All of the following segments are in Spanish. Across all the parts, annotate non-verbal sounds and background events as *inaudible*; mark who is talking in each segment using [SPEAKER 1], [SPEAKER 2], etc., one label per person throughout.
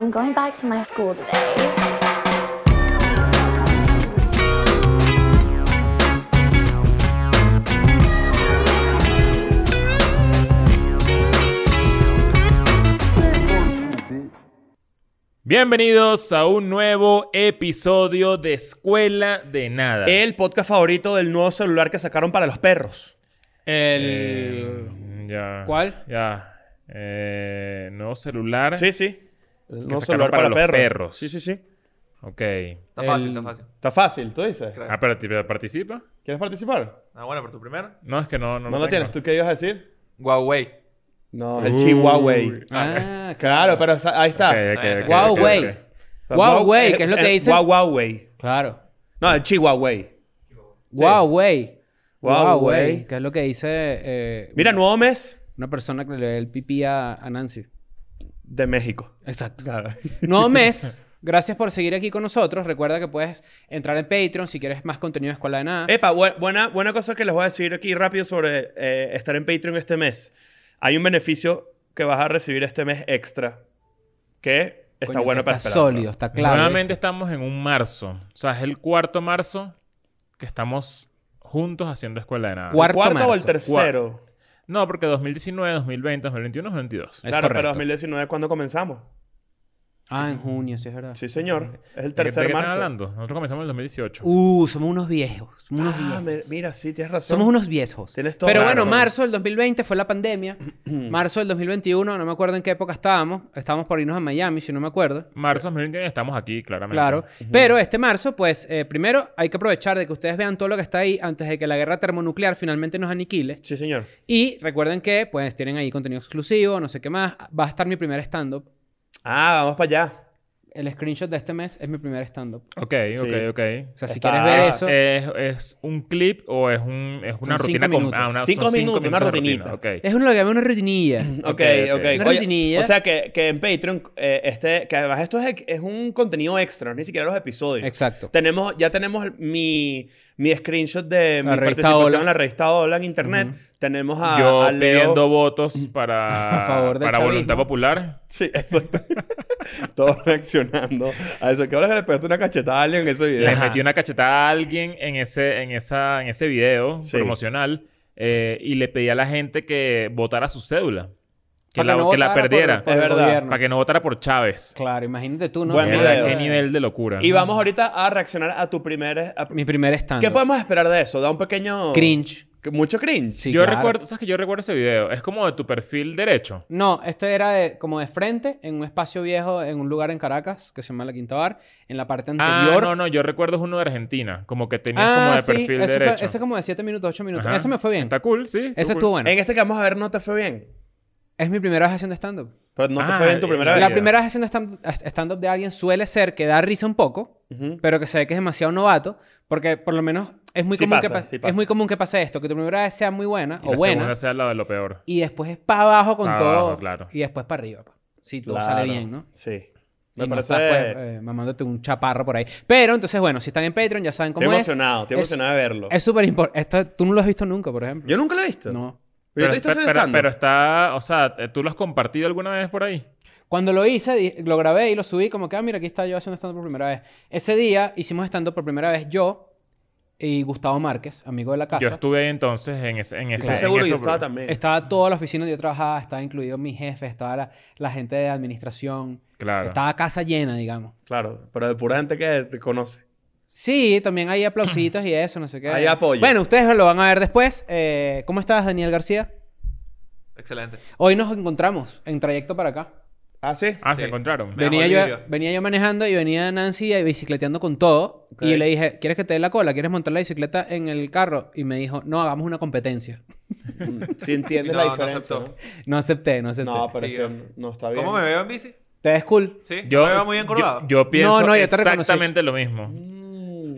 [SPEAKER 1] I'm going back to my school today.
[SPEAKER 2] Bienvenidos a un nuevo episodio de Escuela de Nada.
[SPEAKER 3] El podcast favorito del nuevo celular que sacaron para los perros.
[SPEAKER 2] Eh,
[SPEAKER 4] El.
[SPEAKER 2] ya.
[SPEAKER 4] ¿Cuál?
[SPEAKER 2] Ya. Eh, nuevo celular.
[SPEAKER 3] Sí, sí. El nuevo
[SPEAKER 2] sacaron
[SPEAKER 3] celular
[SPEAKER 2] para
[SPEAKER 3] para,
[SPEAKER 2] los
[SPEAKER 3] perros.
[SPEAKER 2] perros.
[SPEAKER 3] Sí, sí, sí.
[SPEAKER 2] Ok.
[SPEAKER 5] Está fácil,
[SPEAKER 4] El-
[SPEAKER 5] está fácil.
[SPEAKER 3] Está fácil, tú dices.
[SPEAKER 5] Claro.
[SPEAKER 2] Ah, pero ¿te- pero participa.
[SPEAKER 3] ¿Quieres participar?
[SPEAKER 5] Ah, bueno, pero tu primero.
[SPEAKER 2] No, es que no. No,
[SPEAKER 3] No lo
[SPEAKER 2] tengo.
[SPEAKER 3] tienes. ¿Tú qué ibas a decir?
[SPEAKER 5] Huawei.
[SPEAKER 3] No, el
[SPEAKER 2] Uy.
[SPEAKER 3] Chihuahua.
[SPEAKER 4] Ah,
[SPEAKER 3] Claro, pero esa- ahí está.
[SPEAKER 2] Ok, ok, ok, ok,
[SPEAKER 4] Wow,
[SPEAKER 2] ok,
[SPEAKER 4] güey.
[SPEAKER 2] ok.
[SPEAKER 3] O sea,
[SPEAKER 4] Wow, güey,
[SPEAKER 3] eh,
[SPEAKER 4] que es lo
[SPEAKER 3] eh,
[SPEAKER 4] que dicen.
[SPEAKER 3] Wow, wow, güey.
[SPEAKER 4] *laughs* Claro.
[SPEAKER 3] No, el Chihuahua.
[SPEAKER 4] Wow, güey.
[SPEAKER 3] Wow, güey.
[SPEAKER 4] Que es lo que dice eh,
[SPEAKER 3] Mira, nuevo mes
[SPEAKER 4] una persona que le lee el pipí a, a Nancy.
[SPEAKER 3] de México.
[SPEAKER 4] Exacto. *laughs*
[SPEAKER 3] Claro.
[SPEAKER 4] Nuevo mes. Gracias por seguir aquí con nosotros. Recuerda que puedes entrar en Patreon si quieres más contenido de Escuela de Nada.
[SPEAKER 3] Epa, bu- buena, buena cosa que les voy a decir aquí rápido sobre eh, estar en Patreon este mes. Hay un beneficio que vas a recibir este mes extra que está
[SPEAKER 4] Coño,
[SPEAKER 3] bueno
[SPEAKER 4] que
[SPEAKER 3] para
[SPEAKER 4] Está
[SPEAKER 3] esperarlo.
[SPEAKER 4] sólido, está claro.
[SPEAKER 2] Nuevamente estamos en un marzo. O sea, es el cuarto marzo que estamos juntos haciendo Escuela de Nada.
[SPEAKER 4] Cuarto
[SPEAKER 3] ¿El cuarto o el
[SPEAKER 4] marzo.
[SPEAKER 3] tercero?
[SPEAKER 2] No, porque 2019, 2020, 2021, 2022.
[SPEAKER 4] Es
[SPEAKER 3] Claro, pero
[SPEAKER 4] correcto.
[SPEAKER 3] 2019 es cuando comenzamos.
[SPEAKER 4] Ah, en junio, sí, es verdad.
[SPEAKER 3] Sí, señor. Es el
[SPEAKER 2] ¿De qué- de
[SPEAKER 3] tercer
[SPEAKER 2] qué están
[SPEAKER 3] marzo. Ah,
[SPEAKER 2] hablando? Nosotros comenzamos en el 2018.
[SPEAKER 4] Uh, somos unos viejos. Somos unos
[SPEAKER 3] Ah,
[SPEAKER 4] viejos.
[SPEAKER 3] me- mira, sí, tienes razón.
[SPEAKER 4] Somos unos viejos.
[SPEAKER 3] Tienes toda
[SPEAKER 4] Pero
[SPEAKER 3] la
[SPEAKER 4] bueno,
[SPEAKER 3] razón.
[SPEAKER 4] marzo del 2020 fue la pandemia. marzo del 2021, no me acuerdo en qué época estábamos. Estábamos por irnos a Miami, si no me acuerdo.
[SPEAKER 2] Marzo 2021 estamos aquí, claramente.
[SPEAKER 4] Claro. Pero este marzo, pues, eh, primero hay que aprovechar de que ustedes vean todo lo que está ahí antes de que la guerra termonuclear finalmente nos aniquile.
[SPEAKER 3] Sí, señor.
[SPEAKER 4] Y recuerden que, pues, tienen ahí contenido exclusivo, no sé qué más. Va a estar mi primer stand-up.
[SPEAKER 3] Ah, vamos para allá.
[SPEAKER 4] El screenshot de este mes es mi primer stand-up.
[SPEAKER 2] Ok, ok,
[SPEAKER 3] Sí.
[SPEAKER 2] ok.
[SPEAKER 4] O sea, si
[SPEAKER 3] Está-
[SPEAKER 4] quieres ver
[SPEAKER 3] Ah,
[SPEAKER 4] eso...
[SPEAKER 2] ¿Es, es un clip o es, un, es una
[SPEAKER 4] Son
[SPEAKER 2] rutina con
[SPEAKER 4] cinco
[SPEAKER 2] ah,
[SPEAKER 4] minutos.
[SPEAKER 2] una,
[SPEAKER 3] Cinco
[SPEAKER 2] son
[SPEAKER 3] minutos, una
[SPEAKER 2] de
[SPEAKER 3] rutinita.
[SPEAKER 2] ok.
[SPEAKER 4] Es uno lo que llama una rutinilla.
[SPEAKER 3] Ok, ok.
[SPEAKER 2] ok.
[SPEAKER 3] Oye,
[SPEAKER 4] Una rutinilla.
[SPEAKER 3] o sea, que, que en Patreon, eh, este, que además esto es, es un contenido extra, ni siquiera los episodios.
[SPEAKER 4] Exacto.
[SPEAKER 3] Tenemos, ya tenemos mi, mi screenshot de
[SPEAKER 4] La
[SPEAKER 3] mi
[SPEAKER 4] revista
[SPEAKER 3] participación
[SPEAKER 4] Hola.
[SPEAKER 3] en la revista Hola en internet. Tenemos a,
[SPEAKER 2] Yo
[SPEAKER 3] a Leo.
[SPEAKER 2] pidiendo votos
[SPEAKER 4] *clears throat*
[SPEAKER 2] para,
[SPEAKER 4] A favor del
[SPEAKER 2] para
[SPEAKER 4] chavismo.
[SPEAKER 2] Voluntad Popular.
[SPEAKER 3] Sí, exacto. *laughs* Todos reaccionando a eso. Que ahora le pegaste una cachetada a alguien en ese video.
[SPEAKER 2] Le metí una cachetada a alguien en ese, en esa, en ese video
[SPEAKER 3] Sí.
[SPEAKER 2] promocional eh, y le pedí a la gente que votara su cédula. Que, la,
[SPEAKER 4] Para no
[SPEAKER 2] que la
[SPEAKER 4] votara por-
[SPEAKER 2] perdiera.
[SPEAKER 4] por el
[SPEAKER 3] Es verdad.
[SPEAKER 4] gobierno.
[SPEAKER 2] Para que no votara por Chávez.
[SPEAKER 4] Claro, imagínate tú, ¿no?
[SPEAKER 3] Buen
[SPEAKER 2] Mierda,
[SPEAKER 3] video.
[SPEAKER 4] eh.
[SPEAKER 2] qué nivel de locura.
[SPEAKER 3] Y vamos ahorita a reaccionar a tu primera... a-
[SPEAKER 4] Mi primer stand
[SPEAKER 3] ¿Qué podemos esperar de eso? Da un pequeño...
[SPEAKER 4] Cringe.
[SPEAKER 3] Que- Mucho cringe.
[SPEAKER 4] Sí,
[SPEAKER 2] yo
[SPEAKER 4] claro.
[SPEAKER 2] recuerdo, ¿sabes que yo recuerdo ese video? Es como de tu perfil derecho.
[SPEAKER 4] No, esto era de- como de frente, en un espacio viejo, en un lugar en Caracas, que se llama La Quinta Bar, en la parte
[SPEAKER 2] Ah,
[SPEAKER 4] anterior.
[SPEAKER 2] no, no, yo recuerdo es uno de Argentina, como que tenías como
[SPEAKER 4] Ah,
[SPEAKER 2] de
[SPEAKER 4] sí,
[SPEAKER 2] perfil
[SPEAKER 4] ese, fue-
[SPEAKER 2] derecho.
[SPEAKER 4] ese como de 7 minutos, 8 minutos.
[SPEAKER 2] Ajá.
[SPEAKER 4] Ese me fue bien.
[SPEAKER 2] Está cool, sí.
[SPEAKER 4] Ese estuvo bueno.
[SPEAKER 3] En este que vamos a ver no te fue bien.
[SPEAKER 4] Es mi primera vez haciendo stand-up.
[SPEAKER 3] Pero no te
[SPEAKER 2] Ah,
[SPEAKER 3] fue bien tu
[SPEAKER 2] eh,
[SPEAKER 3] primera vez.
[SPEAKER 4] La primera vez haciendo stand- stand-up de alguien suele ser que da risa un poco,
[SPEAKER 3] Ujú.
[SPEAKER 4] pero que se ve que es demasiado novato, porque por lo menos es muy,
[SPEAKER 3] Sí
[SPEAKER 4] común, que
[SPEAKER 3] pasa,
[SPEAKER 4] pa-
[SPEAKER 3] sí pasa.
[SPEAKER 4] es muy común que pase esto, que tu primera vez sea muy buena
[SPEAKER 2] Y
[SPEAKER 4] o
[SPEAKER 2] la
[SPEAKER 4] buena,
[SPEAKER 2] segunda sea la de lo peor.
[SPEAKER 4] y después es para abajo con
[SPEAKER 2] Pa'
[SPEAKER 4] todo,
[SPEAKER 2] abajo, claro.
[SPEAKER 4] y después para arriba, pa. si todo
[SPEAKER 3] Claro.
[SPEAKER 4] sale bien, ¿no?
[SPEAKER 3] Sí. Me
[SPEAKER 4] Me y
[SPEAKER 3] parece...
[SPEAKER 4] no estás, pues, eh, mamándote un chaparro por ahí. Pero, entonces, bueno, si están en Patreon, ya saben cómo
[SPEAKER 3] Estoy
[SPEAKER 4] es.
[SPEAKER 3] emocionado. Estoy
[SPEAKER 4] Es-
[SPEAKER 3] emocionado de verlo.
[SPEAKER 4] Es súper importante. Tú no lo has visto nunca, por ejemplo.
[SPEAKER 3] Yo nunca lo he visto.
[SPEAKER 4] No.
[SPEAKER 3] Pero,
[SPEAKER 2] Pero,
[SPEAKER 3] yo te
[SPEAKER 2] pero-
[SPEAKER 3] estoy
[SPEAKER 2] pero-
[SPEAKER 3] aceptando.
[SPEAKER 2] pero está, o sea, eh, ¿tú lo has compartido alguna vez por ahí?
[SPEAKER 4] Cuando lo hice, di- lo grabé y lo subí como que, ah, mira, aquí está yo haciendo stand-up por primera vez. Ese día hicimos stand-up por primera vez yo y Gustavo Márquez, amigo de la casa.
[SPEAKER 2] Yo estuve ahí entonces en ese... En ese
[SPEAKER 3] Estoy
[SPEAKER 2] en
[SPEAKER 3] seguro
[SPEAKER 2] ese
[SPEAKER 3] que yo estaba
[SPEAKER 2] programa.
[SPEAKER 3] también.
[SPEAKER 4] Estaba toda la oficina donde yo trabajaba, estaba incluido mi jefe, estaba la, la gente de administración.
[SPEAKER 2] Claro.
[SPEAKER 4] Estaba casa llena, digamos.
[SPEAKER 3] Claro, pero de pura gente que te conoce.
[SPEAKER 4] Sí, también hay aplausitos y eso, no sé qué.
[SPEAKER 3] Hay apoyo.
[SPEAKER 4] Bueno, ustedes lo van a ver después. Eh, ¿Cómo estás, Daniel García?
[SPEAKER 5] Excelente.
[SPEAKER 4] Hoy nos encontramos en trayecto para acá.
[SPEAKER 3] ¿Ah, sí?
[SPEAKER 2] Ah,
[SPEAKER 5] Sí.
[SPEAKER 2] se encontraron.
[SPEAKER 5] Ve-
[SPEAKER 4] Venía
[SPEAKER 5] Mejor
[SPEAKER 4] yo,
[SPEAKER 5] vídeo.
[SPEAKER 4] venía yo manejando y venía Nancy eh, bicicleteando con todo.
[SPEAKER 3] Ok.
[SPEAKER 4] Y le dije, ¿quieres que te dé la cola? ¿Quieres montar la bicicleta en el carro? Y me dijo, no, hagamos una competencia. *laughs*
[SPEAKER 3] Mm. Sí
[SPEAKER 5] *laughs*
[SPEAKER 3] entiendes
[SPEAKER 5] No,
[SPEAKER 3] la
[SPEAKER 5] no
[SPEAKER 3] diferencia.
[SPEAKER 5] aceptó.
[SPEAKER 3] No,
[SPEAKER 4] No acepté, no acepté.
[SPEAKER 3] No, pero
[SPEAKER 5] Sí,
[SPEAKER 3] es que no está bien.
[SPEAKER 5] ¿Cómo me veo en bici?
[SPEAKER 4] ¿Te ves cool?
[SPEAKER 5] Sí.
[SPEAKER 2] Yo,
[SPEAKER 5] me veo muy encorvado.
[SPEAKER 2] yo, yo pienso
[SPEAKER 4] no, yo te reconocí.
[SPEAKER 2] exactamente lo mismo.
[SPEAKER 3] Mm.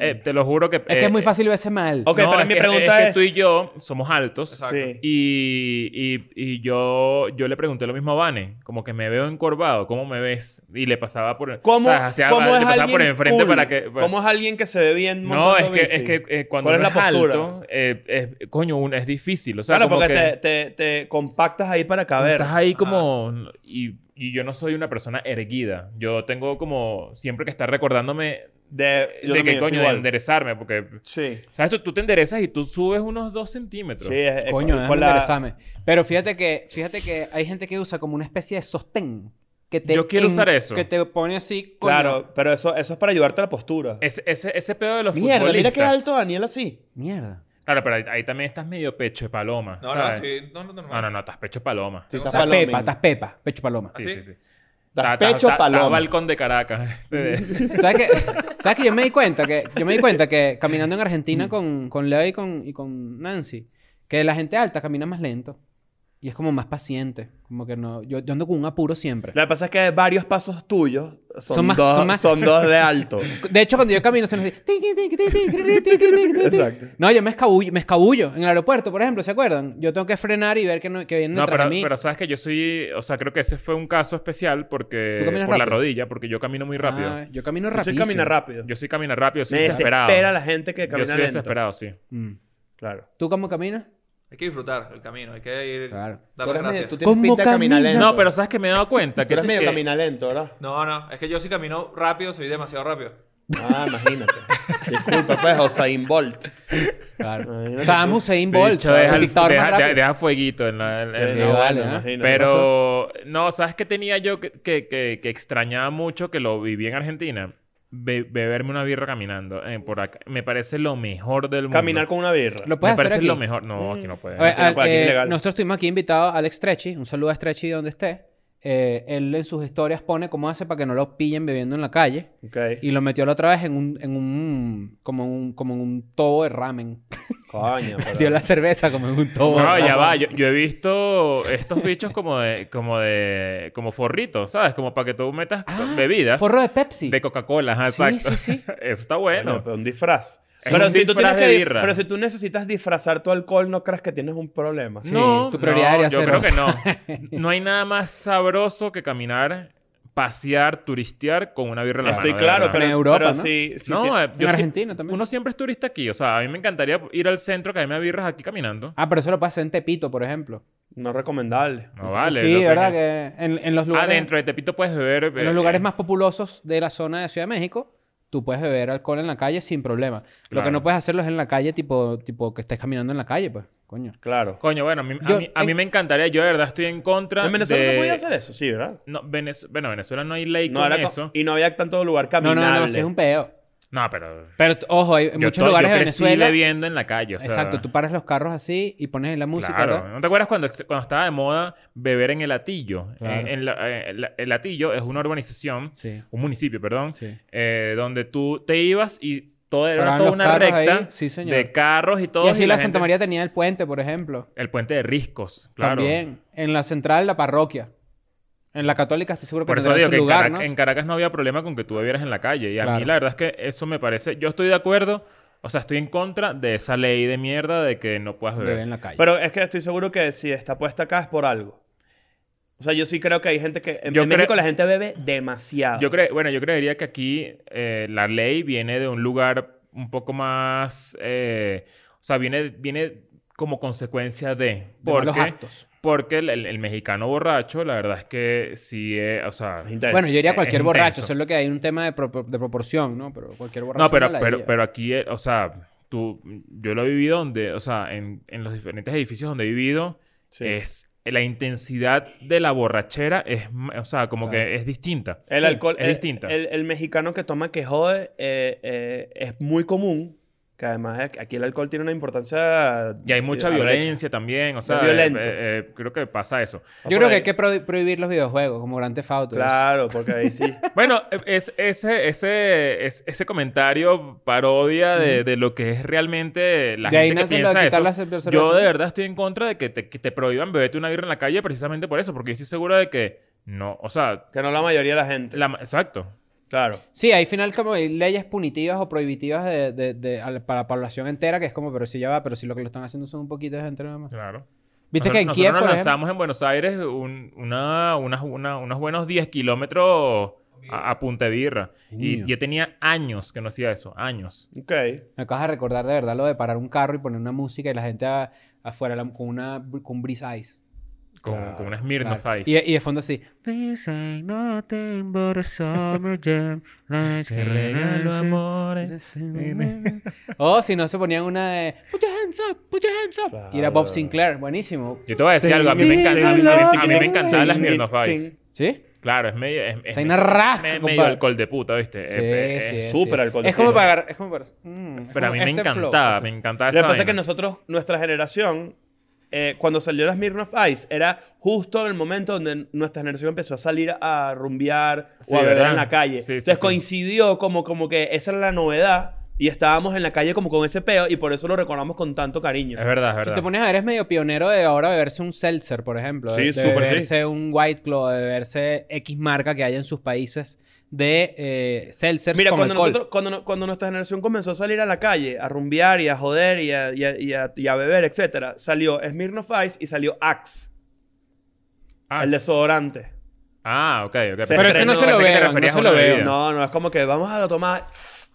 [SPEAKER 2] eh, te lo juro que...
[SPEAKER 4] Es que es muy fácil verse mal.
[SPEAKER 3] Ok, pero mi pregunta es-
[SPEAKER 2] tú y yo somos altos.
[SPEAKER 5] Exacto.
[SPEAKER 3] Sí.
[SPEAKER 2] Y, y- y yo, yo le pregunté lo mismo a Vane, como que me veo encorvado, ¿cómo me ves? Y le pasaba por
[SPEAKER 3] ¿Cómo,
[SPEAKER 2] o sea, hacía- le
[SPEAKER 3] cómo es
[SPEAKER 2] pasaba
[SPEAKER 3] alguien
[SPEAKER 2] por enfrente
[SPEAKER 3] cool?
[SPEAKER 2] para que para-
[SPEAKER 3] ¿Cómo es alguien que se ve bien
[SPEAKER 2] No,
[SPEAKER 3] montando
[SPEAKER 2] es que,
[SPEAKER 3] bici?
[SPEAKER 2] es que eh, cuando
[SPEAKER 3] ¿Cuál es
[SPEAKER 2] uno
[SPEAKER 3] la
[SPEAKER 2] es
[SPEAKER 3] postura?
[SPEAKER 2] alto, eh, es- coño, un- es difícil, o sea,
[SPEAKER 3] claro,
[SPEAKER 2] como
[SPEAKER 3] porque
[SPEAKER 2] que
[SPEAKER 3] te, te- te compactas ahí para caber.
[SPEAKER 2] estás ahí
[SPEAKER 5] Ajá.
[SPEAKER 2] como y, y yo no soy una persona erguida. Yo tengo como siempre que estar recordándome
[SPEAKER 3] De, yo
[SPEAKER 2] de
[SPEAKER 3] también
[SPEAKER 2] que
[SPEAKER 3] soy
[SPEAKER 2] coño de
[SPEAKER 3] igual.
[SPEAKER 2] enderezarme porque
[SPEAKER 3] Sí.
[SPEAKER 2] sabes tú, tú te enderezas y tú subes unos dos centímetros.
[SPEAKER 3] Sí, es, eh, es-
[SPEAKER 4] Coño,
[SPEAKER 3] con
[SPEAKER 4] déjame
[SPEAKER 3] la-
[SPEAKER 4] enderezarme. Pero fíjate que, fíjate que hay gente que usa como una especie de sostén. Que te
[SPEAKER 2] Yo quiero usar eso.
[SPEAKER 4] Que te pone así. coño.
[SPEAKER 3] Claro, pero eso, eso es para ayudarte a la postura.
[SPEAKER 2] Ese, ese, ese pedo de los
[SPEAKER 3] Mierda, mira
[SPEAKER 2] futbolistas.
[SPEAKER 3] qué alto Daniel así.
[SPEAKER 4] Mierda.
[SPEAKER 2] Claro, pero ahí, ahí también estás medio pecho de paloma.
[SPEAKER 5] No, no,
[SPEAKER 2] ¿sabes?
[SPEAKER 5] estoy... No, no, no.
[SPEAKER 2] no, no, no, estás pecho de paloma.
[SPEAKER 3] Sí,
[SPEAKER 5] Tengo
[SPEAKER 3] estás
[SPEAKER 5] sal-
[SPEAKER 4] Estás
[SPEAKER 3] palomín.
[SPEAKER 4] pepa, estás pepa. Pecho paloma.
[SPEAKER 5] ¿Ah,
[SPEAKER 2] Sí,
[SPEAKER 5] sí?
[SPEAKER 2] sí, sí.
[SPEAKER 3] Estás
[SPEAKER 2] Ta- ta-
[SPEAKER 3] pecho
[SPEAKER 2] ta- ta-
[SPEAKER 3] paloma. Mm,
[SPEAKER 2] balcón de Caracas. *laughs* este,
[SPEAKER 4] ¿Sabes qué? ¿Sabes qué? Yo me di cuenta que, yo me di cuenta que caminando en Argentina con, con Leo y con, y con Nancy, que la gente alta camina más lento. Y es como más paciente. Como que no. Yo, yo ando con un apuro siempre.
[SPEAKER 3] Lo que pasa es que varios pasos tuyos son,
[SPEAKER 4] Son más-
[SPEAKER 3] dos,
[SPEAKER 4] son más-
[SPEAKER 3] son dos de *laughs* alto.
[SPEAKER 4] De hecho, cuando yo camino, suena así. tiqui, tiqui, tiqui, tiqui, tiqui, tiqui, tiqui, tiqui.
[SPEAKER 3] Exacto.
[SPEAKER 4] No, yo me escabullo, me escabullo. En el aeropuerto, por ejemplo, ¿se acuerdan? Yo tengo que frenar y ver que, no, que
[SPEAKER 3] mm,
[SPEAKER 4] vienen
[SPEAKER 2] No,
[SPEAKER 4] detrás
[SPEAKER 2] pero,
[SPEAKER 4] de mí.
[SPEAKER 2] pero sabes que yo soy... O sea, creo que ese fue un caso especial porque...
[SPEAKER 4] ¿Tú
[SPEAKER 2] Por
[SPEAKER 4] caminas
[SPEAKER 2] la
[SPEAKER 4] rápido?
[SPEAKER 2] rodilla, porque yo camino muy rápido.
[SPEAKER 4] Ah, yo camino
[SPEAKER 3] Yo soy
[SPEAKER 4] rápido.
[SPEAKER 3] camina rápido.
[SPEAKER 2] Yo soy camina rápido, soy
[SPEAKER 3] Me
[SPEAKER 2] desesperado.
[SPEAKER 3] desespera la gente que
[SPEAKER 2] yo
[SPEAKER 3] camina
[SPEAKER 2] soy
[SPEAKER 3] lento.
[SPEAKER 2] desesperado,
[SPEAKER 3] *laughs*
[SPEAKER 2] sí.
[SPEAKER 3] Claro.
[SPEAKER 4] Mm. ¿Tú cómo caminas?
[SPEAKER 5] Hay que disfrutar el camino. Hay que ir...
[SPEAKER 4] Claro.
[SPEAKER 5] Dar
[SPEAKER 3] Tú
[SPEAKER 5] las
[SPEAKER 3] eres medio-
[SPEAKER 5] gracias.
[SPEAKER 3] tú tienes
[SPEAKER 4] ¿Cómo
[SPEAKER 3] pinta de caminar
[SPEAKER 4] camina?
[SPEAKER 3] lento.
[SPEAKER 2] No, pero sabes que me he dado cuenta
[SPEAKER 3] Tú
[SPEAKER 2] que...
[SPEAKER 3] eres medio
[SPEAKER 2] que-
[SPEAKER 3] camina
[SPEAKER 2] *laughs*
[SPEAKER 3] lento, ¿verdad?
[SPEAKER 5] No, no. Es que yo si camino rápido, soy demasiado rápido.
[SPEAKER 3] Ah, imagínate. Disculpa, pues, Osain Bolt.
[SPEAKER 4] Claro.
[SPEAKER 3] Imagínate
[SPEAKER 4] Sam
[SPEAKER 3] tú.
[SPEAKER 4] Hussein
[SPEAKER 2] de
[SPEAKER 4] Bolt,
[SPEAKER 2] hecho, deja,
[SPEAKER 4] el
[SPEAKER 2] el-
[SPEAKER 4] dictador
[SPEAKER 2] deja-
[SPEAKER 4] más
[SPEAKER 2] deja-
[SPEAKER 4] rápido.
[SPEAKER 2] deja fueguito en la... en-
[SPEAKER 4] sí,
[SPEAKER 2] en-
[SPEAKER 4] no, vale, ¿eh?
[SPEAKER 3] imagino.
[SPEAKER 2] Pero, no, ¿sabes qué tenía yo que, que- que- que extrañaba mucho que lo viví en Argentina? Be- beberme una birra caminando eh, por acá. Me parece lo mejor del mundo.
[SPEAKER 3] Caminar con una birra.
[SPEAKER 2] Me
[SPEAKER 4] Lo puedes hacer
[SPEAKER 2] parece
[SPEAKER 4] aquí. Mm.
[SPEAKER 2] lo mejor. No, aquí no puede.
[SPEAKER 4] A ver,
[SPEAKER 3] no
[SPEAKER 4] al-
[SPEAKER 3] puede, aquí es
[SPEAKER 4] eh,
[SPEAKER 3] ilegal.
[SPEAKER 4] nosotros tuvimos aquí invitado a Alex Trechi. Un saludo a Trechi donde esté. Eh, él en sus historias pone cómo hace para que no lo pillen bebiendo en la calle.
[SPEAKER 3] Ok.
[SPEAKER 4] Y lo metió la otra vez en un, en un, como un, como en un tobo de ramen. *laughs*
[SPEAKER 2] *laughs*
[SPEAKER 3] Coño, pero-
[SPEAKER 4] Metió la cerveza como en un
[SPEAKER 3] Oh,
[SPEAKER 4] tobo. de
[SPEAKER 2] no,
[SPEAKER 4] ramen.
[SPEAKER 2] ya va. Yo, yo he visto estos bichos como de... Como de... Como forritos, ¿sabes? Como para que tú metas
[SPEAKER 4] Ah,
[SPEAKER 2] bebidas.
[SPEAKER 4] Porro de Pepsi.
[SPEAKER 2] De Coca-Cola, ajá,
[SPEAKER 4] Sí,
[SPEAKER 2] exacto.
[SPEAKER 4] sí, sí.
[SPEAKER 2] *laughs* Eso está
[SPEAKER 3] Bueno,
[SPEAKER 2] bueno.
[SPEAKER 3] pero un disfraz.
[SPEAKER 2] Es
[SPEAKER 3] Pero
[SPEAKER 2] un
[SPEAKER 3] si, tú
[SPEAKER 2] disfraz
[SPEAKER 3] tienes que
[SPEAKER 2] de
[SPEAKER 3] dif-
[SPEAKER 2] birra.
[SPEAKER 3] pero si tú necesitas disfrazar tu alcohol, no creas que tienes un problema.
[SPEAKER 4] Sí, tu prioridad
[SPEAKER 2] no,
[SPEAKER 4] era
[SPEAKER 2] Yo
[SPEAKER 4] hacer
[SPEAKER 2] creo que no.
[SPEAKER 4] otra.
[SPEAKER 2] No hay nada más sabroso que caminar, pasear, turistear con una birra en la
[SPEAKER 3] Estoy
[SPEAKER 2] mano. de
[SPEAKER 3] claro,
[SPEAKER 2] verdad.
[SPEAKER 3] pero,
[SPEAKER 4] En Europa,
[SPEAKER 3] pero
[SPEAKER 4] ¿no?
[SPEAKER 3] si, si
[SPEAKER 2] no,
[SPEAKER 3] ti-
[SPEAKER 2] eh, yo
[SPEAKER 4] en
[SPEAKER 2] sí-
[SPEAKER 4] Argentina también.
[SPEAKER 2] Uno siempre es turista aquí. O sea, a mí me encantaría ir al centro, que a mí me da birras aquí caminando.
[SPEAKER 4] Ah, pero eso lo puedes hacer en Tepito, por ejemplo.
[SPEAKER 3] no recomendable.
[SPEAKER 2] No vale.
[SPEAKER 4] sí,
[SPEAKER 2] lo
[SPEAKER 4] verdad que en, en los lugares,
[SPEAKER 2] Adentro de Tepito puedes beber... eh,
[SPEAKER 4] en los lugares más populosos de la zona de Ciudad de México, tú puedes beber alcohol en la calle sin problema. Lo que
[SPEAKER 2] Claro.
[SPEAKER 4] no puedes hacerlo es en la calle, tipo, tipo que estés caminando en la calle, pues. Coño.
[SPEAKER 3] Claro.
[SPEAKER 2] Coño, bueno, a mí, a
[SPEAKER 4] Yo-
[SPEAKER 2] mí- a mí me encantaría. Yo de verdad estoy en contra
[SPEAKER 3] En Venezuela
[SPEAKER 2] de-
[SPEAKER 3] se podía hacer eso, sí, ¿verdad?
[SPEAKER 2] No, Venez- Bueno, en Venezuela no hay ley
[SPEAKER 3] No
[SPEAKER 2] con
[SPEAKER 3] era co-
[SPEAKER 2] eso.
[SPEAKER 3] Y no había tanto lugar
[SPEAKER 4] No,
[SPEAKER 3] caminable.
[SPEAKER 4] no, no, sí es un peo.
[SPEAKER 2] No, pero...
[SPEAKER 4] Pero t- ojo, hay en
[SPEAKER 2] yo
[SPEAKER 4] muchos
[SPEAKER 2] to- yo
[SPEAKER 4] lugares de
[SPEAKER 2] crecí
[SPEAKER 4] Venezuela.
[SPEAKER 2] bebiendo en la calle, o sea,
[SPEAKER 4] Exacto, tú paras los carros así y pones la música.
[SPEAKER 2] claro.
[SPEAKER 4] ¿verdad?
[SPEAKER 2] ¿No te acuerdas cuando, ex- cuando estaba de moda beber en el Atillo?
[SPEAKER 4] Claro.
[SPEAKER 2] En- en la- eh, la- el Atillo es una urbanización,
[SPEAKER 4] Sí.
[SPEAKER 2] un municipio, perdón,
[SPEAKER 4] Sí.
[SPEAKER 2] eh, donde tú te ibas y todo era
[SPEAKER 4] Paraban
[SPEAKER 2] toda
[SPEAKER 4] los
[SPEAKER 2] una
[SPEAKER 4] carros
[SPEAKER 2] recta
[SPEAKER 4] ahí, sí, señor.
[SPEAKER 2] de carros y todo.
[SPEAKER 4] Y así la, Santa
[SPEAKER 2] gente-
[SPEAKER 4] María tenía el puente, por ejemplo.
[SPEAKER 2] El puente de Riscos, claro.
[SPEAKER 4] También. En la central, la parroquia. En la católica estoy seguro que
[SPEAKER 2] Por eso
[SPEAKER 4] tendrá
[SPEAKER 2] digo
[SPEAKER 4] su
[SPEAKER 2] que en,
[SPEAKER 4] lugar,
[SPEAKER 2] Carac-
[SPEAKER 4] ¿no?
[SPEAKER 2] en Caracas no había problema con que tú bebieras en la calle. Y a mí
[SPEAKER 4] Claro.
[SPEAKER 2] la verdad es que eso me parece... Yo estoy de acuerdo... O sea, estoy en contra de esa ley de mierda de que no puedas beber.
[SPEAKER 4] Bebé en la calle.
[SPEAKER 3] Pero es que estoy seguro que si está puesta acá es por algo. O sea, yo sí creo que hay gente que... En,
[SPEAKER 2] Yo
[SPEAKER 3] en
[SPEAKER 2] creo-
[SPEAKER 3] México la gente bebe
[SPEAKER 4] Ah.
[SPEAKER 3] demasiado.
[SPEAKER 2] Yo creo, bueno, yo creería que aquí eh, la ley viene de un lugar un poco más, eh, o sea, viene, viene como consecuencia de,
[SPEAKER 4] De malos
[SPEAKER 2] porque,
[SPEAKER 4] actos.
[SPEAKER 2] porque el, el- el mexicano borracho, la verdad es que sí, eh, o sea,
[SPEAKER 3] Es intenso.
[SPEAKER 4] Bueno, yo diría
[SPEAKER 2] es
[SPEAKER 4] cualquier
[SPEAKER 2] intenso.
[SPEAKER 4] borracho, solo que hay un tema de, pro- de proporción, ¿no? Pero cualquier borracho.
[SPEAKER 2] no, pero,
[SPEAKER 4] la
[SPEAKER 2] pero,
[SPEAKER 4] lía.
[SPEAKER 2] pero aquí, eh, o sea, tú, yo lo he vivido donde, o sea, en, en los diferentes edificios donde he vivido,
[SPEAKER 3] Sí.
[SPEAKER 2] es la intensidad de la borrachera es, m- o sea, como
[SPEAKER 4] Claro.
[SPEAKER 2] que es distinta.
[SPEAKER 3] El
[SPEAKER 2] Sí,
[SPEAKER 3] alcohol... eh,
[SPEAKER 2] es
[SPEAKER 3] el,
[SPEAKER 2] distinta.
[SPEAKER 3] El, el mexicano que toma que jode eh, eh, es muy común. Que además es- aquí el alcohol tiene una importancia...
[SPEAKER 2] Y hay mucha
[SPEAKER 3] a brecha.
[SPEAKER 2] violencia también, o sea, eh,
[SPEAKER 3] violento.
[SPEAKER 2] eh, eh, creo que pasa eso.
[SPEAKER 3] Va
[SPEAKER 4] Yo
[SPEAKER 3] por
[SPEAKER 4] creo que
[SPEAKER 3] ahí.
[SPEAKER 4] hay que pro- prohibir los videojuegos, como Grand Theft Auto.
[SPEAKER 3] Claro, porque ahí sí.
[SPEAKER 2] Bueno, *laughs* eh, es, ese, ese, es- ese comentario parodia de, de lo que es realmente la
[SPEAKER 4] De ahí
[SPEAKER 2] gente que
[SPEAKER 4] nace lo de
[SPEAKER 2] piensa eso.
[SPEAKER 4] quitar la ce- la cerveza,
[SPEAKER 2] yo de
[SPEAKER 4] ¿no?
[SPEAKER 2] verdad estoy en contra de que te, que te prohíban beberte una birra en la calle precisamente por eso, porque yo estoy seguro de que no, o sea, *laughs*
[SPEAKER 3] que no la mayoría de la gente.
[SPEAKER 2] la ma- exacto.
[SPEAKER 3] Claro.
[SPEAKER 4] Sí, hay final como hay leyes punitivas o prohibitivas de, de- de- a la- para la población entera, que es como, pero si ya va, pero si lo que lo están haciendo son un poquito de gente nada más.
[SPEAKER 2] Claro.
[SPEAKER 4] Viste
[SPEAKER 2] Nosotros-
[SPEAKER 4] que en
[SPEAKER 2] nosotros
[SPEAKER 4] Kiev,
[SPEAKER 2] nos
[SPEAKER 4] por ejemplo,
[SPEAKER 2] lanzamos en Buenos Aires un- una- unas- una- unos buenos 10 kilómetros a, a punta de birra. Y
[SPEAKER 4] Coño.
[SPEAKER 2] yo tenía años que no hacía eso. Años.
[SPEAKER 3] Ok.
[SPEAKER 4] me acabas de recordar de verdad lo de parar un carro y poner una música y la gente a- afuera la- con una con un Breeze Ice.
[SPEAKER 2] Con,
[SPEAKER 3] Claro.
[SPEAKER 2] con una Smirnoff
[SPEAKER 4] Claro.
[SPEAKER 2] Ice.
[SPEAKER 4] Y, y de
[SPEAKER 2] *laughs*
[SPEAKER 4] fondo así.
[SPEAKER 6] This ain't nothing but a summer
[SPEAKER 2] *laughs*
[SPEAKER 6] jam. Let's
[SPEAKER 2] Te regalo amores.
[SPEAKER 4] O si no, se ponían una de Put your hands up, put your hands up. Y era Bob Sinclair, buenísimo.
[SPEAKER 2] Yo te voy a decir algo. A mí me encanta- a mí me- a mí me encantaban las Smirnoff Ice.
[SPEAKER 4] ¿Sí?
[SPEAKER 2] Claro, es medio... Es, es
[SPEAKER 4] Está una rasca,
[SPEAKER 2] me- medio
[SPEAKER 4] compadre.
[SPEAKER 2] alcohol de puta, ¿viste?
[SPEAKER 4] Sí,
[SPEAKER 2] Es-
[SPEAKER 4] sí,
[SPEAKER 2] es-
[SPEAKER 4] es,
[SPEAKER 3] súper
[SPEAKER 4] sí.
[SPEAKER 3] alcohol
[SPEAKER 4] Es como
[SPEAKER 3] gel.
[SPEAKER 4] para. Es como para mm, es
[SPEAKER 2] Pero a
[SPEAKER 4] como
[SPEAKER 2] mí me
[SPEAKER 4] este flow,
[SPEAKER 2] encantaba.
[SPEAKER 4] así.
[SPEAKER 2] me encantaba
[SPEAKER 3] Lo que
[SPEAKER 2] esa
[SPEAKER 3] pasa es que
[SPEAKER 2] vaina.
[SPEAKER 3] nosotros, nuestra generación, eh, cuando salió las Smirnoff Ice, era justo en el momento donde nuestra generación empezó a salir a rumbear
[SPEAKER 2] Sí,
[SPEAKER 3] o a beber
[SPEAKER 2] ¿verdad?
[SPEAKER 3] en la calle.
[SPEAKER 2] Sí, sí,
[SPEAKER 3] Entonces
[SPEAKER 2] sí.
[SPEAKER 3] coincidió como, como que esa era la novedad y estábamos en la calle como con ese peo y por eso lo recordamos con tanto cariño.
[SPEAKER 2] Es verdad, es verdad.
[SPEAKER 4] Si te pones a ver, es medio pionero de ahora beberse un seltzer, por ejemplo.
[SPEAKER 3] Sí,
[SPEAKER 4] de, de
[SPEAKER 3] súper, sí.
[SPEAKER 4] beberse un White Claw, de beberse X marca que haya en sus países de eh, seltzers
[SPEAKER 3] Mira,
[SPEAKER 4] con
[SPEAKER 3] cuando,
[SPEAKER 4] alcohol.
[SPEAKER 3] nosotros, cuando, no- cuando nuestra generación comenzó a salir a la calle, a rumbear y a joder y a, y a- y a- y a beber, etcétera, salió Smirnoff Ice y salió Axe,
[SPEAKER 2] Ah,
[SPEAKER 3] el desodorante.
[SPEAKER 2] Ah, ok, ok.
[SPEAKER 3] Pero
[SPEAKER 2] Pensé
[SPEAKER 3] eso no
[SPEAKER 2] que- pensé
[SPEAKER 3] se
[SPEAKER 4] lo
[SPEAKER 2] que te
[SPEAKER 4] veo, no
[SPEAKER 2] referías a
[SPEAKER 4] se lo
[SPEAKER 2] una
[SPEAKER 4] veo.
[SPEAKER 2] bebida.
[SPEAKER 3] No, no, es como que vamos a tomar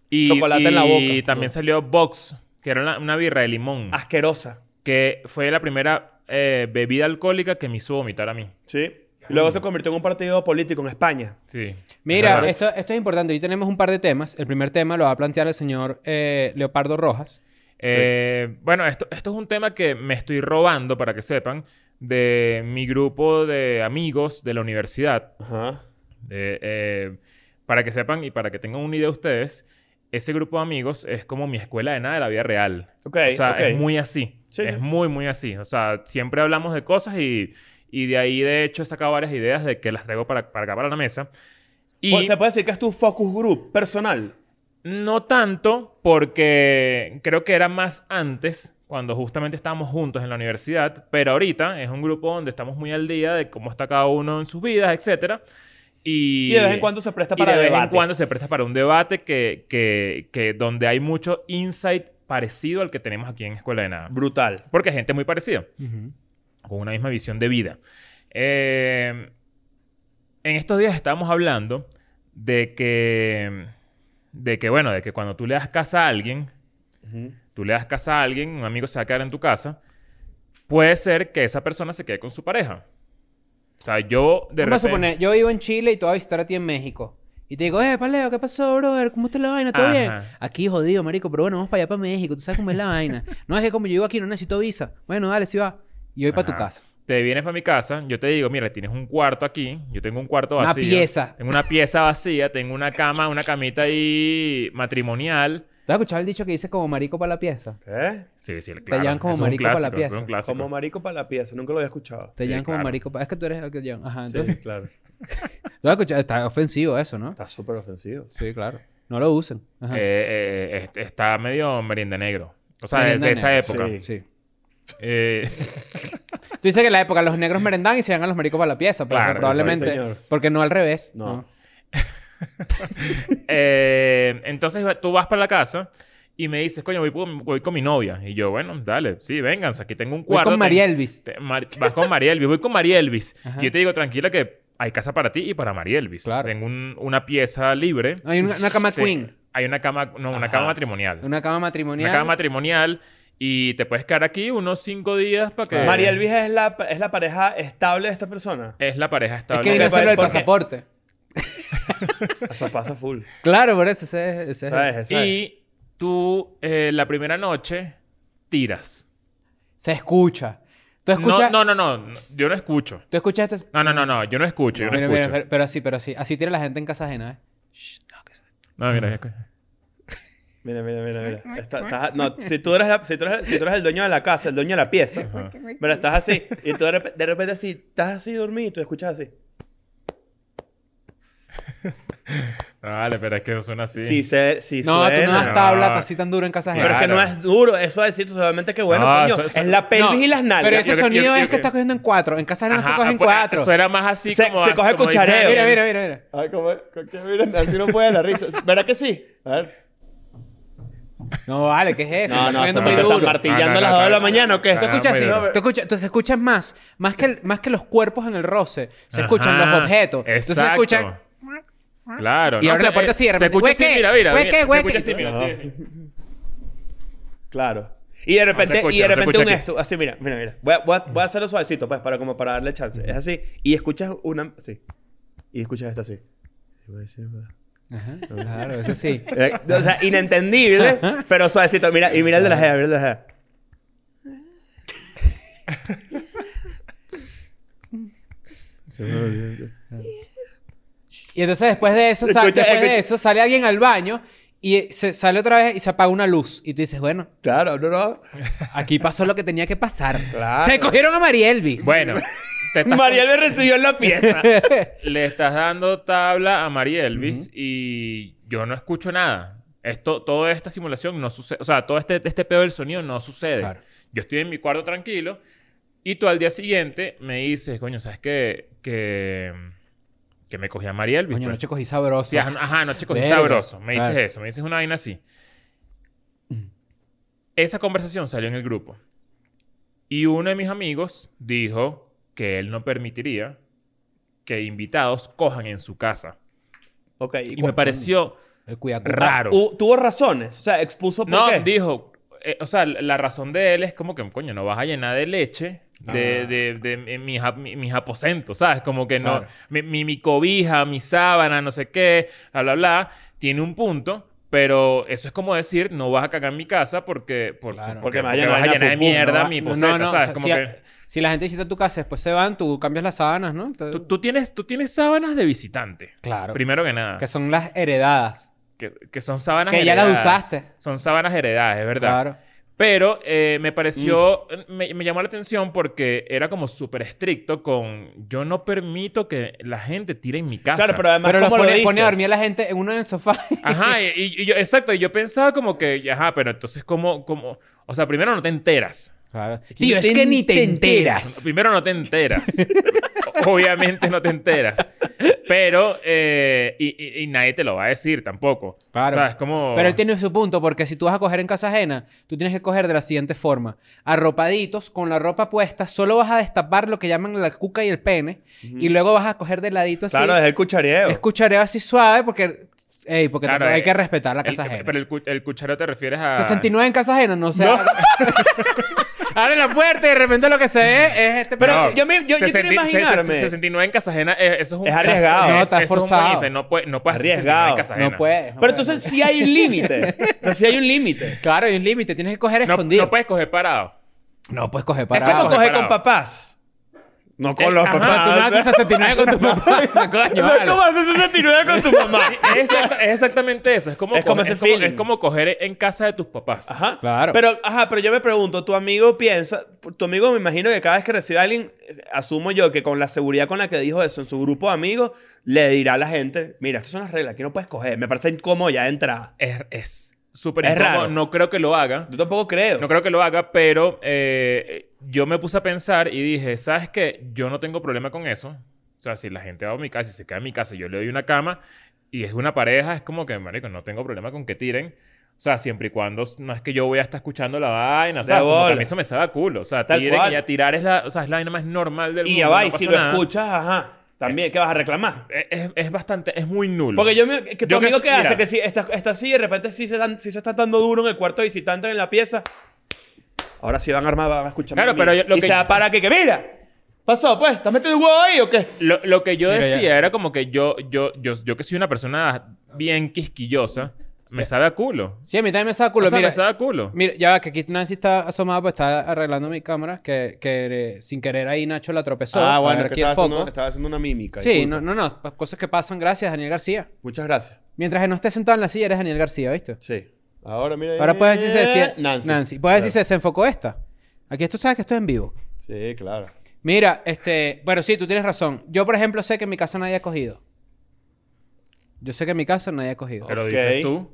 [SPEAKER 2] Y,
[SPEAKER 3] Chocolate en la
[SPEAKER 2] y
[SPEAKER 3] boca. Ah.
[SPEAKER 2] también salió Box, que era una, una birra de limón,
[SPEAKER 3] asquerosa.
[SPEAKER 2] que fue la primera eh, bebida alcohólica que me hizo vomitar a mí.
[SPEAKER 3] Sí. Y luego se convirtió en un partido político en España.
[SPEAKER 2] Sí.
[SPEAKER 4] Mira,
[SPEAKER 3] Ajá.
[SPEAKER 4] esto, esto es importante. Hoy tenemos un par de temas. El primer tema lo va a plantear el señor eh, Leopardo Rojas.
[SPEAKER 2] Eh, Bueno, esto, esto es un tema que me estoy robando, para que sepan, de mi grupo de amigos de la universidad.
[SPEAKER 3] Ajá.
[SPEAKER 2] Eh, eh, para que sepan y para que tengan una idea ustedes, ese grupo de amigos es como mi escuela de nada de la vida real.
[SPEAKER 3] Ok,
[SPEAKER 2] o sea,
[SPEAKER 3] ok.
[SPEAKER 2] es muy así.
[SPEAKER 3] Sí,
[SPEAKER 2] es
[SPEAKER 3] sí.
[SPEAKER 2] muy, muy así. O sea, siempre hablamos de cosas y, y de ahí, de hecho, he sacado varias ideas de que las traigo para, para acá, para la mesa. Y
[SPEAKER 3] Pues, Se puede decir que es tu focus group personal.
[SPEAKER 2] no tanto porque creo que era más antes, cuando justamente estábamos juntos en la universidad, pero ahorita es un grupo donde estamos muy al día de cómo está cada uno en sus vidas, etcétera. Y,
[SPEAKER 3] Y de vez en cuando se presta para
[SPEAKER 2] y de vez en
[SPEAKER 3] debate.
[SPEAKER 2] cuando se presta para un debate que, que, que donde hay mucho insight parecido al que tenemos aquí en Escuela de Nada.
[SPEAKER 3] Brutal.
[SPEAKER 2] Porque hay gente muy parecida, con una misma visión de vida. Eh, en estos días estábamos hablando de que, de que, bueno, de que cuando tú le das casa a alguien, tú le das casa a alguien, un amigo se va a quedar en tu casa, puede ser que esa persona se quede con su pareja. O sea, yo de
[SPEAKER 4] Vamos
[SPEAKER 2] repente...
[SPEAKER 4] a suponer, yo vivo en Chile y tú vas a visitar a ti en México. Y te digo, eh, Paleo, ¿qué pasó, brother? ¿Cómo está la vaina? ¿Todo
[SPEAKER 2] Ajá.
[SPEAKER 4] bien? Aquí jodido, marico, pero bueno, vamos para allá, para México. ¿Tú sabes cómo es la vaina?
[SPEAKER 3] *laughs*
[SPEAKER 4] No es que como yo vivo aquí no necesito visa. Bueno, dale, sí va. Y voy para tu
[SPEAKER 2] Ajá.
[SPEAKER 4] casa.
[SPEAKER 2] Te vienes para mi casa, yo te digo, mira, tienes un cuarto aquí, yo tengo un cuarto
[SPEAKER 4] Una
[SPEAKER 2] vacío.
[SPEAKER 4] pieza.
[SPEAKER 2] Tengo una pieza vacía, tengo una cama, una camita ahí matrimonial.
[SPEAKER 4] ¿Te has escuchado el dicho que dice como marico para la pieza?
[SPEAKER 3] ¿Eh?
[SPEAKER 2] Sí, sí, claro.
[SPEAKER 4] llevan como
[SPEAKER 2] eso es un
[SPEAKER 4] marico pa' la
[SPEAKER 2] clásico, eso es
[SPEAKER 4] pieza.
[SPEAKER 2] un clásico.
[SPEAKER 3] Como marico para la pieza. Nunca lo había escuchado.
[SPEAKER 4] Te
[SPEAKER 2] Sí,
[SPEAKER 4] llaman como
[SPEAKER 2] claro.
[SPEAKER 4] marico para... Es que tú eres el que llaman. Ajá, entonces...
[SPEAKER 3] Sí, claro.
[SPEAKER 4] ¿Tú has escuchado? Está ofensivo eso, ¿no?
[SPEAKER 3] Está súper ofensivo.
[SPEAKER 4] Sí, claro. No lo usen. Ajá.
[SPEAKER 2] Eh, eh, es- está medio merienda negro. O sea,
[SPEAKER 4] Merienda
[SPEAKER 2] desde esa
[SPEAKER 4] negro,
[SPEAKER 2] época.
[SPEAKER 3] sí.
[SPEAKER 4] Sí.
[SPEAKER 2] Eh, *laughs*
[SPEAKER 4] Tú dices que en la época los negros merendan y se llevan a los maricos para la pieza, pero
[SPEAKER 2] Claro,
[SPEAKER 4] eso probablemente.
[SPEAKER 3] sí, señor.
[SPEAKER 4] porque no al revés.
[SPEAKER 3] No.
[SPEAKER 2] eh, entonces va- tú vas para la casa y me dices, coño, voy, po- voy con mi novia. Y yo, bueno, dale, sí, vénganse, aquí tengo un
[SPEAKER 4] Voy
[SPEAKER 2] cuarto.
[SPEAKER 4] con
[SPEAKER 2] tengo-
[SPEAKER 4] María Elvis.
[SPEAKER 2] Te- Mar- vas con María Elvis, voy con María Elvis.
[SPEAKER 4] Ajá.
[SPEAKER 2] Y yo te digo, tranquila, que hay casa para ti y para María Elvis.
[SPEAKER 4] Claro.
[SPEAKER 2] Tengo un- una pieza libre.
[SPEAKER 4] Hay una, una cama
[SPEAKER 2] Te-
[SPEAKER 4] queen.
[SPEAKER 2] Hay una cama, no, una cama matrimonial.
[SPEAKER 4] Una cama
[SPEAKER 2] Una
[SPEAKER 4] matrimonial.
[SPEAKER 2] cama matrimonial. Y te puedes quedar aquí unos cinco días para que.
[SPEAKER 3] María Elvis es la, es la pareja estable de esta persona.
[SPEAKER 2] Es la pareja
[SPEAKER 4] Es
[SPEAKER 2] estable.
[SPEAKER 4] que vino a
[SPEAKER 3] Porque-
[SPEAKER 4] hacerlo el
[SPEAKER 3] porque-
[SPEAKER 4] pasaporte.
[SPEAKER 3] Eso pasa full.
[SPEAKER 4] Claro, por eso. Ese, es- ese es-
[SPEAKER 3] ¿Sabes? Esa es.
[SPEAKER 2] Y tú, eh, la primera noche, tiras.
[SPEAKER 4] Se escucha. Tú escuchas.
[SPEAKER 2] No, no, no, no. Yo no escucho.
[SPEAKER 4] Tú escuchas esto.
[SPEAKER 2] No, no, no, no. Yo no escucho. Yo no
[SPEAKER 4] mira,
[SPEAKER 2] escucho.
[SPEAKER 4] mira, pero, pero así, pero así. Así tira la gente en casa ajena, ¿eh?
[SPEAKER 2] No, mira. es que-
[SPEAKER 3] Mira, mira, mira, mira. Está- estás- no, si, tú eres la- si, tú eres, si tú eres el dueño de la casa, el dueño de la pieza, pero estás así, y tú de rep- de repente así, estás así dormido y tú escuchas así.
[SPEAKER 2] Vale, pero es que eso suena así.
[SPEAKER 3] Sí, se, sí
[SPEAKER 4] No, tú no
[SPEAKER 3] suena.
[SPEAKER 4] das tabla
[SPEAKER 2] No.
[SPEAKER 4] así tan duro en casa
[SPEAKER 3] Pero
[SPEAKER 4] ajena.
[SPEAKER 3] es que no
[SPEAKER 2] Claro.
[SPEAKER 3] es duro. Eso a decir solamente que bueno,
[SPEAKER 2] No,
[SPEAKER 3] coño.
[SPEAKER 2] eso- eso-
[SPEAKER 3] es la pelvis
[SPEAKER 4] No,
[SPEAKER 3] y las nalgas.
[SPEAKER 4] Pero ese
[SPEAKER 2] Yo- yo-
[SPEAKER 4] sonido
[SPEAKER 2] yo-
[SPEAKER 4] es
[SPEAKER 2] yo-
[SPEAKER 4] que está cogiendo en cuatro. En casa ajena se
[SPEAKER 2] Ajá,
[SPEAKER 4] coge en
[SPEAKER 2] pues,
[SPEAKER 4] cuatro.
[SPEAKER 2] Eso era más así
[SPEAKER 3] Se-
[SPEAKER 2] como...
[SPEAKER 3] se coge
[SPEAKER 2] como
[SPEAKER 3] cuchareo.
[SPEAKER 4] Mira,
[SPEAKER 2] dicen-
[SPEAKER 4] mira, mira, mira.
[SPEAKER 3] Ay, ¿cómo es? ¿Con qué miran? Así no puede la risa. ¿Verdad que sí? A ver.
[SPEAKER 4] No, vale, ¿qué es eso?
[SPEAKER 3] *laughs* No,
[SPEAKER 4] Está
[SPEAKER 3] no, se
[SPEAKER 4] cogiendo
[SPEAKER 3] me
[SPEAKER 4] muy
[SPEAKER 3] está
[SPEAKER 4] duro.
[SPEAKER 2] No,
[SPEAKER 3] martillando
[SPEAKER 2] no,
[SPEAKER 3] a las
[SPEAKER 2] no,
[SPEAKER 3] 2 de la
[SPEAKER 2] no,
[SPEAKER 3] mañana o qué?
[SPEAKER 2] no,
[SPEAKER 4] Tú
[SPEAKER 2] no,
[SPEAKER 4] escuchas,
[SPEAKER 2] muy
[SPEAKER 4] sí,
[SPEAKER 2] duro.
[SPEAKER 4] tú escuchas, entonces escuchas más, más que, el- más que los cuerpos en el roce, se escuchan
[SPEAKER 2] Ajá,
[SPEAKER 4] los objetos. Entonces se
[SPEAKER 2] exacto.
[SPEAKER 4] escuchan,
[SPEAKER 2] Claro.
[SPEAKER 4] Y abre la puerta
[SPEAKER 2] eh,
[SPEAKER 4] así, de
[SPEAKER 2] Se
[SPEAKER 4] repente,
[SPEAKER 2] escucha así,
[SPEAKER 4] "Hueque,
[SPEAKER 2] mira, mira.
[SPEAKER 4] hueque,
[SPEAKER 2] mira,
[SPEAKER 4] hueque".
[SPEAKER 2] Se escucha así, mira, sí, sí.
[SPEAKER 3] Claro. Y de repente,
[SPEAKER 2] escucha,
[SPEAKER 3] y de
[SPEAKER 2] no se
[SPEAKER 3] repente
[SPEAKER 2] escucha
[SPEAKER 3] un
[SPEAKER 2] aquí.
[SPEAKER 3] esto. Así, mira, mira, mira. Voy a, voy a- voy a hacerlo suavecito, pues, para, como para darle chance. Es así. Y escuchas una. Sí. Y escuchas esta así.
[SPEAKER 4] Ajá, claro, eso sí.
[SPEAKER 3] Eh, o sea, inentendible, pero suavecito. Mira, y mira el de las mira el de las
[SPEAKER 4] Y entonces después de eso, sa-
[SPEAKER 3] Escucha,
[SPEAKER 4] después
[SPEAKER 3] escucha.
[SPEAKER 4] de eso sale alguien al baño y eh, se sale otra vez y se apaga una luz. Y tú dices, bueno,
[SPEAKER 3] Claro, no, no.
[SPEAKER 4] aquí pasó lo que tenía que pasar.
[SPEAKER 3] Claro.
[SPEAKER 4] Se cogieron a María Elvis.
[SPEAKER 2] Bueno, te estás-
[SPEAKER 3] Mariel me recibió en la pieza.
[SPEAKER 2] le estás dando tabla a María Elvis y yo no escucho nada. Esto, toda esta simulación no sucede. O sea, todo este, este pedo del sonido no sucede.
[SPEAKER 4] Claro.
[SPEAKER 2] Yo estoy en mi cuarto tranquilo y tú al día siguiente me dices, coño, ¿sabes qué? Que, que me cogí a María Elvis.
[SPEAKER 4] Coño,
[SPEAKER 2] pues.
[SPEAKER 4] noche cogí sabroso.
[SPEAKER 2] Sí, ajá, ajá, no, chicos, es
[SPEAKER 4] Verga.
[SPEAKER 2] sabroso. Me dices
[SPEAKER 4] Claro.
[SPEAKER 2] eso, me dices una vaina así. Esa conversación salió en el grupo. Y uno de mis amigos dijo que él no permitiría que invitados cojan en su casa.
[SPEAKER 3] ok.
[SPEAKER 2] Y me pareció
[SPEAKER 4] El cuidado.
[SPEAKER 2] raro.
[SPEAKER 3] Hu- Tuvo razones. O sea, expuso por
[SPEAKER 2] No,
[SPEAKER 3] qué.
[SPEAKER 2] dijo, eh, o sea, la la razón de él es como que, coño, no vas a llenar de leche de, de- de- de mis, ap- mi- mis aposentos, ¿sabes? Como que no,
[SPEAKER 4] Ah. Claro.
[SPEAKER 2] mi, mi- mi cobija, mi sábana, no sé qué, bla, bla, bla, tiene un punto. Pero eso es como decir, no vas a cagar en mi casa porque, por-
[SPEAKER 4] Claro.
[SPEAKER 2] porque,
[SPEAKER 3] Porque me va a
[SPEAKER 2] porque
[SPEAKER 3] llenar
[SPEAKER 2] vas a
[SPEAKER 3] de
[SPEAKER 2] llenar de
[SPEAKER 3] pupú,
[SPEAKER 2] mierda
[SPEAKER 4] va-
[SPEAKER 2] mi
[SPEAKER 4] no,
[SPEAKER 2] poseta,
[SPEAKER 4] no, o
[SPEAKER 2] ¿sabes?
[SPEAKER 4] sea,
[SPEAKER 2] como
[SPEAKER 4] si,
[SPEAKER 2] que...
[SPEAKER 4] si la gente visita tu casa, después se van, tú cambias las sábanas, ¿no? Te-
[SPEAKER 2] Tú, tú tienes, tú tienes sábanas de visitante,
[SPEAKER 4] claro.
[SPEAKER 2] primero que nada.
[SPEAKER 4] Que son las heredadas.
[SPEAKER 2] Que, que son sábanas
[SPEAKER 4] Que ya las
[SPEAKER 2] heredadas.
[SPEAKER 4] usaste.
[SPEAKER 2] Son sábanas heredadas, es verdad.
[SPEAKER 4] Claro.
[SPEAKER 2] Pero eh, me pareció, me, me llamó la atención porque era como súper estricto con yo no permito que la gente tire en mi casa.
[SPEAKER 3] Claro, pero además,
[SPEAKER 4] Pero los
[SPEAKER 3] ¿cómo lo
[SPEAKER 4] pone,
[SPEAKER 3] dices?
[SPEAKER 4] pone a dormir a la gente en uno en el sofá.
[SPEAKER 2] Ajá, y, y- y yo, exacto, y yo pensaba como que, y ajá, pero entonces como, como, o sea, primero no te enteras.
[SPEAKER 4] Claro.
[SPEAKER 3] Tío, es que ni te enteras.
[SPEAKER 2] Primero no te enteras. *laughs* Obviamente no te enteras. Pero, eh, y, y- y nadie te lo va a decir tampoco.
[SPEAKER 4] Claro.
[SPEAKER 2] O sea, es como...
[SPEAKER 4] Pero él tiene su punto, porque si tú vas a coger en casa ajena, tú tienes que coger de la siguiente forma. Arropaditos, con la ropa puesta, solo vas a destapar lo que llaman la cuca y el pene, y luego vas a coger de ladito así.
[SPEAKER 3] Claro, es el cuchareo.
[SPEAKER 4] Es cuchareo así suave, porque, ey, porque
[SPEAKER 2] Claro,
[SPEAKER 4] tampoco hay
[SPEAKER 2] eh,
[SPEAKER 4] que respetar la
[SPEAKER 2] el-
[SPEAKER 4] casa ajena.
[SPEAKER 2] Pero el, cu- el cuchareo te refieres a...
[SPEAKER 4] 69 en casa ajena, no sé. *laughs* Abre la puerta y de repente lo que se ve es este
[SPEAKER 3] Pero
[SPEAKER 2] No.
[SPEAKER 3] yo, me, yo, yo quiero
[SPEAKER 2] Sesenta- se- se-
[SPEAKER 3] imaginarme.
[SPEAKER 2] 69 en casa ajena, eh, eso es un...
[SPEAKER 3] Es arriesgado.
[SPEAKER 2] eso-
[SPEAKER 3] No,
[SPEAKER 4] está
[SPEAKER 2] eso es un
[SPEAKER 4] forzado.
[SPEAKER 2] buenice, No, puede- no puedes hacer 69 en
[SPEAKER 3] Arriesgado.
[SPEAKER 2] casa ajena.
[SPEAKER 4] No puedes. no
[SPEAKER 3] pero
[SPEAKER 4] puedes.
[SPEAKER 3] entonces sí hay
[SPEAKER 2] *laughs*
[SPEAKER 3] un límite. O sea, sí hay un límite.
[SPEAKER 4] Claro, hay un límite. Tienes que coger
[SPEAKER 2] No,
[SPEAKER 4] escondido.
[SPEAKER 2] no puedes coger parado.
[SPEAKER 4] No puedes coger
[SPEAKER 3] Es
[SPEAKER 4] para
[SPEAKER 3] como coger
[SPEAKER 2] Parado.
[SPEAKER 3] con papás. No con
[SPEAKER 2] Eh,
[SPEAKER 3] los
[SPEAKER 2] ajá,
[SPEAKER 3] papás.
[SPEAKER 4] tú no
[SPEAKER 3] *laughs*
[SPEAKER 4] haces 69
[SPEAKER 2] *laughs*
[SPEAKER 4] con tu papá. No, *laughs* coño,
[SPEAKER 3] No es
[SPEAKER 4] vale.
[SPEAKER 3] como hacer 69 con tu mamá.
[SPEAKER 2] Es, exacta- es exactamente eso. Es como,
[SPEAKER 3] Es como
[SPEAKER 2] coger-
[SPEAKER 3] ese
[SPEAKER 2] es, como,
[SPEAKER 3] feeling.
[SPEAKER 2] es como coger en casa de tus papás.
[SPEAKER 3] Ajá.
[SPEAKER 4] Claro.
[SPEAKER 3] Pero, ajá, pero yo me pregunto, tu amigo piensa, tu amigo me imagino que cada vez que recibe a alguien, eh, asumo yo que con la seguridad con la que dijo eso en su grupo de amigos, le dirá a la gente, mira, estas son las reglas, aquí no puedes coger. Me parece incómodo ya de entrada.
[SPEAKER 2] Es es súper
[SPEAKER 3] Es
[SPEAKER 2] incómodo.
[SPEAKER 3] raro.
[SPEAKER 2] No creo que lo haga.
[SPEAKER 3] Yo tampoco creo.
[SPEAKER 2] No creo que lo haga, pero eh, yo me puse a pensar y dije, ¿sabes qué? Yo no tengo problema con eso. O sea, si la gente va a mi casa y se queda en mi casa y yo le doy una cama y es una pareja, es como que, marico, no tengo problema con que tiren. O sea, siempre y cuando no es que yo voy a estar escuchando la vaina. O
[SPEAKER 3] De
[SPEAKER 2] sea, como que a
[SPEAKER 3] bola.
[SPEAKER 2] mí eso me sabe a culo. O sea,
[SPEAKER 3] Tal
[SPEAKER 2] tiren
[SPEAKER 3] cual.
[SPEAKER 2] y a tirar es la, o sea, es la vaina más normal del
[SPEAKER 3] y
[SPEAKER 2] mundo.
[SPEAKER 3] ya va,
[SPEAKER 2] no
[SPEAKER 3] y si
[SPEAKER 2] pasa
[SPEAKER 3] lo
[SPEAKER 2] nada.
[SPEAKER 3] escuchas, ajá, también, ¿qué vas a reclamar?
[SPEAKER 2] Es, es- es bastante, es muy nulo.
[SPEAKER 3] Porque yo me... Que tu
[SPEAKER 2] Yo que-
[SPEAKER 3] amigo que,
[SPEAKER 2] mira.
[SPEAKER 3] hace, que si está, está así, de repente sí se, dan, sí se está dando duro en el cuarto de visitante en la pieza, ahora sí van a armar, van a escuchar.
[SPEAKER 2] Claro,
[SPEAKER 3] a mí.
[SPEAKER 2] pero yo- lo
[SPEAKER 3] y
[SPEAKER 2] que-
[SPEAKER 3] se va para que, que mira, pasó, pues, ¿estás metido huevo ahí o qué?
[SPEAKER 2] Lo, lo que yo
[SPEAKER 4] Mira,
[SPEAKER 2] decía
[SPEAKER 4] ya.
[SPEAKER 2] era como que yo, yo, yo, yo que soy una persona bien quisquillosa, me sabe a culo.
[SPEAKER 4] Sí, a mí también me saca culo.
[SPEAKER 2] O sea,
[SPEAKER 4] Mira,
[SPEAKER 2] me sabe a culo.
[SPEAKER 4] Mira, ya va, que aquí Nancy está asomada, pues está arreglando mi cámara, que, que eh, sin querer ahí Nacho la tropezó.
[SPEAKER 3] Ah,
[SPEAKER 4] A
[SPEAKER 3] bueno,
[SPEAKER 4] ver
[SPEAKER 3] que
[SPEAKER 4] aquí el
[SPEAKER 3] estaba haciendo,
[SPEAKER 4] foco.
[SPEAKER 3] estaba haciendo una mímica.
[SPEAKER 4] Sí,
[SPEAKER 3] disculpa.
[SPEAKER 4] no, no, no, pues, cosas que pasan, gracias, Daniel García.
[SPEAKER 3] Muchas gracias.
[SPEAKER 4] Mientras que no estés sentado en la silla, eres Daniel García, ¿viste?
[SPEAKER 3] Sí. Ahora mira. eh,
[SPEAKER 4] Ahora puedes decir si se,
[SPEAKER 3] Nancy.
[SPEAKER 4] Nancy. puedes decir si se desenfocó esta. Aquí tú sabes que estoy en vivo.
[SPEAKER 3] Sí, claro.
[SPEAKER 4] Mira, este, pero sí, tú tienes razón. Yo, por ejemplo, sé que en mi casa nadie ha cogido. Yo sé que en mi casa nadie ha cogido.
[SPEAKER 2] Pero
[SPEAKER 3] Ok.
[SPEAKER 2] dices tú.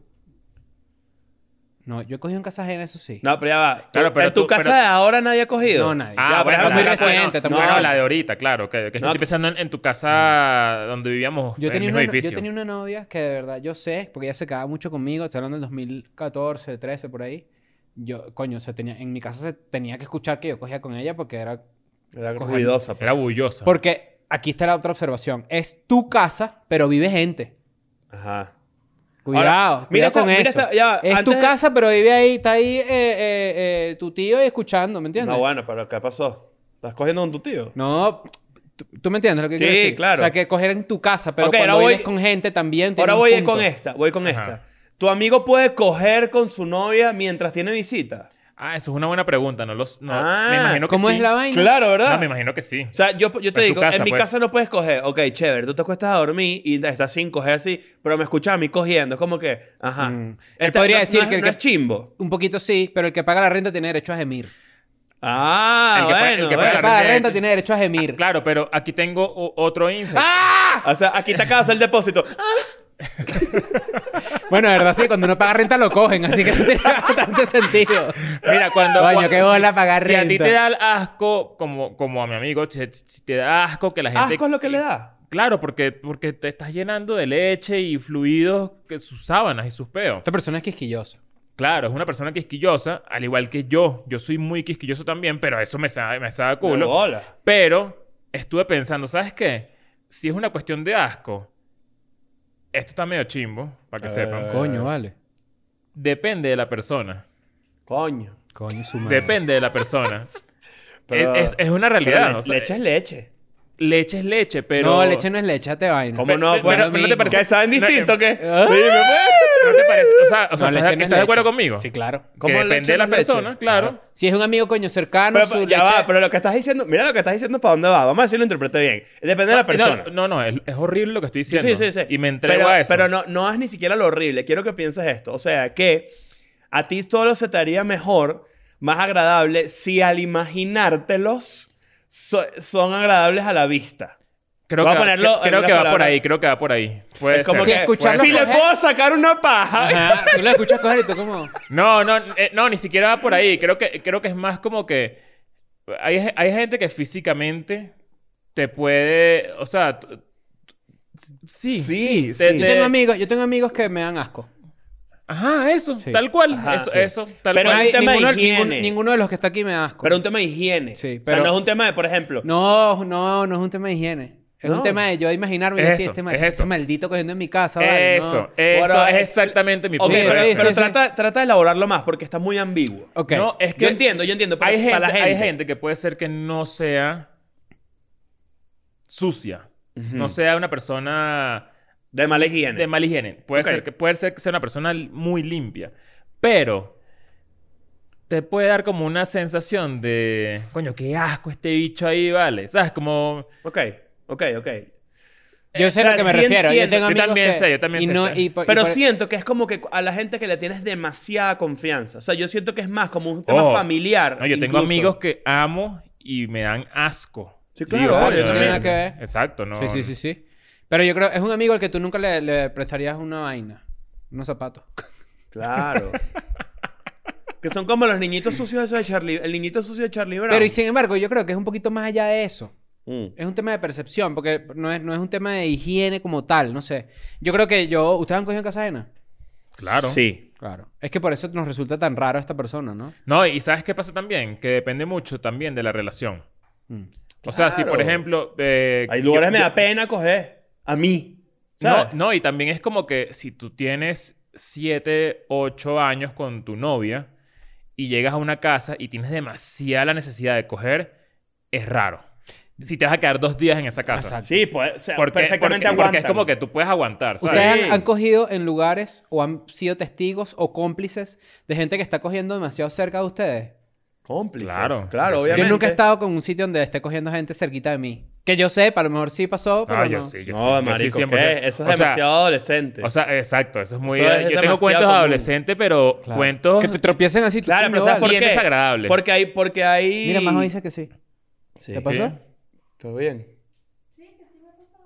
[SPEAKER 4] No, yo he cogido en casa ajena, eso sí.
[SPEAKER 3] No, pero ya va. Tú-
[SPEAKER 2] Claro, pero
[SPEAKER 3] en tu
[SPEAKER 2] tú-
[SPEAKER 3] casa
[SPEAKER 2] pero-
[SPEAKER 3] de ahora nadie ha cogido.
[SPEAKER 4] No,
[SPEAKER 3] Ya,
[SPEAKER 4] nadie.
[SPEAKER 2] Ah,
[SPEAKER 3] pues, pero
[SPEAKER 2] bueno, muy
[SPEAKER 3] es muy
[SPEAKER 2] reciente.
[SPEAKER 4] reciente, tampoco.
[SPEAKER 2] Bueno,
[SPEAKER 4] No.
[SPEAKER 2] la de ahorita, claro. Que, que
[SPEAKER 3] No,
[SPEAKER 2] estoy pensando en, en tu casa donde vivíamos
[SPEAKER 4] Mm. Yo
[SPEAKER 2] en el
[SPEAKER 4] tenía,
[SPEAKER 2] mismo
[SPEAKER 4] una, yo
[SPEAKER 2] edificio.
[SPEAKER 4] tenía una novia que de verdad yo sé, porque ella se cagaba mucho conmigo, estoy hablando del 2014, 13, por ahí. Yo, coño, se tenía, en mi casa se tenía que escuchar que yo cogía con ella porque era.
[SPEAKER 3] Era
[SPEAKER 4] Coger.
[SPEAKER 3] ruidosa. pues.
[SPEAKER 2] Era bullosa.
[SPEAKER 4] Porque aquí está la otra observación. Es tu casa, pero vive gente.
[SPEAKER 3] Ajá.
[SPEAKER 4] Cuidado,
[SPEAKER 3] Ahora, mira
[SPEAKER 4] cuidado
[SPEAKER 3] esta-
[SPEAKER 4] con
[SPEAKER 3] mira
[SPEAKER 4] eso.
[SPEAKER 3] esta- ya,
[SPEAKER 4] es tu
[SPEAKER 3] antes de-
[SPEAKER 4] casa, pero vive ahí, está ahí eh, eh, eh, tu tío y escuchando, ¿me entiendes?
[SPEAKER 3] No, bueno, pero ¿qué pasó? ¿Estás cogiendo con tu tío?
[SPEAKER 4] No, tú, tú me entiendes lo que
[SPEAKER 3] Sí,
[SPEAKER 4] quiero decir.
[SPEAKER 3] claro.
[SPEAKER 4] O sea, que coger en tu casa, pero
[SPEAKER 3] Ok,
[SPEAKER 4] cuando
[SPEAKER 3] ahora voy-
[SPEAKER 4] vives con gente también. tiene
[SPEAKER 3] Ahora
[SPEAKER 4] un
[SPEAKER 3] voy
[SPEAKER 4] punto.
[SPEAKER 3] con esta, voy con
[SPEAKER 2] Ajá.
[SPEAKER 3] esta. ¿Tu amigo puede coger con su novia mientras tiene visita?
[SPEAKER 2] Ah, eso es una buena pregunta. No los. No,
[SPEAKER 3] Ah,
[SPEAKER 2] me imagino que
[SPEAKER 4] ¿Cómo
[SPEAKER 2] sí.
[SPEAKER 4] es la vaina?
[SPEAKER 3] Claro, ¿verdad?
[SPEAKER 2] No, me imagino que sí.
[SPEAKER 3] O sea, yo, yo te
[SPEAKER 2] En su
[SPEAKER 3] digo, en
[SPEAKER 2] casa,
[SPEAKER 3] mi
[SPEAKER 2] pues.
[SPEAKER 3] casa no puedes coger. Ok, chévere, tú te acuestas a dormir y estás sin coger así, pero me escuchas a mí cogiendo. Es como que, ajá.
[SPEAKER 4] Mm. Él
[SPEAKER 3] Esta-
[SPEAKER 4] podría
[SPEAKER 3] no- no
[SPEAKER 4] decir
[SPEAKER 3] es-
[SPEAKER 4] que el
[SPEAKER 3] no
[SPEAKER 4] que-
[SPEAKER 3] es chimbo.
[SPEAKER 4] Un poquito sí, pero el que paga la renta tiene derecho a gemir.
[SPEAKER 3] Ah,
[SPEAKER 2] El que paga- el que
[SPEAKER 3] bueno, bueno.
[SPEAKER 4] El que
[SPEAKER 2] paga
[SPEAKER 4] paga la
[SPEAKER 2] renta-
[SPEAKER 4] renta tiene derecho a
[SPEAKER 3] Ah,
[SPEAKER 4] gemir.
[SPEAKER 2] Claro, pero aquí tengo o- otro insight.
[SPEAKER 4] Ah.
[SPEAKER 3] O sea, aquí te acabas
[SPEAKER 2] *laughs*
[SPEAKER 3] el depósito.
[SPEAKER 4] Bueno, de verdad sí, cuando uno paga renta lo cogen, así que eso tiene *laughs* bastante sentido.
[SPEAKER 2] Mira, cuando.
[SPEAKER 4] Coño,
[SPEAKER 2] cuando-
[SPEAKER 4] qué bola pagar
[SPEAKER 2] si a ti
[SPEAKER 4] renta.
[SPEAKER 2] te da asco, como, como a mi amigo, si, si te da asco que la gente.
[SPEAKER 3] Asco es lo que le da.
[SPEAKER 2] Claro, porque, porque te estás llenando de leche y fluidos, que sus sábanas y sus peos.
[SPEAKER 4] Esta persona es quisquillosa.
[SPEAKER 3] Eh.
[SPEAKER 2] Claro, es una persona quisquillosa, al igual que yo. Yo soy muy quisquilloso también, pero eso me sabe, me sabe a
[SPEAKER 3] De
[SPEAKER 2] culo.
[SPEAKER 3] bola.
[SPEAKER 2] Pero estuve pensando, ¿sabes qué? Si es una cuestión de asco, esto está medio chimbo, para que
[SPEAKER 3] A ver,
[SPEAKER 2] sepan.
[SPEAKER 3] a ver.
[SPEAKER 4] Coño, vale.
[SPEAKER 2] Depende de la persona.
[SPEAKER 3] Coño.
[SPEAKER 4] Coño, su madre.
[SPEAKER 2] Depende de la
[SPEAKER 3] *laughs*
[SPEAKER 2] persona.
[SPEAKER 3] Pero-
[SPEAKER 2] es, es- es una
[SPEAKER 3] Pero
[SPEAKER 2] realidad.
[SPEAKER 3] le-
[SPEAKER 2] o sea, eh,
[SPEAKER 3] leche es leche.
[SPEAKER 2] leche es leche, pero.
[SPEAKER 4] No, leche no es leche, te vaina.
[SPEAKER 3] ¿Cómo no?
[SPEAKER 2] pero-
[SPEAKER 3] Pues,
[SPEAKER 2] pero- pero no te parece-
[SPEAKER 3] ¿Que saben
[SPEAKER 2] no,
[SPEAKER 3] distinto
[SPEAKER 2] eh,
[SPEAKER 3] o qué?
[SPEAKER 4] Ah.
[SPEAKER 3] Dime, pues.
[SPEAKER 2] ¿No te parece? O sea, o sea, ¿estás,
[SPEAKER 4] No, leche no es
[SPEAKER 2] estás de acuerdo
[SPEAKER 4] leche.
[SPEAKER 2] conmigo?
[SPEAKER 4] Sí, claro.
[SPEAKER 3] ¿Cómo
[SPEAKER 2] que
[SPEAKER 3] leche
[SPEAKER 2] depende
[SPEAKER 3] no
[SPEAKER 2] de la
[SPEAKER 3] es leche?
[SPEAKER 2] persona, claro.
[SPEAKER 4] Si es un amigo coño cercano,
[SPEAKER 3] Pero,
[SPEAKER 4] su
[SPEAKER 3] ya
[SPEAKER 4] leche-
[SPEAKER 3] va, pero lo que estás diciendo, mira lo que estás diciendo para dónde va. Vamos a decirlo, interprete bien. Depende de la persona.
[SPEAKER 2] No, no, no, es, es horrible lo que estoy
[SPEAKER 3] Sí,
[SPEAKER 2] diciendo.
[SPEAKER 3] sí, sí, sí.
[SPEAKER 2] Y me entrego
[SPEAKER 3] pero,
[SPEAKER 2] a eso.
[SPEAKER 3] Pero no, no es ni siquiera lo horrible. Quiero que pienses esto. O sea, que a ti solo se te haría mejor, más agradable, si al imaginártelos so- son agradables a la vista.
[SPEAKER 2] Creo
[SPEAKER 3] Voy a
[SPEAKER 2] que,
[SPEAKER 3] ponerlo
[SPEAKER 2] creo-
[SPEAKER 3] en
[SPEAKER 2] creo
[SPEAKER 3] una
[SPEAKER 2] que va
[SPEAKER 3] palabra.
[SPEAKER 2] por ahí, creo que va por ahí. Puede
[SPEAKER 3] Es como
[SPEAKER 2] ser.
[SPEAKER 4] Sí,
[SPEAKER 3] que,
[SPEAKER 4] escucharlo
[SPEAKER 3] si le
[SPEAKER 4] coger.
[SPEAKER 3] puedo sacar una paja.
[SPEAKER 4] Ajá, Ah, tú lo escuchas coger y tú como...
[SPEAKER 2] No, no, eh, no, ni siquiera va por ahí. Creo que, creo que es más como que hay, ge- hay gente que físicamente te puede, o sea, t- t- sí,
[SPEAKER 3] Sí,
[SPEAKER 2] te-
[SPEAKER 3] sí.
[SPEAKER 4] Yo
[SPEAKER 2] te-
[SPEAKER 4] tengo amigos, yo tengo amigos que me dan asco.
[SPEAKER 2] ajá, eso,
[SPEAKER 4] Sí.
[SPEAKER 2] tal cual,
[SPEAKER 3] Ajá,
[SPEAKER 2] eso,
[SPEAKER 3] sí.
[SPEAKER 2] eso, tal
[SPEAKER 3] Pero
[SPEAKER 2] cual.
[SPEAKER 3] hay- un tema de
[SPEAKER 4] ninguno, ningun-
[SPEAKER 3] higiene.
[SPEAKER 4] ninguno de los que está aquí me da asco.
[SPEAKER 3] Pero un tema de higiene.
[SPEAKER 4] Sí,
[SPEAKER 3] pero
[SPEAKER 4] pero-
[SPEAKER 3] no es un tema de, por ejemplo.
[SPEAKER 4] No, no, no es un tema de higiene. Es
[SPEAKER 3] No.
[SPEAKER 4] un tema de yo imaginarme y
[SPEAKER 2] Es
[SPEAKER 4] decir,
[SPEAKER 2] eso,
[SPEAKER 4] este, mal-
[SPEAKER 2] es eso.
[SPEAKER 4] este maldito cogiendo en mi casa. vale, no.
[SPEAKER 2] Eso, eso
[SPEAKER 3] Ahora,
[SPEAKER 2] es
[SPEAKER 3] eh,
[SPEAKER 2] exactamente mi
[SPEAKER 3] Ok,
[SPEAKER 2] punto.
[SPEAKER 4] Sí,
[SPEAKER 3] pero,
[SPEAKER 4] sí,
[SPEAKER 3] pero
[SPEAKER 4] sí,
[SPEAKER 3] trata, trata de elaborarlo más porque está muy ambiguo.
[SPEAKER 4] Ok.
[SPEAKER 2] No, es que
[SPEAKER 3] Yo entiendo, yo entiendo. Pero
[SPEAKER 2] hay, gente,
[SPEAKER 3] para la gente.
[SPEAKER 2] hay gente que puede ser que no sea sucia,
[SPEAKER 3] Mm.
[SPEAKER 2] no sea una persona
[SPEAKER 3] De mala higiene.
[SPEAKER 2] de mala higiene. Puede
[SPEAKER 3] Ok.
[SPEAKER 2] ser que puede ser que sea una persona li- muy limpia, pero te puede dar como una sensación de, coño, qué asco este bicho ahí, vale. ¿Sabes? Como
[SPEAKER 3] Ok, ok, ok.
[SPEAKER 4] yo sé
[SPEAKER 3] o sea,
[SPEAKER 4] a lo que me
[SPEAKER 3] sí
[SPEAKER 4] refiero.
[SPEAKER 3] entiendo.
[SPEAKER 4] Yo tengo
[SPEAKER 2] Yo
[SPEAKER 4] amigos
[SPEAKER 2] también
[SPEAKER 4] que-
[SPEAKER 2] sé, yo también
[SPEAKER 4] y
[SPEAKER 2] sé,
[SPEAKER 4] no-
[SPEAKER 2] pero-
[SPEAKER 4] y por- y
[SPEAKER 3] Pero
[SPEAKER 4] por-
[SPEAKER 3] siento que es como que a la gente que le tienes demasiada confianza. O sea, yo siento que es más como un tema
[SPEAKER 2] Oh.
[SPEAKER 3] familiar.
[SPEAKER 2] no, yo tengo
[SPEAKER 3] incluso.
[SPEAKER 2] amigos que amo y me dan asco.
[SPEAKER 3] Sí,
[SPEAKER 2] Y
[SPEAKER 3] claro,
[SPEAKER 2] digo,
[SPEAKER 3] obvio,
[SPEAKER 2] "Coño,
[SPEAKER 3] eso no tiene
[SPEAKER 2] no,
[SPEAKER 4] nada que ver".
[SPEAKER 2] Exacto, no.
[SPEAKER 4] Sí, sí, sí, sí. Pero yo creo... Es un amigo al que tú nunca le, le prestarías una vaina. Unos zapatos.
[SPEAKER 2] *laughs*
[SPEAKER 3] Claro. que son como los niñitos sucios esos de Charlie... El niñito sucio de Charlie Brown.
[SPEAKER 4] Pero y sin embargo, yo creo que es un poquito más allá de eso.
[SPEAKER 3] Mm.
[SPEAKER 4] Es un tema de percepción, porque no es, no es un tema de higiene como tal, no sé. Yo creo que yo... ¿Ustedes han cogido en casa ajena?
[SPEAKER 2] Claro.
[SPEAKER 3] Sí.
[SPEAKER 4] Claro. Es que por eso nos resulta tan raro esta persona, ¿no?
[SPEAKER 2] No, y ¿sabes qué pasa también? Que depende mucho también de la relación.
[SPEAKER 4] Mm.
[SPEAKER 2] O sea, si por
[SPEAKER 3] Claro.
[SPEAKER 2] ejemplo... eh,
[SPEAKER 3] Hay lugares
[SPEAKER 2] yo-
[SPEAKER 3] me
[SPEAKER 2] yo-
[SPEAKER 3] da pena coger. A mí.
[SPEAKER 2] No,
[SPEAKER 3] ¿Sabes?
[SPEAKER 2] no, y también es como que si tú tienes 7, 8 años con tu novia y llegas a una casa y tienes demasiada la necesidad de coger, es raro. Si te vas a quedar dos días en esa casa.
[SPEAKER 4] Exacto.
[SPEAKER 3] Sí, pues... o sea,
[SPEAKER 2] Porque,
[SPEAKER 3] perfectamente
[SPEAKER 2] porque- porque
[SPEAKER 3] aguantan.
[SPEAKER 2] es como que tú puedes aguantar. ¿sabes?
[SPEAKER 4] ¿Ustedes han,
[SPEAKER 3] Sí.
[SPEAKER 4] han cogido en lugares o han sido testigos o cómplices de gente que está cogiendo demasiado cerca de ustedes?
[SPEAKER 3] Cómplices.
[SPEAKER 2] Claro.
[SPEAKER 3] Claro. Claro,
[SPEAKER 2] Yo
[SPEAKER 3] obviamente.
[SPEAKER 4] Yo nunca he estado con un sitio donde esté cogiendo gente cerquita de mí. Que yo sé, a lo mejor sí pasó, pero
[SPEAKER 2] Ah, yo
[SPEAKER 4] no.
[SPEAKER 2] sí, yo sí.
[SPEAKER 3] No,
[SPEAKER 2] Yo sí,
[SPEAKER 3] marico,
[SPEAKER 2] 100%.
[SPEAKER 3] ¿qué? Eso es
[SPEAKER 2] O sea,
[SPEAKER 3] demasiado adolescente.
[SPEAKER 2] O sea, exacto. Eso es muy...
[SPEAKER 3] Eso es
[SPEAKER 2] yo tengo
[SPEAKER 3] demasiado
[SPEAKER 2] cuentos de
[SPEAKER 3] común.
[SPEAKER 2] adolescente, pero
[SPEAKER 4] Claro.
[SPEAKER 2] cuentos...
[SPEAKER 4] Que te tropiecen así. tú,
[SPEAKER 3] claro, pero
[SPEAKER 4] coño,
[SPEAKER 3] ¿sabes por
[SPEAKER 4] vale.
[SPEAKER 3] qué?
[SPEAKER 2] Bien desagradable.
[SPEAKER 3] Porque hay... Porque hay...
[SPEAKER 4] Mira, Majo dice que sí.
[SPEAKER 3] Sí.
[SPEAKER 4] ¿Te pasó?
[SPEAKER 2] Sí.
[SPEAKER 3] ¿Todo bien?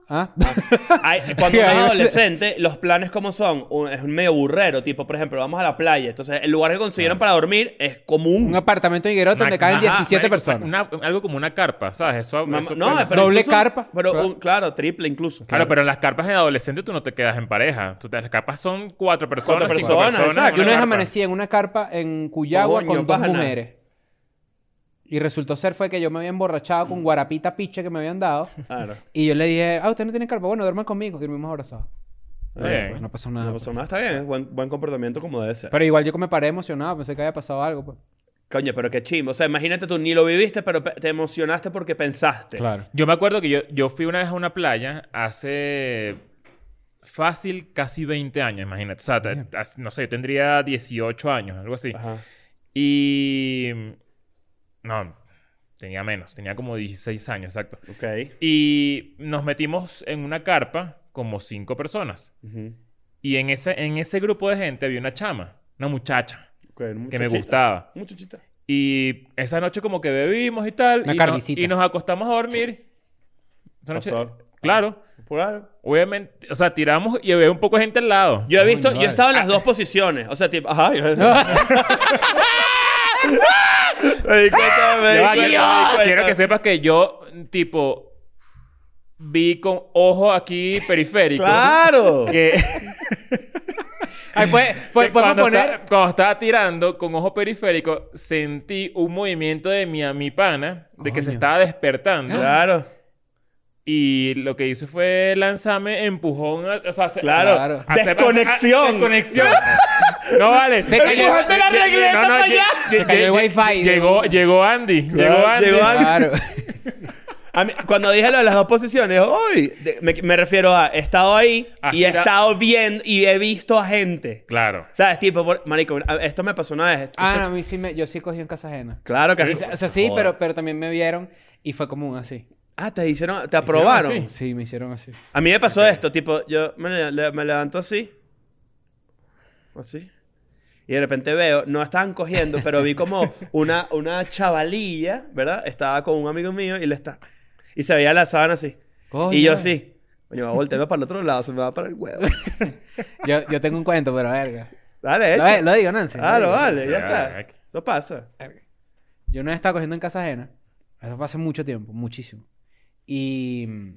[SPEAKER 4] Ah. *laughs*
[SPEAKER 3] Hay- cuando uno es adolescente, los planes como son, un- es un medio burrero, tipo, por ejemplo, vamos a la playa. Entonces, el lugar que consiguieron para dormir es común.
[SPEAKER 4] Un apartamento en Higuerote donde
[SPEAKER 2] Una-
[SPEAKER 4] caen
[SPEAKER 2] ajá,
[SPEAKER 4] 17
[SPEAKER 2] marico,
[SPEAKER 4] personas.
[SPEAKER 2] una- algo como una carpa, ¿sabes? Eso,
[SPEAKER 3] Mam-
[SPEAKER 2] eso
[SPEAKER 3] no,
[SPEAKER 2] puede
[SPEAKER 3] pero
[SPEAKER 2] pasar.
[SPEAKER 4] Doble carpa.
[SPEAKER 3] Pero
[SPEAKER 4] Claro.
[SPEAKER 3] un- claro, triple incluso.
[SPEAKER 2] Claro, pero en las carpas de adolescente tú no te quedas en pareja. Tú te, las carpas son cuatro personas,
[SPEAKER 3] Cuatro
[SPEAKER 2] cinco
[SPEAKER 3] personas,
[SPEAKER 2] personas.
[SPEAKER 3] exacto.
[SPEAKER 4] Yo una vez
[SPEAKER 2] carpa.
[SPEAKER 4] amanecí en una carpa en Cuyagua
[SPEAKER 3] Coño,
[SPEAKER 4] con dos
[SPEAKER 3] pana.
[SPEAKER 4] mujeres. Y resultó ser fue que yo me había emborrachado con guarapita piche que me habían dado.
[SPEAKER 3] Claro.
[SPEAKER 4] Y yo le dije, ah, usted no tiene carpa. Bueno, duerman conmigo. Y dormimos abrazados.
[SPEAKER 2] Bien.
[SPEAKER 4] Bueno, pues, no pasó nada.
[SPEAKER 3] No, pues, no, está bien, es buen, buen comportamiento como debe ser.
[SPEAKER 4] Pero igual yo me paré emocionado. Pensé que había pasado algo. Pues.
[SPEAKER 3] Coño, pero qué chimbo. O sea, imagínate tú ni lo viviste, pero pe- te emocionaste porque pensaste.
[SPEAKER 2] Yo me acuerdo que yo, yo fui una vez a una playa hace fácil casi 20 años, imagínate. O sea, te- as- no sé, yo tendría 18 años, algo así.
[SPEAKER 3] Ajá.
[SPEAKER 2] Y... No, tenía menos, tenía como 16 años, exacto.
[SPEAKER 3] Ok.
[SPEAKER 2] Y nos metimos en una carpa como cinco personas.
[SPEAKER 3] Ujú.
[SPEAKER 2] Y en ese, en ese grupo de gente había una chama, una muchacha,
[SPEAKER 3] Ok, un
[SPEAKER 2] que me
[SPEAKER 3] muchachito.
[SPEAKER 2] gustaba.
[SPEAKER 3] Un muchachito.
[SPEAKER 2] Y esa noche como que bebimos y tal.
[SPEAKER 4] Una
[SPEAKER 2] y, nos-
[SPEAKER 4] carnicita.
[SPEAKER 2] y nos acostamos a dormir. Esa noche-
[SPEAKER 3] Pasó.
[SPEAKER 2] claro.
[SPEAKER 3] Claro.
[SPEAKER 2] Obviamente, o sea, tiramos y había un poco de gente al lado.
[SPEAKER 3] Yo he visto,
[SPEAKER 4] Coño,
[SPEAKER 3] yo he
[SPEAKER 4] vale.
[SPEAKER 3] estado en las dos posiciones. O sea, tipo, ajá. yo- Me di cuenta, me di
[SPEAKER 2] Ya va,
[SPEAKER 3] cuenta,
[SPEAKER 2] yo-
[SPEAKER 3] me di
[SPEAKER 2] quiero
[SPEAKER 3] cuenta.
[SPEAKER 2] que sepas que yo, tipo, vi con ojo aquí periférico.
[SPEAKER 3] *laughs* Claro.
[SPEAKER 4] *laughs*
[SPEAKER 2] Que,
[SPEAKER 4] Ahí fue- fue-
[SPEAKER 2] que
[SPEAKER 4] pues, podemos
[SPEAKER 2] cuando,
[SPEAKER 4] poner...
[SPEAKER 2] esta- cuando estaba tirando con ojo periférico, sentí un movimiento de mi, mi pana, de que se
[SPEAKER 4] Coño. Ah.
[SPEAKER 2] estaba despertando.
[SPEAKER 3] Claro.
[SPEAKER 2] Y lo que hizo fue lanzarme empujón. a- o sea, se-
[SPEAKER 3] Claro.
[SPEAKER 4] Claro.
[SPEAKER 2] a- a-
[SPEAKER 3] Desconexión.
[SPEAKER 2] a- ah, desconexión. *laughs* no vale.
[SPEAKER 4] Se cayó- Empujaste
[SPEAKER 2] la regleta
[SPEAKER 4] para allá. Se cayó el wifi.
[SPEAKER 2] Llegó, llegó Andy. Llegó
[SPEAKER 3] Claro,
[SPEAKER 2] Andy.
[SPEAKER 3] llegó Andy. *laughs*
[SPEAKER 4] Claro.
[SPEAKER 3] A mí- cuando dije lo de las dos posiciones, hoy de- me, me refiero a he estado ahí
[SPEAKER 2] Ah,
[SPEAKER 3] y he
[SPEAKER 2] gira-
[SPEAKER 3] estado viendo y he visto a gente.
[SPEAKER 2] Claro.
[SPEAKER 3] ¿Sabes? Tipo, por- marico, a- esto me pasó una vez. Esto-
[SPEAKER 4] Ah, no, a mí sí me... Yo sí cogí en casa ajena.
[SPEAKER 3] Claro que
[SPEAKER 4] O sea, o sea, sí, pero, pero también me vieron y fue común así.
[SPEAKER 3] Ah, te hicieron, te aprobaron.
[SPEAKER 2] así.
[SPEAKER 4] Sí, me hicieron así.
[SPEAKER 3] A mí me pasó esto, tipo, yo me, le- le- me levanto así. Así. Y de repente veo, no estaban cogiendo, pero vi
[SPEAKER 4] *laughs*
[SPEAKER 3] como una, una chavalilla, ¿verdad? Estaba con un amigo mío y le está. Y se veía la sábana así.
[SPEAKER 4] Coño.
[SPEAKER 3] y yo así. Coño, va a voltearme para el otro lado, se me va para el
[SPEAKER 4] *laughs*
[SPEAKER 3] huevo.
[SPEAKER 4] Yo, yo tengo un cuento, pero verga.
[SPEAKER 3] Dale,
[SPEAKER 4] Lo,
[SPEAKER 3] echa.
[SPEAKER 4] lo digo, Nancy.
[SPEAKER 3] Claro,
[SPEAKER 4] Lo digo.
[SPEAKER 3] vale, ya
[SPEAKER 2] Verga.
[SPEAKER 3] está. Eso pasa.
[SPEAKER 4] Yo no estaba cogiendo en casa ajena. Eso fue hace mucho tiempo, muchísimo. Y mm,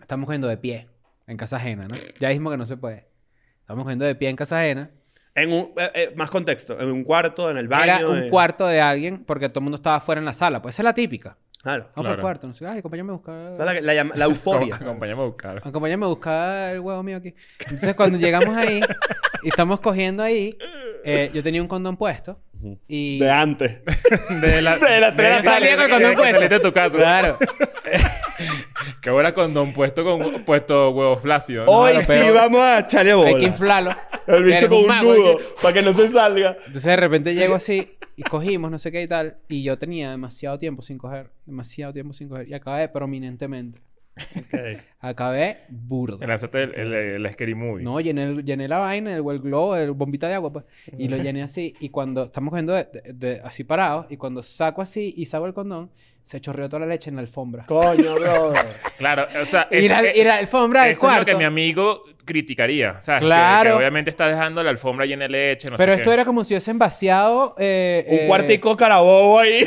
[SPEAKER 4] estamos cogiendo de pie en casa ajena, ¿no? Ya dijimos que no se puede. Estamos cogiendo de pie en casa ajena.
[SPEAKER 3] En un, eh, eh, más contexto, en un cuarto, en el baño.
[SPEAKER 4] Era un
[SPEAKER 3] en-
[SPEAKER 4] cuarto de alguien porque todo el mundo estaba afuera en la sala. Pues esa es la típica.
[SPEAKER 3] Claro.
[SPEAKER 4] Vamos por
[SPEAKER 2] Claro.
[SPEAKER 4] el cuarto. No sé, ay, acompáñame a
[SPEAKER 3] O
[SPEAKER 4] buscar.
[SPEAKER 3] sea, la, la llama- la
[SPEAKER 4] *laughs*
[SPEAKER 3] euforia.
[SPEAKER 2] Acompáñame a buscar.
[SPEAKER 4] Acompáñame a buscar el huevo mío aquí. Entonces, cuando llegamos ahí y estamos cogiendo ahí, eh, yo tenía un condón puesto y...
[SPEAKER 3] De antes.
[SPEAKER 2] De la,
[SPEAKER 3] *laughs* De la tres de la
[SPEAKER 4] salida con condón puesto.
[SPEAKER 2] Saliste de tu casa.
[SPEAKER 3] *laughs*
[SPEAKER 4] Claro.
[SPEAKER 2] Que ahora condón puesto con puesto huevo flácido.
[SPEAKER 3] Hoy
[SPEAKER 4] lo
[SPEAKER 3] sí
[SPEAKER 4] peor.
[SPEAKER 3] vamos a echarle bola.
[SPEAKER 4] Hay que inflarlo.
[SPEAKER 3] El bicho
[SPEAKER 4] Eres
[SPEAKER 3] con un
[SPEAKER 4] mago, hay que-
[SPEAKER 3] nudo para que no se salga.
[SPEAKER 4] Entonces de repente llego así y cogimos, no sé qué y tal. Y yo tenía demasiado tiempo sin coger. Demasiado tiempo sin coger. Y acabé prominentemente. Acabé burdo.
[SPEAKER 2] Te Lanzaste el, el, el Scary Movie.
[SPEAKER 4] No, llené, el- llené la vaina, el, o el globo, el bombita de agua, pues. Y lo llené así. Y cuando estamos cogiendo de- de- de- así parados, y cuando saco así y saco el condón, se chorreó toda la leche en la alfombra.
[SPEAKER 3] Coño, bro.
[SPEAKER 2] Claro. O sea,
[SPEAKER 4] Y la,
[SPEAKER 2] es-
[SPEAKER 4] y la alfombra del
[SPEAKER 2] Eso
[SPEAKER 4] cuarto.
[SPEAKER 2] es lo que mi amigo criticaría. ¿sabes? Que-
[SPEAKER 4] Claro.
[SPEAKER 2] Que, obviamente está dejando la alfombra llena de leche. No
[SPEAKER 4] Pero
[SPEAKER 2] sé
[SPEAKER 4] esto
[SPEAKER 2] qué.
[SPEAKER 4] era como si hubiesen vaciado. *laughs* eh,
[SPEAKER 3] Un
[SPEAKER 4] eh,
[SPEAKER 3] cuartico carabobo
[SPEAKER 4] *laughs*
[SPEAKER 3] ahí.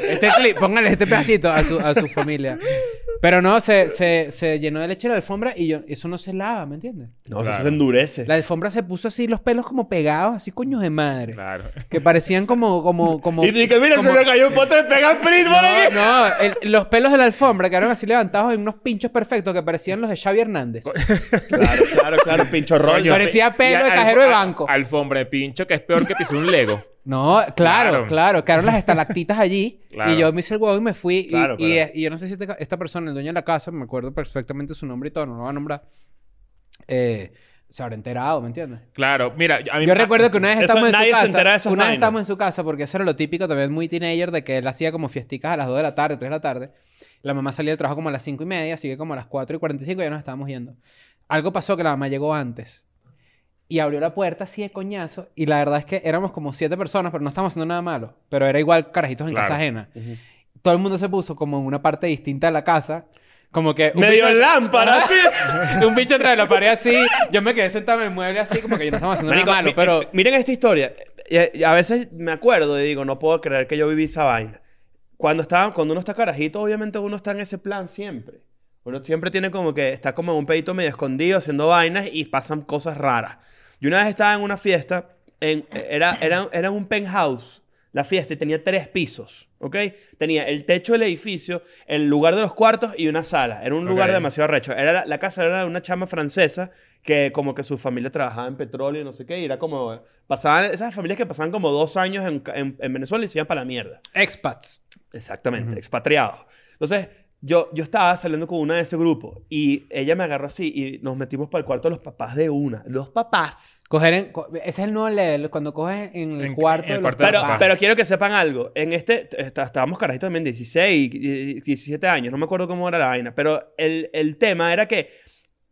[SPEAKER 4] Este clip, póngale este pedacito a su, a su familia. Pero no, se, se, se llenó de leche la alfombra y yo, eso no se lava, ¿me entiendes?
[SPEAKER 3] No, eso
[SPEAKER 2] Claro.
[SPEAKER 3] se endurece.
[SPEAKER 4] La alfombra se puso así, los pelos como pegados, así coños de madre. *laughs*
[SPEAKER 2] Claro.
[SPEAKER 4] Que parecían como, como, como...
[SPEAKER 3] Y dije, mira, se
[SPEAKER 4] como-
[SPEAKER 3] me cayó un pote de pega Sprit por
[SPEAKER 4] No,
[SPEAKER 3] aquí.
[SPEAKER 4] no, el- los pelos de la alfombra quedaron así levantados en unos pinchos perfectos que parecían los de Xavi Hernández.
[SPEAKER 3] Claro, claro, *laughs* claro, pincho rollo.
[SPEAKER 4] Coño. Parecía pelo
[SPEAKER 2] Y
[SPEAKER 4] de
[SPEAKER 2] al-
[SPEAKER 4] cajero de
[SPEAKER 2] al-
[SPEAKER 4] banco.
[SPEAKER 2] alfombra de pincho que es peor que pisar un Lego. *laughs*
[SPEAKER 4] No, claro,
[SPEAKER 2] Claro.
[SPEAKER 4] claro, quedaron las estalactitas allí
[SPEAKER 2] Claro.
[SPEAKER 4] y yo me hice el huevo y me fui y,
[SPEAKER 3] Claro,
[SPEAKER 4] y-
[SPEAKER 3] pero-
[SPEAKER 4] y yo no sé si este esta, esta persona, el dueño de la casa, me acuerdo perfectamente su nombre y todo, no lo va a nombrar, eh, se habrá enterado, ¿me entiendes?
[SPEAKER 2] Claro. Mira, a mí me-
[SPEAKER 4] Yo recuerdo que una vez
[SPEAKER 3] Eso
[SPEAKER 4] estábamos en
[SPEAKER 3] nadie se
[SPEAKER 4] su casa.
[SPEAKER 3] entera de esas
[SPEAKER 4] una vez
[SPEAKER 3] vainas.
[SPEAKER 4] estábamos en su casa, porque eso era lo típico también muy teenager, de que él hacía como fiesticas a las 2 de la tarde, 3 de la tarde. La mamá salía del trabajo como a las 5 y media, así que como a las 4 y 45 ya nos estábamos yendo. Algo pasó que la mamá llegó antes. Y abrió la puerta así de coñazo. Y la verdad es que éramos como siete personas, pero no estábamos haciendo nada malo. Pero era igual carajitos en
[SPEAKER 2] Claro.
[SPEAKER 4] casa ajena. todo el mundo se puso como en una parte distinta de la casa. Como que... un
[SPEAKER 3] Medio
[SPEAKER 4] bicho-
[SPEAKER 3] lámpara, sí.
[SPEAKER 4] un bicho atrás de la pared así. Yo me quedé sentado en el mueble así, como que yo no estamos haciendo
[SPEAKER 3] Marico,
[SPEAKER 4] nada malo,
[SPEAKER 3] mi-
[SPEAKER 4] pero...
[SPEAKER 3] eh, Miren esta historia. Eh, eh, A veces me acuerdo y digo, no puedo creer que yo viví esa vaina. Cuando, estaba, cuando uno está carajito, obviamente uno está en ese plan siempre. Uno siempre tiene como que está como en un pedito medio escondido haciendo vainas y pasan cosas raras. Yo una vez estaba en una fiesta, en, era, era, era un penthouse la fiesta y tenía tres pisos, ¿ok? Tenía el techo del edificio, el lugar de los cuartos y una sala. Era un lugar
[SPEAKER 2] Ok.
[SPEAKER 3] demasiado recho. Era la, la casa era de una chama francesa que como que su familia trabajaba en petróleo y no sé qué. Y era como... Pasaban, esas familias que pasaban como dos años en, en- en Venezuela y se iban para la mierda.
[SPEAKER 4] Expats.
[SPEAKER 3] Exactamente, expatriados. Entonces, yo, yo estaba saliendo con una de ese grupo y ella me agarró así y nos metimos para el cuarto de los papás de una. Los papás.
[SPEAKER 4] Coger en... co- ese es el nuevo level. Cuando coges en el
[SPEAKER 2] En-
[SPEAKER 4] cuarto...
[SPEAKER 2] en el
[SPEAKER 4] de los
[SPEAKER 2] cuarto de los
[SPEAKER 3] Pero,
[SPEAKER 4] papás.
[SPEAKER 3] pero quiero que sepan algo. En este, t- está- estábamos carajitos también 16, eh, 17 años, no me acuerdo cómo era la vaina, pero el, el tema era que,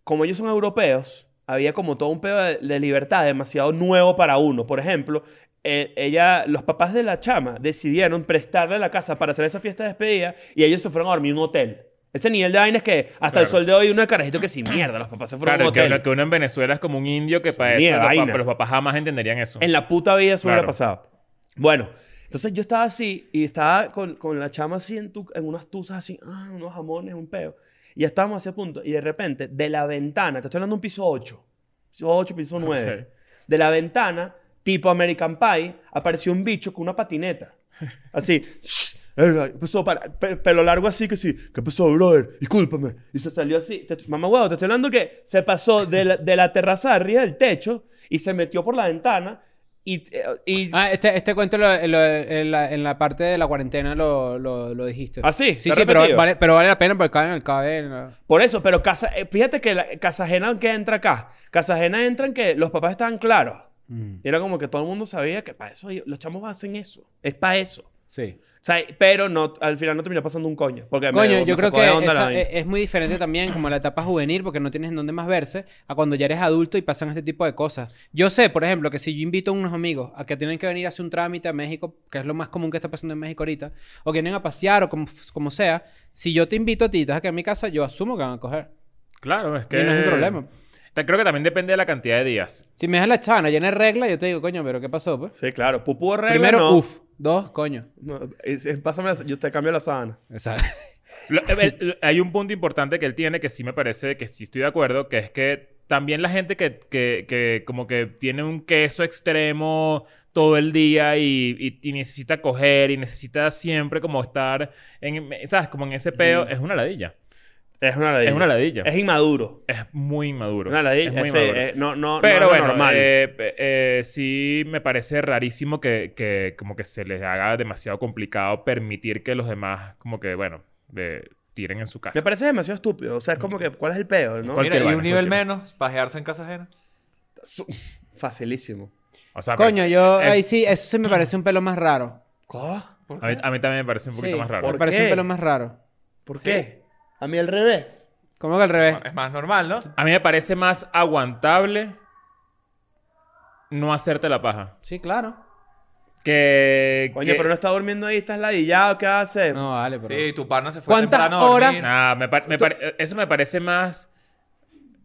[SPEAKER 3] como ellos son europeos, había como todo un pedo de, de libertad demasiado nuevo para uno. Por ejemplo, eh, ella, los papás de la chama decidieron prestarle la casa para hacer esa fiesta de despedida y ellos se fueron a dormir en un hotel. Ese nivel de vaina es que hasta el
[SPEAKER 2] Claro.
[SPEAKER 3] sol de hoy uno de carajito que sí, mierda, los papás se fueron a
[SPEAKER 2] Claro,
[SPEAKER 3] un
[SPEAKER 2] que,
[SPEAKER 3] hotel.
[SPEAKER 2] lo que uno en Venezuela es como un indio que para
[SPEAKER 3] Ni
[SPEAKER 2] eso los,
[SPEAKER 3] de
[SPEAKER 2] pa-
[SPEAKER 3] vaina.
[SPEAKER 2] los papás jamás entenderían eso.
[SPEAKER 3] En la puta vida eso hubiera
[SPEAKER 2] Claro.
[SPEAKER 3] pasado. Bueno, entonces yo estaba así y estaba con, con la chama así en, tu- en unas tuzas así, ah, unos jamones, un peo. Y ya estábamos así a punto. Y de repente, de la ventana, te estoy hablando de un piso 8, piso 8, piso 9.
[SPEAKER 2] Ok.
[SPEAKER 3] De la ventana, tipo American Pie, apareció un bicho con una patineta. Así. Eh, ¿qué pasó? Para- pe- pelo largo así que sí. ¿Qué pasó, brother? Discúlpame. Y se salió así. Te- mamá huevo, te estoy hablando que se pasó de la, de la terraza de arriba del techo y se metió por la ventana y... eh, y
[SPEAKER 4] Ah, este, este cuento lo- lo- en, la, en la parte de la cuarentena lo, lo, lo dijiste.
[SPEAKER 3] ¿Ah, sí?
[SPEAKER 4] Sí,
[SPEAKER 3] ¿Lo he
[SPEAKER 4] sí, pero
[SPEAKER 3] repetido?
[SPEAKER 4] vale, pero vale la pena porque cabe en el cabe en la-
[SPEAKER 3] Por eso, pero casa, eh, fíjate que la, Casa Ajena que entra acá. Casa Ajena entra en que los papás estaban claros.
[SPEAKER 2] Mm.
[SPEAKER 3] Y era como que todo el mundo sabía que para eso los chamos hacen eso. Es para eso.
[SPEAKER 4] Sí.
[SPEAKER 3] O sea, pero no, al final no terminó pasando un coño. Porque me-
[SPEAKER 4] Coño,
[SPEAKER 3] me
[SPEAKER 4] yo creo
[SPEAKER 3] sacó de
[SPEAKER 4] que
[SPEAKER 3] onda la
[SPEAKER 4] esa eh, e,
[SPEAKER 3] vaina.
[SPEAKER 4] es, es muy diferente también como la etapa juvenil porque no tienes en dónde más verse a cuando ya eres adulto y pasan este tipo de cosas. Yo sé, por ejemplo, que si yo invito a unos amigos a que tienen que venir a hacer un trámite a México, que es lo más común que está pasando en México ahorita, o que vienen a pasear o como, f- como sea, si yo te invito a ti y estás aquí en mi casa, yo asumo que van a coger.
[SPEAKER 2] Claro, es que...
[SPEAKER 4] Y no es un problema.
[SPEAKER 2] Ta- Creo que también depende de la cantidad de días.
[SPEAKER 4] Si me dejas la chavana llena de regla, yo te digo, coño, pero ¿qué pasó, pues?
[SPEAKER 3] Sí, claro. Pupú de regla,
[SPEAKER 4] Primero,
[SPEAKER 3] no.
[SPEAKER 4] uff. Dos, coño.
[SPEAKER 3] No, es- es- pásame, la- yo te cambio la sábana.
[SPEAKER 4] Exacto.
[SPEAKER 2] Lo- el- el- hay un punto importante que él tiene que sí me parece que sí estoy de acuerdo, que es que también la gente que, que- que como que tiene un queso extremo todo el día y, y- y necesita coger y necesita siempre como estar en, ¿sabes? Como en ese peo, es una ladilla.
[SPEAKER 3] Es una ladilla.
[SPEAKER 2] Es una ladilla.
[SPEAKER 3] Es inmaduro.
[SPEAKER 2] Es muy maduro.
[SPEAKER 3] Una ladilla.
[SPEAKER 2] Es muy
[SPEAKER 3] ese-
[SPEAKER 2] maduro.
[SPEAKER 3] eh, no, no, no es
[SPEAKER 2] Pero
[SPEAKER 3] lo
[SPEAKER 2] bueno,
[SPEAKER 3] normal.
[SPEAKER 2] eh, eh, eh, sí me parece rarísimo que, que como que se les haga demasiado complicado permitir que los demás como que, bueno, eh, tiren en su casa.
[SPEAKER 3] Me parece demasiado estúpido. O sea, es como que, ¿cuál es el pedo? no?
[SPEAKER 2] ¿Cuál-
[SPEAKER 5] Mira,
[SPEAKER 2] Cualquier
[SPEAKER 5] y
[SPEAKER 2] vaina,
[SPEAKER 5] un nivel
[SPEAKER 2] cualquier.
[SPEAKER 5] menos, pajearse en casa ajena.
[SPEAKER 3] Su- Facilísimo.
[SPEAKER 2] O
[SPEAKER 3] Ah,
[SPEAKER 2] sea, pues,
[SPEAKER 4] Coño,
[SPEAKER 2] parece-
[SPEAKER 4] yo
[SPEAKER 2] es-
[SPEAKER 4] ahí sí, eso
[SPEAKER 3] *clears throat*
[SPEAKER 4] sí me parece un pelo más raro.
[SPEAKER 3] ¿Cómo?
[SPEAKER 2] A mí, a mí también me parece un poquito
[SPEAKER 4] Sí,
[SPEAKER 2] más raro.
[SPEAKER 3] ¿Por
[SPEAKER 4] Me parece
[SPEAKER 3] qué?
[SPEAKER 4] un pelo más raro.
[SPEAKER 3] ¿Por qué? A mí al revés.
[SPEAKER 4] ¿Cómo que al
[SPEAKER 2] Eh.
[SPEAKER 4] revés?
[SPEAKER 3] Ah.
[SPEAKER 5] Es más normal, ¿no?
[SPEAKER 2] A mí me parece más aguantable no hacerte la paja.
[SPEAKER 4] Sí, claro.
[SPEAKER 2] Que...
[SPEAKER 3] Coño,
[SPEAKER 2] que-
[SPEAKER 3] pero no está durmiendo ahí, estás ladillado, ¿qué haces?
[SPEAKER 4] No, vale, pero.
[SPEAKER 5] Sí, tu pana se fue
[SPEAKER 4] ¿Cuántas
[SPEAKER 5] temprano a dormir.
[SPEAKER 4] horas?
[SPEAKER 2] Nah, Ah, me par- me par- eso me parece más...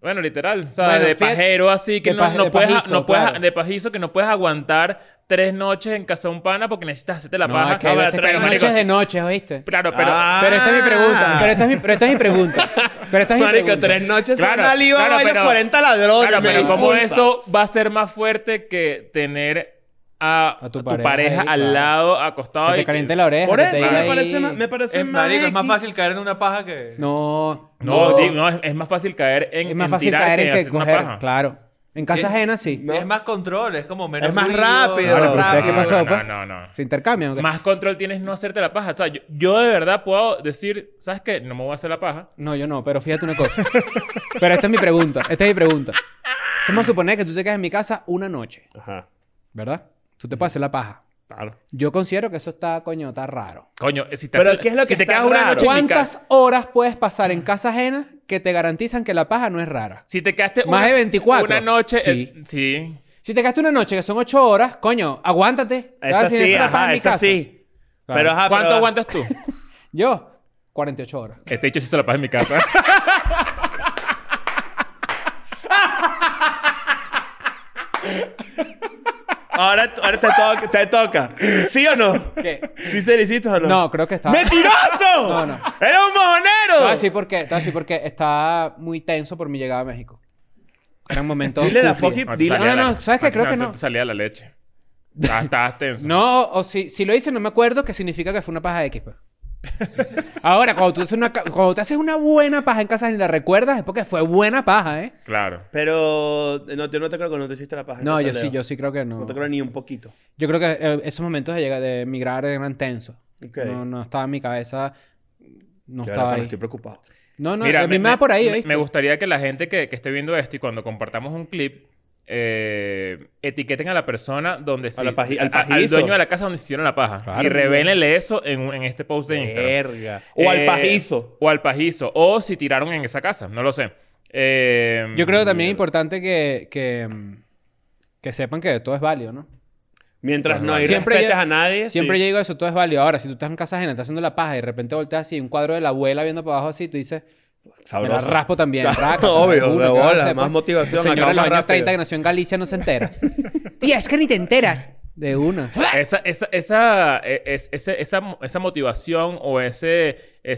[SPEAKER 2] Bueno, literal. O sea,
[SPEAKER 4] Bueno,
[SPEAKER 2] de
[SPEAKER 4] fíjate-
[SPEAKER 2] pajero así que
[SPEAKER 4] de
[SPEAKER 2] no,
[SPEAKER 4] paje-
[SPEAKER 2] no
[SPEAKER 4] de
[SPEAKER 2] puedes...
[SPEAKER 4] pajizo,
[SPEAKER 2] no puedes
[SPEAKER 4] claro.
[SPEAKER 2] De pajizo que no puedes aguantar tres noches en casa de un pana porque necesitas hacerte la
[SPEAKER 4] No,
[SPEAKER 2] paja.
[SPEAKER 4] es que
[SPEAKER 2] No,
[SPEAKER 4] hay
[SPEAKER 2] pero-
[SPEAKER 4] veces que
[SPEAKER 2] pero,
[SPEAKER 4] hay
[SPEAKER 2] marico,
[SPEAKER 4] noches de noche, ¿oíste?
[SPEAKER 2] Claro, pero...
[SPEAKER 3] Ah,
[SPEAKER 4] Pero esta es mi pregunta. Pero esta es mi, pero esta es mi pregunta. Pero esta es mi
[SPEAKER 3] Marico,
[SPEAKER 4] pregunta.
[SPEAKER 3] tres noches
[SPEAKER 2] Claro,
[SPEAKER 3] son aliva,
[SPEAKER 2] claro,
[SPEAKER 3] varios
[SPEAKER 2] pero-
[SPEAKER 3] 40 ladrones.
[SPEAKER 2] Claro,
[SPEAKER 3] me
[SPEAKER 2] pero ¿cómo
[SPEAKER 3] disculpa.
[SPEAKER 2] eso va a ser más fuerte que tener a,
[SPEAKER 4] A tu
[SPEAKER 2] a tu pareja,
[SPEAKER 4] pareja ahí,
[SPEAKER 2] al
[SPEAKER 4] claro.
[SPEAKER 2] lado, acostado
[SPEAKER 4] Que te
[SPEAKER 2] y-
[SPEAKER 4] caliente la oreja.
[SPEAKER 3] Por
[SPEAKER 4] que te
[SPEAKER 3] eso
[SPEAKER 4] diga
[SPEAKER 3] me
[SPEAKER 4] ahí-
[SPEAKER 3] parece, más- me parece
[SPEAKER 5] Es,
[SPEAKER 3] más.
[SPEAKER 5] marico, es más
[SPEAKER 3] X.
[SPEAKER 5] fácil caer en una paja que...
[SPEAKER 4] No.
[SPEAKER 2] No,
[SPEAKER 5] No.
[SPEAKER 2] di- no, es, es más fácil caer en
[SPEAKER 4] Es más
[SPEAKER 2] en
[SPEAKER 4] fácil
[SPEAKER 2] tirar
[SPEAKER 4] caer en que
[SPEAKER 2] hacer una
[SPEAKER 4] coger.
[SPEAKER 2] paja.
[SPEAKER 4] Claro. En casa ajena, sí.
[SPEAKER 3] No.
[SPEAKER 5] Es más control, es como menos
[SPEAKER 3] Es más
[SPEAKER 5] ruido,
[SPEAKER 3] rápido.
[SPEAKER 5] más
[SPEAKER 3] Ahora, pero
[SPEAKER 4] ¿Ustedes qué
[SPEAKER 2] No,
[SPEAKER 4] pasó,
[SPEAKER 2] no,
[SPEAKER 4] pues?
[SPEAKER 2] no, no, no.
[SPEAKER 4] ¿Se intercambian o qué?
[SPEAKER 2] Más control tienes no hacerte la paja. O sea, yo, yo de verdad puedo decir, ¿sabes qué? No me voy a hacer la paja.
[SPEAKER 4] No, yo no, pero fíjate una cosa. pero esta es mi pregunta. Esta es mi pregunta. Vamos a suponer que tú te quedas en mi casa una noche,
[SPEAKER 3] Ajá,
[SPEAKER 4] ¿verdad? Tú te puedes hacer la paja.
[SPEAKER 3] claro.
[SPEAKER 4] Yo considero que eso está, coño, está raro.
[SPEAKER 2] Coño, eh, si te,
[SPEAKER 3] Pero,
[SPEAKER 2] haces-
[SPEAKER 3] ¿qué es lo
[SPEAKER 2] si
[SPEAKER 3] que
[SPEAKER 2] te
[SPEAKER 3] está
[SPEAKER 2] quedas una
[SPEAKER 3] raro?
[SPEAKER 2] noche en mi casa-
[SPEAKER 4] ¿Cuántas horas puedes pasar en casa ajena que te garantizan que la paja no es rara?
[SPEAKER 2] Si te quedaste
[SPEAKER 4] Más
[SPEAKER 2] una-
[SPEAKER 4] de 24.
[SPEAKER 2] una noche... eh, Sí.
[SPEAKER 4] Sí. Si te quedaste una noche que son ocho horas, coño, aguántate. Te vas a
[SPEAKER 3] Esa
[SPEAKER 4] decir,
[SPEAKER 3] sí,
[SPEAKER 4] "Esa es la paja en
[SPEAKER 3] ajá,
[SPEAKER 4] mi
[SPEAKER 3] esa
[SPEAKER 4] casa".
[SPEAKER 3] sí.
[SPEAKER 4] Claro.
[SPEAKER 3] Pero, ajá,
[SPEAKER 2] ¿Cuánto
[SPEAKER 3] pero-
[SPEAKER 2] aguantas tú?
[SPEAKER 4] Yo, 48 horas.
[SPEAKER 2] Este hecho sí se la pasa en mi
[SPEAKER 4] *laughs*
[SPEAKER 2] casa.
[SPEAKER 3] Ahora, ahora te, toca, te toca. ¿Sí o no?
[SPEAKER 4] ¿Qué?
[SPEAKER 3] ¿Sí se le hiciste o no?
[SPEAKER 4] No, creo que está.
[SPEAKER 3] ¡Mentiroso!
[SPEAKER 4] *laughs* No, no.
[SPEAKER 3] ¡Era un
[SPEAKER 4] Te voy a
[SPEAKER 3] mojonero!
[SPEAKER 4] decir por qué. Te voy a decir por qué. Está muy tenso por mi llegada a México. Eran momentos.
[SPEAKER 3] Dile la
[SPEAKER 4] cúspides.
[SPEAKER 3] fucking-
[SPEAKER 2] te
[SPEAKER 3] Dile-
[SPEAKER 2] salía
[SPEAKER 4] No, no,
[SPEAKER 2] la-
[SPEAKER 4] no, ¿sabes qué?
[SPEAKER 2] Maxi,
[SPEAKER 4] Creo que
[SPEAKER 2] te-
[SPEAKER 4] no.
[SPEAKER 2] te salía la
[SPEAKER 4] *laughs*
[SPEAKER 2] leche. Estabas- Estabas tenso.
[SPEAKER 4] No, o si, si lo hice, no me acuerdo, que significa que fue una paja X, pues. Ahora, cuando tú haces una, ca- cuando te haces una buena paja en casa y la recuerdas, es porque fue buena paja, ¿eh?
[SPEAKER 2] Claro.
[SPEAKER 3] Pero no, yo no te creo que no te hiciste la paja.
[SPEAKER 4] No, yo
[SPEAKER 3] entonces,
[SPEAKER 4] sí,
[SPEAKER 3] Leo.
[SPEAKER 4] yo sí creo que no.
[SPEAKER 3] No te creo ni un poquito.
[SPEAKER 4] Yo creo que eh, esos momentos de, llegar, de emigrar eran tensos.
[SPEAKER 3] Ok.
[SPEAKER 4] No, no estaba en mi cabeza. No
[SPEAKER 3] Que ahora
[SPEAKER 4] estaba
[SPEAKER 3] cuando
[SPEAKER 4] ahí.
[SPEAKER 3] Estoy preocupado.
[SPEAKER 4] No, no, a mí me, va por ahí,
[SPEAKER 2] me-
[SPEAKER 4] ¿oíste?
[SPEAKER 2] me gustaría que la gente que, que esté viendo esto y cuando compartamos un clip, eh, etiqueten a la persona donde se-
[SPEAKER 3] la paji- al
[SPEAKER 2] a- al
[SPEAKER 3] pajizo.
[SPEAKER 2] dueño de la casa donde se hicieron la paja.
[SPEAKER 4] Claro.
[SPEAKER 2] y revélenle eso en, un- en este post de Instagram.
[SPEAKER 3] Verga. O al
[SPEAKER 2] Eh,
[SPEAKER 3] pajizo.
[SPEAKER 2] O al pajizo. O si tiraron en esa casa. No lo sé. Eh,
[SPEAKER 4] Yo creo que también es importante que, que, mm, que sepan que todo es válido, ¿no?
[SPEAKER 3] Mientras no hay
[SPEAKER 4] Siempre
[SPEAKER 3] respetes
[SPEAKER 4] yo-
[SPEAKER 3] a nadie.
[SPEAKER 4] Siempre
[SPEAKER 3] sí.
[SPEAKER 4] yo digo eso, todo es válido. Ahora, si tú estás en casa ajena, estás haciendo la paja y de repente volteas así, un cuadro de la abuela viendo para abajo así, tú dices, me la
[SPEAKER 3] Sabroso.
[SPEAKER 4] raspo también. raca,
[SPEAKER 3] *laughs* obvio,
[SPEAKER 4] culo,
[SPEAKER 3] de
[SPEAKER 4] ¿qué vas a
[SPEAKER 3] bola,
[SPEAKER 4] hacer,
[SPEAKER 3] más
[SPEAKER 4] pues?
[SPEAKER 3] motivación,
[SPEAKER 4] Esa Señora,
[SPEAKER 3] acaba
[SPEAKER 4] de los
[SPEAKER 3] más
[SPEAKER 4] años
[SPEAKER 3] rápido.
[SPEAKER 4] 30 que nació en Galicia no se entera. Tía, es que ni te enteras. De una.
[SPEAKER 2] Esa, esa, esa, e- es- ese- esa, esa motivación o ese,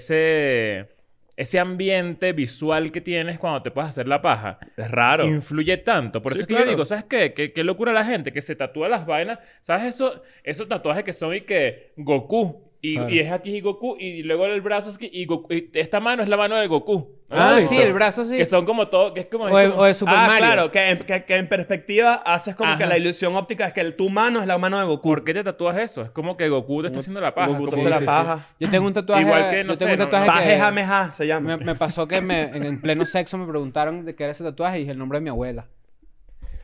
[SPEAKER 2] ese, ese ambiente visual que tienes cuando te puedes hacer la paja
[SPEAKER 3] Es raro. Ah,
[SPEAKER 2] influye tanto. Por
[SPEAKER 3] Sí,
[SPEAKER 2] eso es que
[SPEAKER 3] claro.
[SPEAKER 2] yo digo, ¿sabes qué? qué? qué locura la gente que se tatúa las vainas. ¿Sabes eso? Esos tatuajes que son y que Goku. Y,
[SPEAKER 4] Claro.
[SPEAKER 2] y es aquí y Goku. Y luego el brazo es aquí y Goku. y esta mano es la mano de Goku. ¿No lo
[SPEAKER 4] Ah,
[SPEAKER 2] has
[SPEAKER 4] sí,
[SPEAKER 2] visto?
[SPEAKER 4] el brazo sí.
[SPEAKER 2] Que son como todo... Que es como...
[SPEAKER 4] O de,
[SPEAKER 2] es como-
[SPEAKER 4] o de Super
[SPEAKER 3] ah,
[SPEAKER 4] Mario.
[SPEAKER 3] claro, que en, que- que en perspectiva haces como
[SPEAKER 2] Ajá.
[SPEAKER 3] que la ilusión óptica es que el- tu mano es la mano de Goku.
[SPEAKER 2] ¿Por qué te tatúas eso? Es como que Goku te está haciendo la paja.
[SPEAKER 3] Goku te
[SPEAKER 2] como
[SPEAKER 3] hace la
[SPEAKER 2] dices,
[SPEAKER 3] paja.
[SPEAKER 4] Yo tengo un tatuaje.
[SPEAKER 2] Igual que, no
[SPEAKER 4] yo tengo
[SPEAKER 2] sé,
[SPEAKER 4] un
[SPEAKER 2] no-
[SPEAKER 3] Ah,
[SPEAKER 4] tatuaje
[SPEAKER 2] no-
[SPEAKER 4] que-
[SPEAKER 3] Pajejameja se llama.
[SPEAKER 4] Me, me pasó que me- en, en pleno sexo me preguntaron de qué era ese tatuaje y dije el nombre de mi abuela.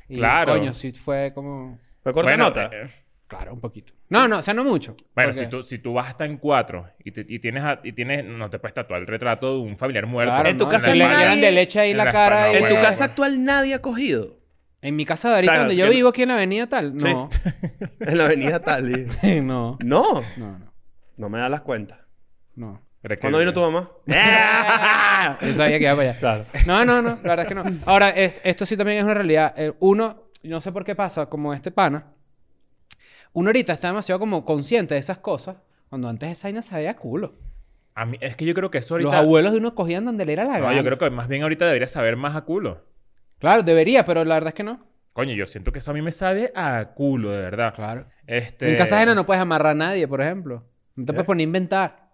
[SPEAKER 4] Y,
[SPEAKER 2] Claro.
[SPEAKER 4] Coño, sí fue como.
[SPEAKER 3] Fue corta
[SPEAKER 2] Bueno,
[SPEAKER 3] nota.
[SPEAKER 2] eh,
[SPEAKER 4] Claro, un poquito. No, no, o sea, no mucho.
[SPEAKER 2] Bueno,
[SPEAKER 4] porque-
[SPEAKER 2] si tú, si tú vas hasta en cuatro y, te- y tienes, a- y tienes, no te puedes tatuar el retrato de un familiar muerto.
[SPEAKER 4] Claro,
[SPEAKER 3] En tu
[SPEAKER 4] ¿no?
[SPEAKER 3] casa
[SPEAKER 4] Se le
[SPEAKER 3] nadie-
[SPEAKER 4] llenan de leche ahí
[SPEAKER 2] en
[SPEAKER 4] la,
[SPEAKER 2] la
[SPEAKER 4] cara.
[SPEAKER 2] espalda,
[SPEAKER 4] y-
[SPEAKER 3] en tu
[SPEAKER 2] bueno,
[SPEAKER 3] casa
[SPEAKER 2] bueno.
[SPEAKER 3] actual nadie ha cogido.
[SPEAKER 4] En mi casa de ahorita,
[SPEAKER 3] Claro,
[SPEAKER 4] donde
[SPEAKER 3] es
[SPEAKER 4] yo
[SPEAKER 3] que-
[SPEAKER 4] vivo aquí en la avenida tal.
[SPEAKER 3] Sí.
[SPEAKER 4] No.
[SPEAKER 3] En la avenida tal. y-
[SPEAKER 4] no.
[SPEAKER 3] No,
[SPEAKER 4] *laughs* No, no.
[SPEAKER 3] no me da las cuentas.
[SPEAKER 4] No.
[SPEAKER 2] Pero es que-
[SPEAKER 3] ¿Cuándo vino tu mamá? *laughs* ¡Ah!
[SPEAKER 4] Yo sabía que iba para allá.
[SPEAKER 3] claro.
[SPEAKER 4] No, no, no, la verdad es que no. Ahora, es- esto sí también es una realidad. Eh, uno, no sé por qué pasa, como este pana, uno ahorita está demasiado como consciente de esas cosas, cuando antes esa vaina se veía culo.
[SPEAKER 2] A mí- es que yo creo que eso ahorita...
[SPEAKER 4] Los abuelos de uno cogían donde le era la
[SPEAKER 2] No,
[SPEAKER 4] gana.
[SPEAKER 2] yo creo que más bien ahorita debería saber más a culo.
[SPEAKER 4] Claro, debería, pero la verdad es que no.
[SPEAKER 2] Coño, yo siento que eso a mí me sabe a culo, de verdad.
[SPEAKER 4] Claro.
[SPEAKER 2] Este...
[SPEAKER 4] En casa ajena no puedes amarrar a nadie, por ejemplo. No te puedes poner a inventar.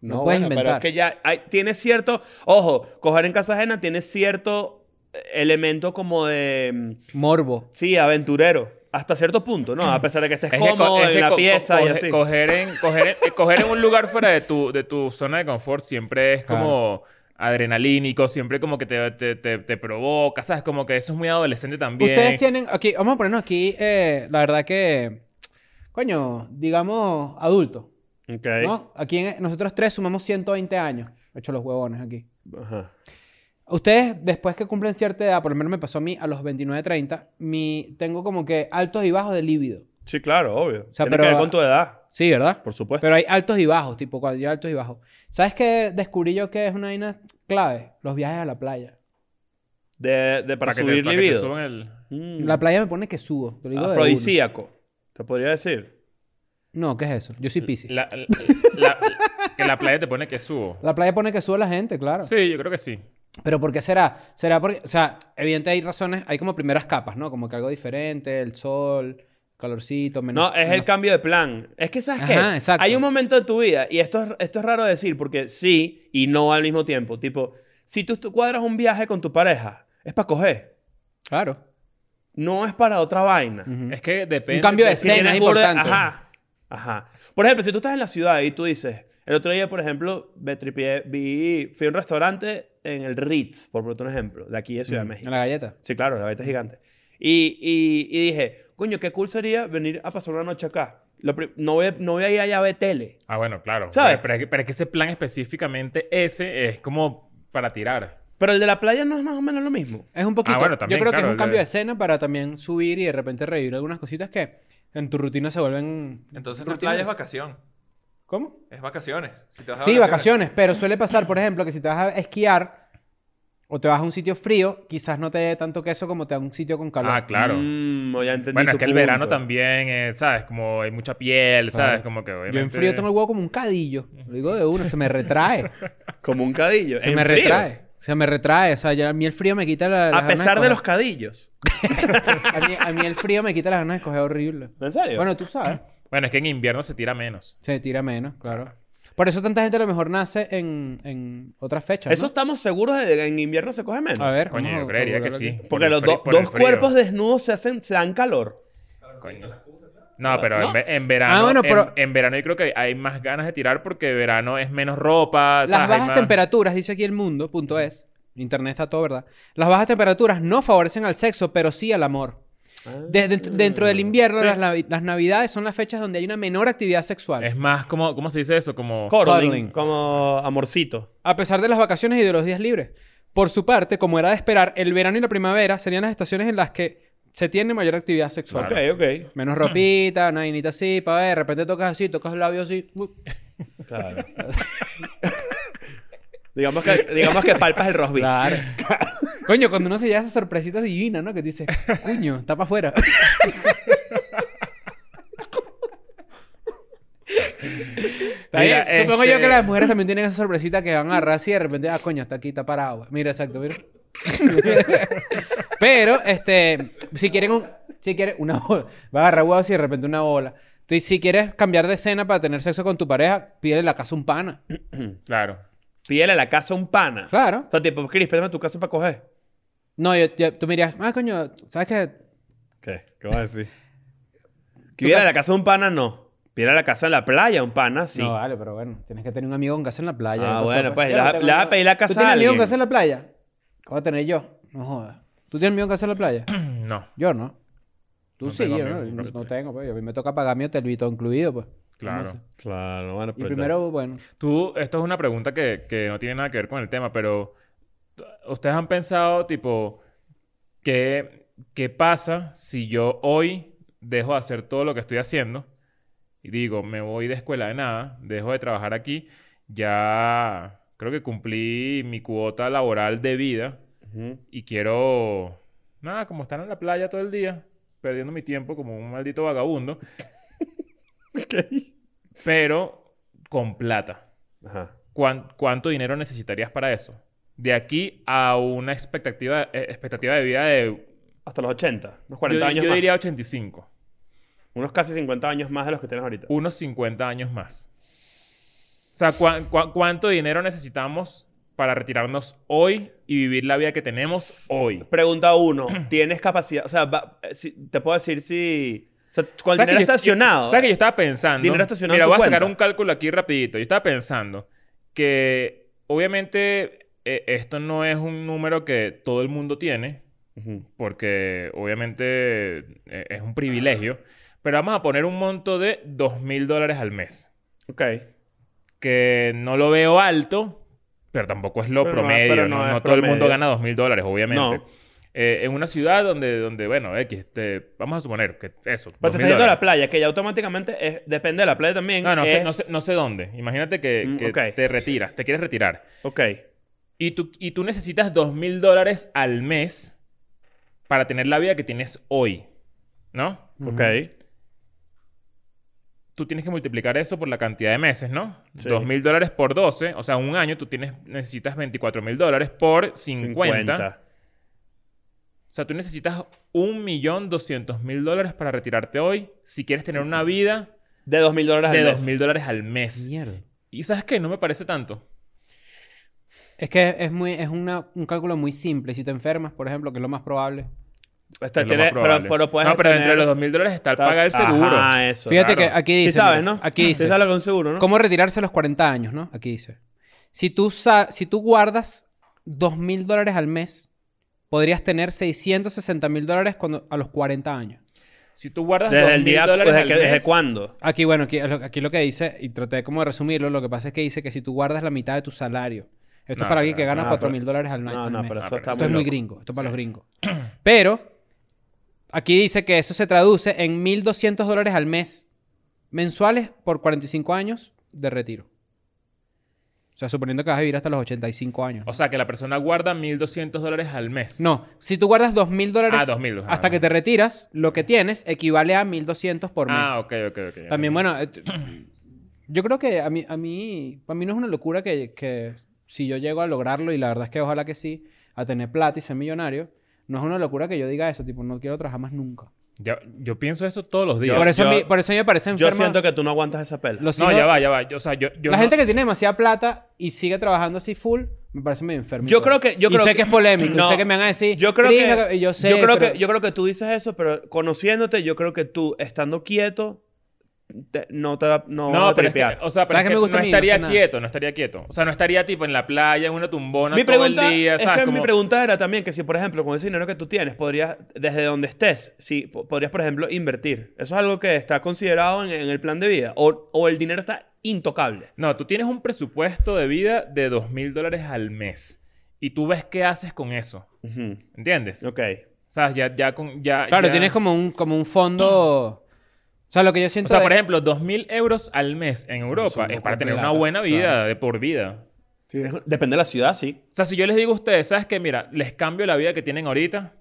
[SPEAKER 4] No, puedes
[SPEAKER 3] Eh. bueno,
[SPEAKER 4] inventar.
[SPEAKER 3] Pero es que ya hay- tiene cierto... Ojo, coger en casa ajena tiene cierto eh, elemento como de... mm,
[SPEAKER 4] Morbo.
[SPEAKER 3] Sí, aventurero. Hasta cierto punto, ¿no? A pesar de que estés
[SPEAKER 2] Es que co-
[SPEAKER 3] cómodo
[SPEAKER 2] es que
[SPEAKER 3] en la
[SPEAKER 2] co- co-
[SPEAKER 3] pieza y
[SPEAKER 2] coge-
[SPEAKER 3] así.
[SPEAKER 2] Coger en, coger, en, eh, coger en un lugar fuera de tu, de tu zona de confort siempre es como adrenalínico, siempre como que te, te, te, te provoca, ¿sabes? Como que eso es muy adolescente también.
[SPEAKER 4] Ustedes tienen... Aquí, vamos a ponernos aquí, eh, la verdad que... Coño, digamos adulto.
[SPEAKER 3] Ok.
[SPEAKER 4] ¿no? Aquí en- nosotros tres sumamos 120 años. He hecho los huevones aquí.
[SPEAKER 3] Ajá.
[SPEAKER 4] Ustedes, después que cumplen cierta edad, por lo menos me pasó a mí, a los 29, 30, mi, tengo como que altos y bajos de líbido.
[SPEAKER 3] Sí, claro, obvio.
[SPEAKER 4] sea,
[SPEAKER 3] tiene
[SPEAKER 4] pero-
[SPEAKER 3] que ver con tu edad,
[SPEAKER 4] Sí, ¿verdad?
[SPEAKER 3] por supuesto.
[SPEAKER 4] Pero hay altos y bajos, tipo, cuando yo altos y bajos. ¿Sabes qué descubrí yo que es una vaina clave? Los viajes a la playa.
[SPEAKER 3] De, de para,
[SPEAKER 2] que te-
[SPEAKER 3] subir
[SPEAKER 2] para que te
[SPEAKER 3] libido.
[SPEAKER 2] suban el-
[SPEAKER 3] Mm.
[SPEAKER 4] La playa me pone que subo. Te lo digo de una.
[SPEAKER 3] Afrodisíaco. Te podría decir.
[SPEAKER 4] No, ¿qué es eso? Yo soy piscis. La...
[SPEAKER 2] La, la- la- que la playa te pone que
[SPEAKER 4] *laughs*
[SPEAKER 2] subo.
[SPEAKER 4] playa pone que sube a la gente, claro.
[SPEAKER 2] Sí, yo creo que sí.
[SPEAKER 4] Pero ¿por qué será? Será porque, o sea, evidente hay razones, hay como primeras capas, ¿no? Como que algo diferente, el sol, calorcito, menos...
[SPEAKER 3] No, es el
[SPEAKER 4] menos-
[SPEAKER 3] cambio de plan. Es que, ¿sabes qué?
[SPEAKER 4] Ajá, exacto.
[SPEAKER 3] Hay un momento de tu vida, y esto es, esto es raro decir porque sí y no al mismo tiempo. Tipo, si tú, tú cuadras un viaje con tu pareja, es para coger.
[SPEAKER 4] Claro.
[SPEAKER 3] No es para otra vaina.
[SPEAKER 4] Ujú.
[SPEAKER 2] Es que depende.
[SPEAKER 4] Un cambio de
[SPEAKER 3] Si tienes
[SPEAKER 4] escena es
[SPEAKER 3] burda-
[SPEAKER 4] importante.
[SPEAKER 3] Ajá. Ajá. Por ejemplo, si tú estás en la ciudad y tú dices... El otro día, por ejemplo, me tripié- vi, fui a un restaurante en el Ritz, por ponerte un ejemplo, de aquí de Ciudad de
[SPEAKER 4] Mm,
[SPEAKER 3] México.
[SPEAKER 4] En la galleta.
[SPEAKER 3] Sí, claro, la beta es gigante. Y, y, y dije, coño, qué cool sería venir a pasar una noche acá. Lo pri- no, voy a, no voy a ir allá a ver tele.
[SPEAKER 2] Ah, bueno, claro.
[SPEAKER 3] ¿Sabes?
[SPEAKER 2] Pero, es que- pero es que ese plan específicamente, ese es como para tirar.
[SPEAKER 3] Pero el de la playa no es más o menos lo mismo.
[SPEAKER 4] Es un poquito.
[SPEAKER 2] Ah, bueno,
[SPEAKER 4] yo
[SPEAKER 2] también,
[SPEAKER 4] creo que es
[SPEAKER 2] claro,
[SPEAKER 4] un cambio
[SPEAKER 2] le-
[SPEAKER 4] de escena para también subir y de repente revivir algunas cositas que en tu rutina se vuelven.
[SPEAKER 5] Entonces la
[SPEAKER 4] rutina.
[SPEAKER 5] playa es vacación.
[SPEAKER 4] ¿Cómo?
[SPEAKER 5] Es vacaciones. Si te vas de
[SPEAKER 4] Sí, vacaciones, pero suele pasar, por ejemplo, que si te vas a esquiar o te vas a un sitio frío, quizás no te dé tanto queso como te da un sitio con calor.
[SPEAKER 2] Ah, claro.
[SPEAKER 3] Mm, ya entendí
[SPEAKER 2] bueno, es
[SPEAKER 3] tu
[SPEAKER 2] que el verano
[SPEAKER 3] punto.
[SPEAKER 2] también, eh, ¿sabes? Como hay mucha piel, ¿sabes?
[SPEAKER 4] Claro.
[SPEAKER 2] Como que
[SPEAKER 4] Yo en
[SPEAKER 2] obviamente-
[SPEAKER 4] frío tengo el huevo como un cadillo. Lo digo de uno, se me retrae.
[SPEAKER 3] Como un cadillo.
[SPEAKER 4] se
[SPEAKER 3] en
[SPEAKER 4] me
[SPEAKER 3] frío.
[SPEAKER 4] retrae. Se me retrae. O sea, ya a mí el frío me quita la. las
[SPEAKER 3] A
[SPEAKER 4] ganas
[SPEAKER 3] pesar de los
[SPEAKER 4] coger.
[SPEAKER 3] cadillos.
[SPEAKER 4] *laughs* A mí, a mí el frío me quita las ganas de coger horrible.
[SPEAKER 3] ¿En serio?
[SPEAKER 4] Bueno, tú sabes.
[SPEAKER 2] Bueno, es que en invierno se tira menos.
[SPEAKER 4] Se tira menos, claro. Por eso tanta gente a lo mejor nace en, en otras fechas. ¿no?
[SPEAKER 3] Eso estamos seguros de que en invierno se coge menos.
[SPEAKER 4] A ver,
[SPEAKER 2] Coño,
[SPEAKER 4] vamos a-
[SPEAKER 2] yo creería
[SPEAKER 4] a
[SPEAKER 2] que
[SPEAKER 4] buscarlo
[SPEAKER 2] sí.
[SPEAKER 4] aquí.
[SPEAKER 2] por
[SPEAKER 3] Porque
[SPEAKER 2] el
[SPEAKER 3] los
[SPEAKER 2] frí-
[SPEAKER 3] do-
[SPEAKER 2] por el
[SPEAKER 3] dos
[SPEAKER 2] frío.
[SPEAKER 3] cuerpos desnudos se hacen, se dan calor.
[SPEAKER 2] Coño. No, pero En,
[SPEAKER 3] No.
[SPEAKER 2] ve- en verano.
[SPEAKER 4] Ah, bueno,
[SPEAKER 2] en-
[SPEAKER 4] pero-
[SPEAKER 2] en, verano yo creo que hay más ganas de tirar porque verano es menos ropa. ¿sabes?
[SPEAKER 4] Las
[SPEAKER 2] Hay
[SPEAKER 4] bajas
[SPEAKER 2] más-
[SPEAKER 4] temperaturas, dice aquí el mundo, punto es. Internet está todo, ¿verdad? Las bajas temperaturas no favorecen al sexo, pero sí al amor. Desde dentro, dentro del invierno,
[SPEAKER 3] Ah. Sí.
[SPEAKER 4] las, navi- las navidades son las fechas donde hay una menor actividad sexual.
[SPEAKER 2] Es más como. ¿Cómo se dice eso? Como.
[SPEAKER 3] Cuddling,
[SPEAKER 4] Cuddling.
[SPEAKER 3] Como amorcito.
[SPEAKER 4] A pesar de las vacaciones y de los días libres. Por su parte, como era de esperar, el verano y la primavera serían las estaciones en las que se tiene mayor actividad sexual.
[SPEAKER 2] Claro.
[SPEAKER 3] Ok, ok.
[SPEAKER 4] Menos ropita, una vainita así, pa' ver, de repente tocas así, tocas los labios así. uh.
[SPEAKER 3] Claro. *laughs* digamos, que, digamos que palpas el rosby.
[SPEAKER 4] Claro. *laughs* Coño, cuando uno se lleva esas sorpresitas divinas, ¿no? Que te dice, coño, está
[SPEAKER 2] *laughs*
[SPEAKER 4] para afuera. Está bien.
[SPEAKER 2] Mira,
[SPEAKER 4] Supongo yo
[SPEAKER 2] este-
[SPEAKER 4] que las mujeres también tienen esa sorpresita que van a agarrar así y de repente, ah, coño, está aquí, está para agua. Mira, exacto, mira. Pero, este, si quieren un, si quieren una bola, va a agarrar huevos y de repente una bola. Entonces, si quieres cambiar de escena para tener sexo con tu pareja, pídele la casa a un pana.
[SPEAKER 2] Claro. *clears throat*
[SPEAKER 3] Pídele a la casa un pana.
[SPEAKER 4] Claro.
[SPEAKER 3] O sea, tipo, Chris, préstame tu casa para coger.
[SPEAKER 4] No, yo, yo- tú me dirías, ah, coño, ¿sabes qué?
[SPEAKER 3] ¿Qué? ¿Qué vas a *laughs* decir? Que Pídele a la casa un pana, no. Pídele a la casa de la playa un pana, sí.
[SPEAKER 4] No, vale, pero bueno, tienes que tener un amigo en casa en la playa.
[SPEAKER 3] Ah,
[SPEAKER 4] ¿qué pasó,
[SPEAKER 3] bueno, pues,
[SPEAKER 4] Yo
[SPEAKER 3] le
[SPEAKER 4] no
[SPEAKER 3] vas-
[SPEAKER 4] tengo
[SPEAKER 3] le vas a
[SPEAKER 4] amigo.
[SPEAKER 3] pedir la casa
[SPEAKER 4] ¿Tú
[SPEAKER 3] a
[SPEAKER 4] tienes amigo en
[SPEAKER 3] alguien?
[SPEAKER 4] casa en la playa? ¿Cómo voy a tener yo? No jodas. ¿Tú tienes amigo en casa en la playa?
[SPEAKER 2] No.
[SPEAKER 4] Yo no. Tú
[SPEAKER 2] No
[SPEAKER 4] sí,
[SPEAKER 2] tengo
[SPEAKER 4] yo
[SPEAKER 2] amigo
[SPEAKER 4] no.
[SPEAKER 2] en
[SPEAKER 4] No,
[SPEAKER 2] casa.
[SPEAKER 4] no tengo, pues. A mí me toca pagar mi hotel y todo incluido, pues. ¿Cómo
[SPEAKER 2] Claro.
[SPEAKER 4] hace?
[SPEAKER 3] Claro, bueno,
[SPEAKER 4] Y
[SPEAKER 3] pero-
[SPEAKER 4] primero, bueno.
[SPEAKER 2] Tú, esto es una pregunta que, que no tiene nada que ver con el tema, pero ustedes han pensado, tipo, ¿qué, qué pasa si yo hoy dejo de hacer todo lo que estoy haciendo y digo, me voy de escuela de nada, dejo de trabajar aquí, ya creo que cumplí mi cuota laboral de vida
[SPEAKER 3] *laughs* Ujú.
[SPEAKER 2] y quiero, nada, como estar en la playa todo el día, perdiendo mi tiempo como un maldito vagabundo, pero con plata.
[SPEAKER 3] Ajá.
[SPEAKER 2] ¿cuán- ¿cuánto dinero necesitarías para eso? De aquí a una expectativa, eh, expectativa de vida de...
[SPEAKER 3] Hasta los 80, unos 40
[SPEAKER 2] Yo,
[SPEAKER 3] años
[SPEAKER 2] yo
[SPEAKER 3] más.
[SPEAKER 2] diría 85.
[SPEAKER 3] Unos casi 50 años más de los que tienes ahorita.
[SPEAKER 2] Unos 50 años más. O sea, ¿cuán- cuán- ¿cuánto dinero necesitamos para retirarnos hoy y vivir la vida que tenemos hoy?
[SPEAKER 3] Pregunta uno, ¿tienes capacidad? O sea, va- eh, si- te puedo decir si... O sea, con
[SPEAKER 2] ¿Sabes que
[SPEAKER 3] dinero
[SPEAKER 2] yo-
[SPEAKER 3] estacionado.
[SPEAKER 2] ¿Sabes que yo estaba pensando?
[SPEAKER 3] Dinero estacionado
[SPEAKER 2] Mira,
[SPEAKER 3] en tu
[SPEAKER 2] voy a sacar
[SPEAKER 3] cuenta.
[SPEAKER 2] un cálculo aquí rapidito. Yo estaba pensando que obviamente eh, esto no es un número que todo el mundo tiene.
[SPEAKER 3] Ujú.
[SPEAKER 2] porque obviamente eh, es un privilegio, pero vamos a poner un monto de dos mil dólares al mes,
[SPEAKER 3] Ok. pues
[SPEAKER 2] que no lo veo alto, pero tampoco es lo
[SPEAKER 3] Pero no-
[SPEAKER 2] promedio,
[SPEAKER 3] pero
[SPEAKER 2] no,
[SPEAKER 3] no es
[SPEAKER 2] No todo el mundo
[SPEAKER 3] promedio.
[SPEAKER 2] gana dos mil dólares, obviamente.
[SPEAKER 3] No.
[SPEAKER 2] Eh, en una ciudad donde, donde bueno, X, te- vamos a suponer que eso. 2.000
[SPEAKER 3] Pero te estás yendo a la
[SPEAKER 2] dólares.
[SPEAKER 3] playa, que ya automáticamente es- depende de la playa también.
[SPEAKER 2] No, no, sé,
[SPEAKER 3] es-
[SPEAKER 2] no, sé, no sé dónde. Imagínate que,
[SPEAKER 3] Mm,
[SPEAKER 2] que
[SPEAKER 3] ok.
[SPEAKER 2] te retiras, te quieres retirar.
[SPEAKER 3] Ok.
[SPEAKER 2] Y tú, y tú necesitas dos mil dólares al mes para tener la vida que tienes hoy, ¿no?
[SPEAKER 3] Ok.
[SPEAKER 2] tú tienes que multiplicar eso por la cantidad de meses, ¿no?
[SPEAKER 3] Sí.
[SPEAKER 2] Dos mil dólares por 12, o sea, un año tú tienes, necesitas 24 mil dólares por 50.
[SPEAKER 3] 50.
[SPEAKER 2] O sea, tú necesitas un millón doscientos mil dólares para retirarte hoy si quieres tener una vida
[SPEAKER 3] De 2.000 dólares
[SPEAKER 2] de
[SPEAKER 3] al
[SPEAKER 2] dos
[SPEAKER 3] mes.
[SPEAKER 2] mil dólares al mes.
[SPEAKER 4] Mierda.
[SPEAKER 2] Y ¿sabes qué? No me parece tanto.
[SPEAKER 4] Es que es muy, es una, un cálculo muy simple. Si te enfermas, por ejemplo, que es lo más probable.
[SPEAKER 3] Está-
[SPEAKER 2] Es lo
[SPEAKER 3] Este, tiene-
[SPEAKER 2] más
[SPEAKER 3] pero,
[SPEAKER 2] probable.
[SPEAKER 3] pero puedes
[SPEAKER 2] no, pero entre
[SPEAKER 3] tener-
[SPEAKER 2] los dos mil dólares está el
[SPEAKER 3] está-
[SPEAKER 2] pagar el seguro.
[SPEAKER 3] Ajá, eso.
[SPEAKER 4] Fíjate
[SPEAKER 2] claro.
[SPEAKER 4] que aquí dice.
[SPEAKER 3] Sí sabes,
[SPEAKER 4] mira,
[SPEAKER 3] ¿no?
[SPEAKER 4] Aquí dice.
[SPEAKER 3] Sí sabes con seguro, ¿no?
[SPEAKER 4] ¿Cómo retirarse a los 40 años, no? Aquí dice. Si tú, sa- si tú guardas 2 mil dólares al mes, podrías tener 660 mil dólares cuando, a los 40 años.
[SPEAKER 2] Si tú guardas
[SPEAKER 3] Desde
[SPEAKER 2] dos
[SPEAKER 3] el
[SPEAKER 2] mil
[SPEAKER 3] día...
[SPEAKER 2] dólares
[SPEAKER 3] ¿Desde,
[SPEAKER 2] al
[SPEAKER 3] que- desde
[SPEAKER 2] mes,
[SPEAKER 3] cuándo?
[SPEAKER 4] Aquí, bueno, aquí, lo- aquí lo que dice, y traté como de resumirlo, lo que pasa es que dice que si tú guardas la mitad de tu salario, esto
[SPEAKER 2] No,
[SPEAKER 4] es para alguien
[SPEAKER 2] pero-
[SPEAKER 4] que gana
[SPEAKER 3] no,
[SPEAKER 4] 4
[SPEAKER 3] pero-
[SPEAKER 4] mil dólares al, año.
[SPEAKER 3] No, no, pero
[SPEAKER 2] Ah,
[SPEAKER 3] eso
[SPEAKER 2] pero
[SPEAKER 3] está
[SPEAKER 4] esto es muy
[SPEAKER 3] loco.
[SPEAKER 4] gringo, esto es para
[SPEAKER 2] Sí.
[SPEAKER 4] los gringos. *clears throat* Pero aquí dice que eso se traduce en 1.200 dólares al mes mensuales por 45 años de retiro. O sea, suponiendo que vas a vivir hasta los 85 años.
[SPEAKER 2] O sea, que la persona guarda 1.200 dólares al mes.
[SPEAKER 4] No, si tú guardas 2.000 dólares
[SPEAKER 2] Ah, 2.000, ajá.
[SPEAKER 4] hasta que te retiras, lo que tienes equivale a 1.200 por mes.
[SPEAKER 2] Ah, ok, ok, ok. ya
[SPEAKER 4] También,
[SPEAKER 2] entendí.
[SPEAKER 4] bueno, et- *clears throat* yo creo que a mí, a mí, para mí no es una locura que, que si yo llego a lograrlo, y la verdad es que ojalá que sí, a tener plata y ser millonario, no es una locura que yo diga eso, tipo, no quiero trabajar más nunca.
[SPEAKER 2] Ya- yo pienso eso todos los días.
[SPEAKER 3] Yo-
[SPEAKER 4] por, eso
[SPEAKER 3] yo-
[SPEAKER 4] a mí- por eso a mí me parece
[SPEAKER 3] Yo
[SPEAKER 4] enfermo.
[SPEAKER 3] siento que tú no aguantas esa pela.
[SPEAKER 4] los
[SPEAKER 2] no,
[SPEAKER 4] hijos-
[SPEAKER 2] ya va, ya va. Yo- o sea, yo, yo
[SPEAKER 4] la
[SPEAKER 2] no-
[SPEAKER 4] gente que tiene demasiada plata y sigue trabajando así full, me parece medio enfermo. y
[SPEAKER 3] Yo
[SPEAKER 4] todo.
[SPEAKER 3] creo que- yo
[SPEAKER 4] y
[SPEAKER 3] creo
[SPEAKER 4] sé
[SPEAKER 3] que-
[SPEAKER 4] que, es polémico, y
[SPEAKER 3] no.
[SPEAKER 4] sé que me van a decir.
[SPEAKER 3] Yo creo
[SPEAKER 4] "Cris,
[SPEAKER 3] que,
[SPEAKER 4] no, yo sé,
[SPEAKER 3] creo
[SPEAKER 4] pero-
[SPEAKER 3] que yo creo que tú dices eso, pero conociéndote, yo creo que tú estando quieto te- no te da- no,
[SPEAKER 2] No,
[SPEAKER 3] vas a
[SPEAKER 2] pero es que,
[SPEAKER 3] tripear.
[SPEAKER 2] o sea, pero es
[SPEAKER 4] ¿Sabes qué
[SPEAKER 2] que
[SPEAKER 4] me gusta
[SPEAKER 2] no
[SPEAKER 4] a mí? No
[SPEAKER 2] estaría
[SPEAKER 4] hacer nada.
[SPEAKER 2] quieto, no estaría quieto. O sea, no estaría tipo en la playa, en una tumbona
[SPEAKER 3] mi
[SPEAKER 2] todo
[SPEAKER 3] pregunta
[SPEAKER 2] el día, ¿sabes?
[SPEAKER 3] es que mi
[SPEAKER 2] Como-
[SPEAKER 3] pregunta era también que si por ejemplo con ese dinero que tú tienes podrías desde donde estés, si po- podrías por ejemplo invertir. Eso es algo que está considerado en, en el plan de vida o, o el dinero está intocable.
[SPEAKER 2] No, tú tienes un presupuesto de vida de 2.000 dólares al mes. Y tú ves qué haces con eso.
[SPEAKER 3] Ujú.
[SPEAKER 2] ¿Entiendes?
[SPEAKER 3] Ok.
[SPEAKER 2] O sea, ya, ya con... Ya,
[SPEAKER 4] Claro,
[SPEAKER 2] ya-
[SPEAKER 4] tienes como un, como un fondo. O sea, lo que yo
[SPEAKER 2] O
[SPEAKER 4] siento.
[SPEAKER 2] sea,
[SPEAKER 4] de-
[SPEAKER 2] por ejemplo, 2.000 euros al mes en Europa
[SPEAKER 4] Son
[SPEAKER 2] es para tener
[SPEAKER 4] plata,
[SPEAKER 2] una buena vida
[SPEAKER 4] claro.
[SPEAKER 2] de por vida.
[SPEAKER 3] Tienes- Depende de la ciudad, sí.
[SPEAKER 2] O sea, si yo les digo a ustedes, ¿sabes qué? Mira, les cambio la vida que tienen ahorita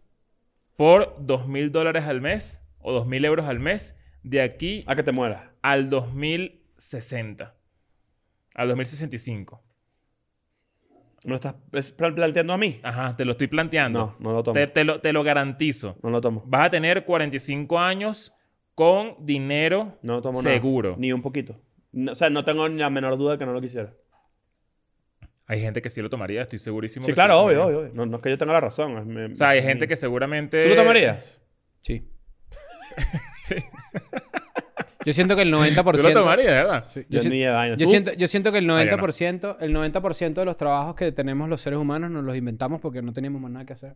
[SPEAKER 2] por 2.000 dólares al mes o 2.000 euros al mes de aquí
[SPEAKER 3] A que te mueras.
[SPEAKER 2] al 2060. Al 2065.
[SPEAKER 3] ¿Me lo estás es- plan- planteando a mí?
[SPEAKER 2] Ajá, te lo estoy planteando.
[SPEAKER 3] No, no lo tomo.
[SPEAKER 2] Te, te lo, te lo garantizo.
[SPEAKER 3] No lo tomo.
[SPEAKER 2] Vas a tener 45 años con dinero
[SPEAKER 3] No tomo nada.
[SPEAKER 2] seguro.
[SPEAKER 3] Ni un poquito. No, o sea, no tengo ni la menor duda de que no lo quisiera.
[SPEAKER 2] Hay gente que sí lo tomaría, estoy segurísimo.
[SPEAKER 3] Sí,
[SPEAKER 2] que
[SPEAKER 3] claro,
[SPEAKER 2] lo
[SPEAKER 3] obvio,
[SPEAKER 2] tomaría.
[SPEAKER 3] obvio. obvio. No, no es que yo tenga la razón. es mi-
[SPEAKER 2] O sea, hay
[SPEAKER 3] mi-
[SPEAKER 2] gente que seguramente...
[SPEAKER 3] ¿Tú lo tomarías?
[SPEAKER 4] Sí.
[SPEAKER 2] *laughs* sí.
[SPEAKER 4] Yo siento que el 90%.
[SPEAKER 2] Tú lo tomarías, ¿verdad?
[SPEAKER 3] Yo,
[SPEAKER 4] Yo si-
[SPEAKER 3] ni de vaina.
[SPEAKER 4] Yo
[SPEAKER 3] ¿Tú?
[SPEAKER 4] siento, yo siento que el
[SPEAKER 2] Ah, yo no.
[SPEAKER 4] 90%, el 90% de los trabajos que tenemos los seres humanos nos los inventamos porque no teníamos más nada que hacer.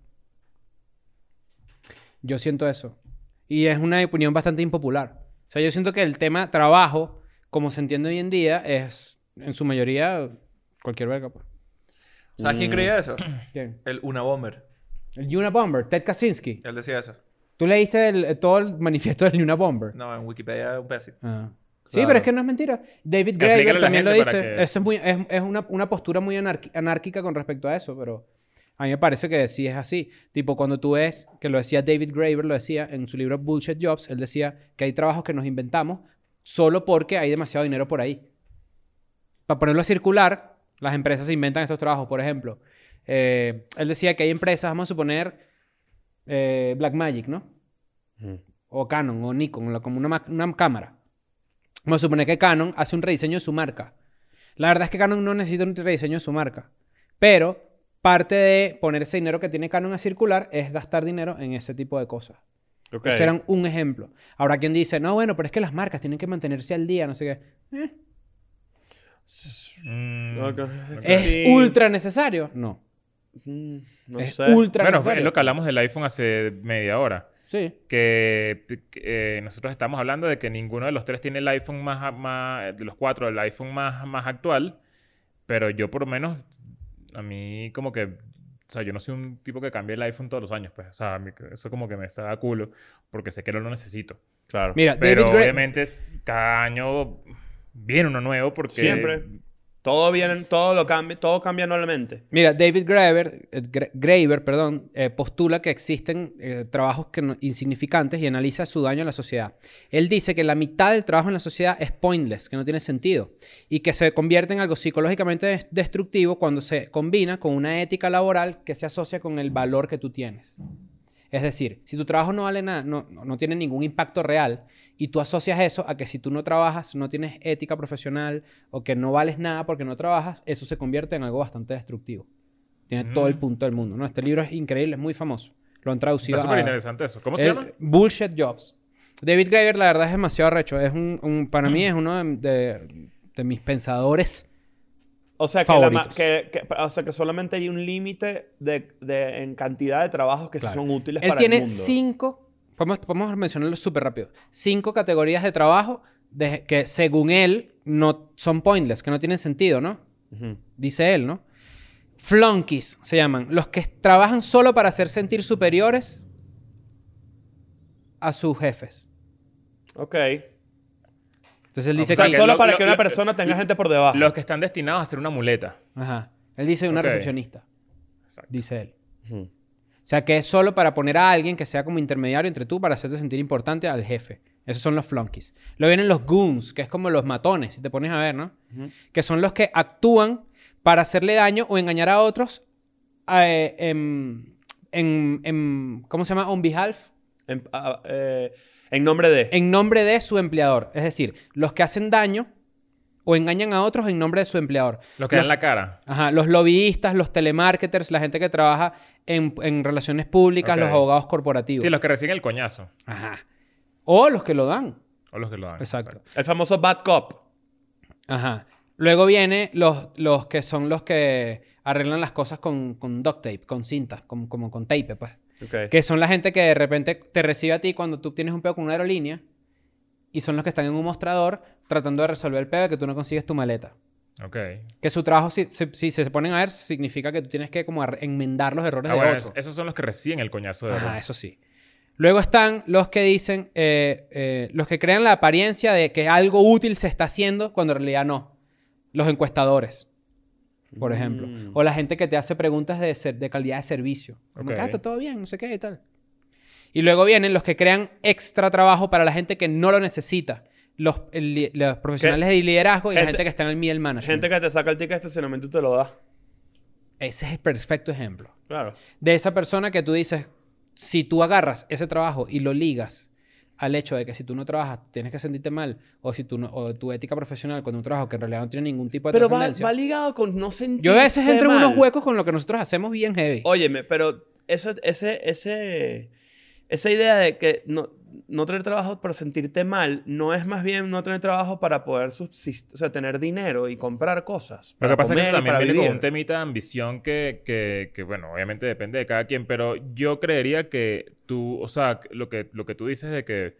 [SPEAKER 4] Yo siento eso. Y es una opinión bastante impopular. O sea, yo siento que el tema trabajo, como se entiende hoy en día, es en su mayoría cualquier verga. pues.
[SPEAKER 5] ¿Sabes quién creía eso?
[SPEAKER 4] ¿Quién?
[SPEAKER 5] El Una Bomber.
[SPEAKER 4] El Yuna Bomber, Ted Kaczynski.
[SPEAKER 5] Él decía eso.
[SPEAKER 4] ¿Tú leíste el- todo el manifiesto del Yuna Bomber?
[SPEAKER 5] No, en Wikipedia un pedacito.
[SPEAKER 4] Ah. Sí,
[SPEAKER 3] Claro.
[SPEAKER 4] pero es que no es mentira. David
[SPEAKER 2] Explícale a
[SPEAKER 4] Graeber
[SPEAKER 2] la
[SPEAKER 4] también lo
[SPEAKER 2] gente para
[SPEAKER 4] dice.
[SPEAKER 2] que-
[SPEAKER 4] Eso es, muy, es, es una, una postura muy anarqui- anárquica con respecto a eso, pero a mí me parece que sí es así. Tipo, cuando tú ves, que lo decía David Graeber, lo decía en su libro Bullshit Jobs, él decía que hay trabajos que nos inventamos solo porque hay demasiado dinero por ahí. Para ponerlo a circular, las empresas se inventan estos trabajos. Por ejemplo, eh, él decía que hay empresas, vamos a suponer, eh, Blackmagic, ¿no?
[SPEAKER 2] Mm.
[SPEAKER 4] o Canon o Nikon, la- como una, ma- una cámara. Vamos a suponer que Canon hace un rediseño de su marca. La verdad es que Canon no necesita un rediseño de su marca. Pero parte de poner ese dinero que tiene Canon a circular es gastar dinero en ese tipo de cosas.
[SPEAKER 3] Ok.
[SPEAKER 4] Ese era un ejemplo. Ahora quien dice, no, bueno, pero es que las marcas tienen que mantenerse al día, no sé qué. Eh,
[SPEAKER 2] Mm.
[SPEAKER 3] Ok.
[SPEAKER 4] ¿Es
[SPEAKER 3] Sí.
[SPEAKER 4] ultra necesario? No.
[SPEAKER 3] Mm, No
[SPEAKER 4] es
[SPEAKER 3] sé.
[SPEAKER 4] ultra
[SPEAKER 2] Bueno,
[SPEAKER 4] necesario.
[SPEAKER 2] es lo que hablamos del iPhone hace media hora.
[SPEAKER 4] Sí.
[SPEAKER 2] que que, eh, nosotros estamos hablando de que ninguno de los tres tiene el iPhone más, a- más de los cuatro, el iPhone más, más actual, pero yo por lo menos, a mí como que, o sea, yo no soy un tipo que cambia el iPhone todos los años, pues, o sea, a mí eso como que me está da culo, porque sé que no lo necesito.
[SPEAKER 3] Claro.
[SPEAKER 4] Mira,
[SPEAKER 2] Pero
[SPEAKER 4] David Gray-
[SPEAKER 2] obviamente es- cada año viene uno nuevo porque...
[SPEAKER 3] Siempre. Todo viene, todo lo cambia, todo cambia anualmente.
[SPEAKER 4] Mira, David Graeber, eh, Gra- Graeber, perdón, eh, postula que existen eh, trabajos que no- insignificantes y analiza su daño a la sociedad. Él dice que la mitad del trabajo en la sociedad es pointless, que no tiene sentido, y que se convierte en algo psicológicamente des- destructivo cuando se combina con una ética laboral que se asocia con el valor que tú tienes. Es decir, si tu trabajo no vale nada, no, no- no tiene ningún impacto real, y tú asocias eso a que si tú no trabajas, no tienes ética profesional o que no vales nada porque no trabajas, eso se convierte en algo bastante destructivo. Tiene todo el
[SPEAKER 2] Mm.
[SPEAKER 4] punto del mundo. ¿no? Este libro es increíble, es muy famoso. Lo han traducido.
[SPEAKER 2] Está súper
[SPEAKER 4] a-
[SPEAKER 2] interesante eso. ¿Cómo se
[SPEAKER 4] el-
[SPEAKER 2] llama?
[SPEAKER 4] Eh, Bullshit Jobs. David Graeber, la verdad, es demasiado recho. Es un, un- para
[SPEAKER 2] Mm.
[SPEAKER 4] mí es uno de, de- de mis pensadores.
[SPEAKER 3] O sea, que, la ma-
[SPEAKER 4] Favoritos.
[SPEAKER 3] que, que- o sea, que solamente hay un límite de, de- en cantidad de trabajos que sí
[SPEAKER 4] Claro.
[SPEAKER 3] son útiles
[SPEAKER 4] Él
[SPEAKER 3] para el
[SPEAKER 4] tiene
[SPEAKER 3] mundo.
[SPEAKER 4] cinco, podemos, podemos mencionarlo súper rápido, cinco categorías de trabajo de- que según él no son pointless, que no tienen sentido, ¿no?
[SPEAKER 3] Ujú.
[SPEAKER 4] Dice él, ¿no? Flunkies se llaman, los que trabajan solo para hacer sentir superiores a sus jefes.
[SPEAKER 3] Ok.
[SPEAKER 4] Entonces él dice
[SPEAKER 2] Ah, pues, O sea,
[SPEAKER 4] que...
[SPEAKER 2] que
[SPEAKER 3] solo
[SPEAKER 2] lo-
[SPEAKER 3] para
[SPEAKER 2] lo-
[SPEAKER 3] que una
[SPEAKER 2] lo-
[SPEAKER 3] persona tenga gente por
[SPEAKER 4] ah.
[SPEAKER 3] debajo.
[SPEAKER 2] Los que están destinados a ser una muleta.
[SPEAKER 4] Ajá. Él dice una
[SPEAKER 2] Ok.
[SPEAKER 4] recepcionista,
[SPEAKER 2] Exacto.
[SPEAKER 4] dice él.
[SPEAKER 3] Ujú.
[SPEAKER 4] O sea, que es solo para poner a alguien que sea como intermediario entre tú para hacerte sentir importante al jefe. Esos son los flunkies. Luego vienen los goons, que es como los matones, si te pones a ver, ¿no? Que son los que actúan para hacerle daño o engañar a otros eh, en, en- en- ¿Cómo se llama? On behalf.
[SPEAKER 3] En, ah, eh, en nombre de.
[SPEAKER 4] En nombre de su empleador. Es decir, los que hacen daño o engañan a otros en nombre de su empleador.
[SPEAKER 2] Los que dan la cara.
[SPEAKER 4] Ajá, los lobbyistas, los telemarketers, la gente que trabaja en, en relaciones públicas,
[SPEAKER 2] Ok.
[SPEAKER 4] los abogados corporativos.
[SPEAKER 2] Sí, los que reciben el coñazo.
[SPEAKER 4] Ajá. O los que lo dan.
[SPEAKER 2] O los que lo dan.
[SPEAKER 4] Exacto.
[SPEAKER 3] El famoso Bad Cop.
[SPEAKER 4] Ajá. Luego viene los, los que son los que arreglan las cosas con, con duct tape, con cinta, con- como con tape, pues.
[SPEAKER 3] Ok.
[SPEAKER 4] Que son la gente que de repente te recibe a ti cuando tú tienes un peo con una aerolínea y son los que están en un mostrador tratando de resolver el peo de que tú no consigues tu maleta.
[SPEAKER 2] Ok.
[SPEAKER 4] Que su trabajo, si, si, si se ponen a ver, significa que tú tienes que como arre- enmendar los errores
[SPEAKER 2] Ah,
[SPEAKER 4] de
[SPEAKER 2] bueno,
[SPEAKER 4] otro.
[SPEAKER 2] es- esos son los que reciben el coñazo de
[SPEAKER 4] Ajá,
[SPEAKER 2] verdad.
[SPEAKER 4] eso sí. Luego están los que dicen, eh, eh, los que crean la apariencia de que algo útil se está haciendo cuando en realidad no. Los encuestadores, por ejemplo.
[SPEAKER 3] Mm.
[SPEAKER 4] O la gente que te hace preguntas de, ser- de calidad de servicio. Como que,
[SPEAKER 2] Ok.
[SPEAKER 4] "Ah, está todo bien, no sé qué y tal. Y luego vienen los que crean extra trabajo para la gente que no lo necesita. Los, el li- los profesionales de liderazgo y la
[SPEAKER 3] Gente-
[SPEAKER 4] gente que está en el middle management.
[SPEAKER 3] Gente que te saca el ticket de estacionamiento y te lo da.
[SPEAKER 4] Ese es el perfecto ejemplo.
[SPEAKER 3] Claro.
[SPEAKER 4] de esa persona que tú dices, si tú agarras ese trabajo y lo ligas al hecho de que si tú no trabajas tienes que sentirte mal o si tú no- o tu ética profesional con un trabajo que en realidad no tiene ningún tipo de
[SPEAKER 3] Pero va,
[SPEAKER 4] trascendencia.
[SPEAKER 3] va ligado con no sentirse
[SPEAKER 4] Yo a veces entro en unos
[SPEAKER 3] mal.
[SPEAKER 4] huecos con lo que nosotros hacemos bien heavy.
[SPEAKER 3] Óyeme, pero eso, ese, ese, esa idea de que no, no tener trabajo pero sentirte mal, no es más bien no tener trabajo para poder subsistir, o sea, tener dinero y comprar cosas.
[SPEAKER 2] Lo que
[SPEAKER 3] para
[SPEAKER 2] pasa es que eso
[SPEAKER 3] comer y
[SPEAKER 2] también
[SPEAKER 3] para
[SPEAKER 2] viene con
[SPEAKER 3] vivir.
[SPEAKER 2] un temita de ambición que, que, que, bueno, obviamente depende de cada quien, pero yo creería que tú, o sea, lo que, lo que tú dices de que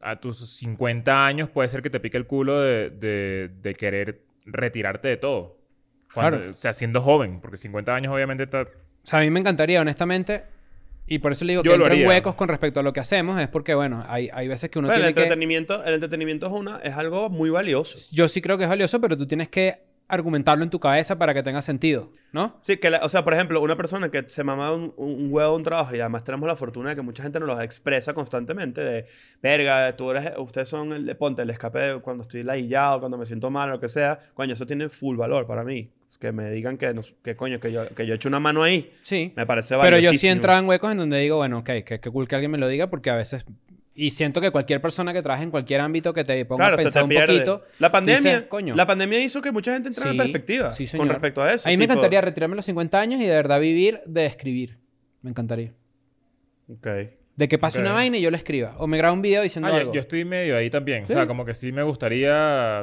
[SPEAKER 2] a tus 50 años puede ser que te pique el culo de, de, de querer retirarte de todo. Cuando-
[SPEAKER 4] Claro.
[SPEAKER 2] O sea, siendo joven, porque 50 años obviamente está...
[SPEAKER 4] O sea, a mí me encantaría, honestamente, y por eso le digo
[SPEAKER 2] Yo
[SPEAKER 4] que
[SPEAKER 2] lo
[SPEAKER 4] entro en
[SPEAKER 2] haría.
[SPEAKER 4] huecos con respecto a lo que hacemos, es porque, bueno, hay, hay veces que uno
[SPEAKER 3] Bueno, el
[SPEAKER 4] tiene que...
[SPEAKER 3] entretenimiento, el entretenimiento es, una, es algo muy valioso.
[SPEAKER 4] Yo sí creo que es valioso, pero tú tienes que argumentarlo en tu cabeza para que tenga sentido, ¿no?
[SPEAKER 3] Sí, que la- o sea, por ejemplo, una persona que se mama un, un huevo de un trabajo y además tenemos la fortuna de que mucha gente nos los expresa constantemente de, verga, tú eres, ustedes son el, ponte, el escape de cuando estoy ladillado, cuando me siento mal, lo que sea. Coño, eso tiene full valor para mí. Que me digan que, nos- que coño, que yo, que yo echo una mano ahí,
[SPEAKER 4] Sí.
[SPEAKER 3] me parece
[SPEAKER 4] Pero yo sí
[SPEAKER 3] valiosísimo.
[SPEAKER 4] entraba en huecos en donde digo, bueno, ok, que, que cool que alguien me lo diga porque a veces... Y siento que cualquier persona que trabaje en cualquier ámbito que te ponga
[SPEAKER 3] Claro,
[SPEAKER 4] a
[SPEAKER 3] se
[SPEAKER 4] pensar
[SPEAKER 3] te
[SPEAKER 4] un
[SPEAKER 3] pierde.
[SPEAKER 4] poquito...
[SPEAKER 3] la
[SPEAKER 4] tú dices,
[SPEAKER 3] pandemia,
[SPEAKER 4] coño.
[SPEAKER 3] la pandemia hizo que mucha gente entrara
[SPEAKER 4] sí,
[SPEAKER 3] en perspectiva
[SPEAKER 4] sí,
[SPEAKER 3] con
[SPEAKER 4] señor.
[SPEAKER 3] respecto a eso.
[SPEAKER 4] A mí me
[SPEAKER 3] tipo-
[SPEAKER 4] encantaría retirarme a los 50 años y de verdad vivir de escribir. Me encantaría.
[SPEAKER 3] Ok.
[SPEAKER 4] De que pase
[SPEAKER 2] Ok.
[SPEAKER 4] una vaina y yo lo escriba. O me grabo un video diciendo
[SPEAKER 2] Ah, yo-
[SPEAKER 4] algo.
[SPEAKER 2] yo, estoy medio ahí también.
[SPEAKER 4] Sí.
[SPEAKER 2] O sea, como que sí me gustaría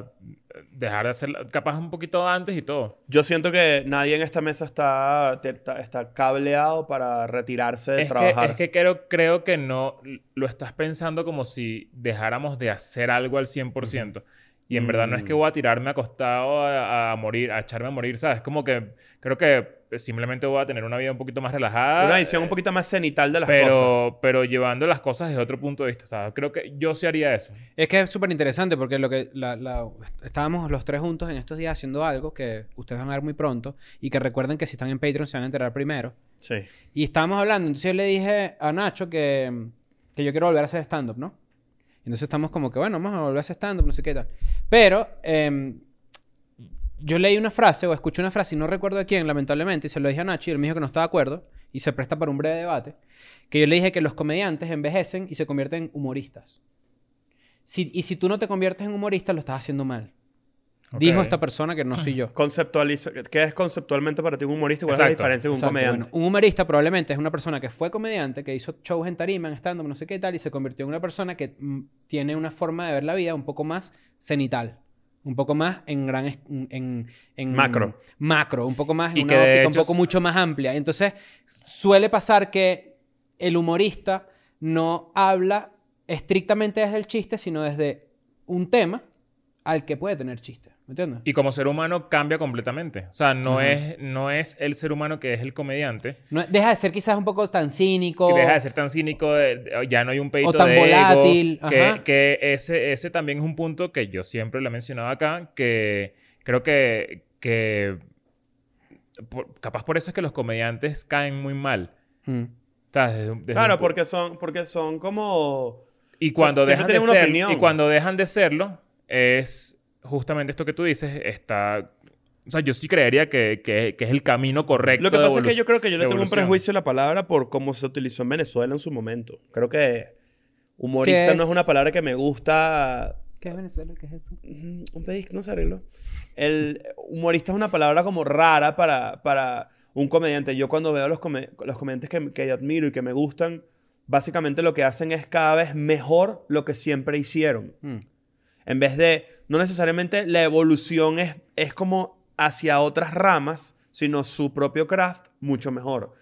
[SPEAKER 2] eh, dejar de hacer... Capaz un poquito antes y todo.
[SPEAKER 3] Yo siento que nadie en esta mesa está, te- está, está cableado para retirarse de
[SPEAKER 2] es
[SPEAKER 3] trabajar.
[SPEAKER 2] Que, es que creo, creo que no lo estás pensando como si dejáramos de hacer algo al 100%. Y en verdad no es que
[SPEAKER 3] Mm.
[SPEAKER 2] voy a tirarme acostado a, a morir, a echarme a morir, ¿sabes? Como que creo que simplemente voy a tener una vida un poquito más relajada.
[SPEAKER 3] Una visión un
[SPEAKER 2] eh,
[SPEAKER 3] poquito más cenital de las cosas.
[SPEAKER 2] pero, pero llevando las cosas desde otro punto de vista, ¿sabes? Creo que yo sí haría eso.
[SPEAKER 4] Es que es súper interesante porque lo que la- la- estábamos los tres juntos en estos días haciendo algo que ustedes van a ver muy pronto y que recuerden que si están en Patreon se van a enterar primero.
[SPEAKER 3] Sí.
[SPEAKER 4] Y estábamos hablando, entonces yo le dije a Nacho que, que yo quiero volver a hacer stand-up, ¿no? Y entonces estamos como que, bueno, vamos a volver a hacer stand-up, no sé qué tal. Pero em, yo leí una frase o escuché una frase y no recuerdo de quién, lamentablemente, y se lo dije a Nacho y él me dijo que no estaba de acuerdo y se presta para un breve debate, que yo le dije que los comediantes envejecen y se convierten en humoristas. Si- y si tú no te conviertes en humorista, lo estás haciendo mal. Dijo
[SPEAKER 2] Ok.
[SPEAKER 4] esta persona que no soy yo.
[SPEAKER 3] Conceptualiza. ¿Qué es conceptualmente para ti un humorista? ¿Cuál es
[SPEAKER 2] Exacto.
[SPEAKER 3] la diferencia con un
[SPEAKER 4] Exacto,
[SPEAKER 3] comediante?
[SPEAKER 4] bueno, un humorista probablemente es una persona que fue comediante, que hizo shows en tarima, en stand-up, no sé qué tal, y se convirtió en una persona que mm, tiene una forma de ver la vida un poco más cenital. Un poco más en gran... es- En, en-
[SPEAKER 3] Macro.
[SPEAKER 4] Macro, un poco más en
[SPEAKER 2] Y
[SPEAKER 4] una
[SPEAKER 2] que de
[SPEAKER 4] óptica un
[SPEAKER 2] hecho
[SPEAKER 4] poco
[SPEAKER 2] es-
[SPEAKER 4] mucho más amplia. Entonces, suele pasar que el humorista no habla estrictamente desde el chiste, sino desde un tema al que puede tener chiste. ¿Me entiendes?
[SPEAKER 2] Y como ser humano cambia completamente. O sea, no, es, no es el ser humano que es el comediante.
[SPEAKER 4] No- deja de ser quizás un poco tan cínico.
[SPEAKER 2] Que deja de ser tan cínico, de- de- ya no hay un pedito
[SPEAKER 4] tan
[SPEAKER 2] de ego,
[SPEAKER 4] volátil,
[SPEAKER 2] que
[SPEAKER 4] ajá.
[SPEAKER 2] que ese, ese también es un punto que yo siempre lo he mencionado acá, que creo que, que por- capaz por eso es que los comediantes caen muy mal.
[SPEAKER 4] Mm.
[SPEAKER 2] ¿sabes? Desde un- desde un
[SPEAKER 3] Claro,
[SPEAKER 2] pu-
[SPEAKER 3] porque son, porque son como...
[SPEAKER 2] Y cuando,
[SPEAKER 3] siempre
[SPEAKER 2] dejan de
[SPEAKER 3] tienen una
[SPEAKER 2] ser-
[SPEAKER 3] opinión.
[SPEAKER 2] y cuando dejan de serlo, es justamente esto que tú dices, está... O sea, yo sí creería que, que- que es el camino correcto.
[SPEAKER 3] Lo que
[SPEAKER 2] de
[SPEAKER 3] pasa es que
[SPEAKER 2] evolu-
[SPEAKER 3] yo creo que yo le
[SPEAKER 2] de
[SPEAKER 3] tengo un
[SPEAKER 2] evolución.
[SPEAKER 3] prejuicio a la palabra por cómo se utilizó en Venezuela en su momento. Creo que humorista
[SPEAKER 4] ¿Qué
[SPEAKER 3] no
[SPEAKER 4] es?
[SPEAKER 3] es una palabra que me gusta.
[SPEAKER 4] ¿Qué es Venezuela? ¿Qué es esto?
[SPEAKER 3] Mm, Un pedis, no se arregló. El humorista es una palabra como rara para, para un comediante. Yo cuando veo los, come- los comediantes que, que yo admiro y que me gustan, básicamente lo que hacen es cada vez mejor lo que siempre hicieron.
[SPEAKER 4] Mm.
[SPEAKER 3] En vez de, no necesariamente la evolución es, es como hacia otras ramas, sino su propio craft mucho mejor.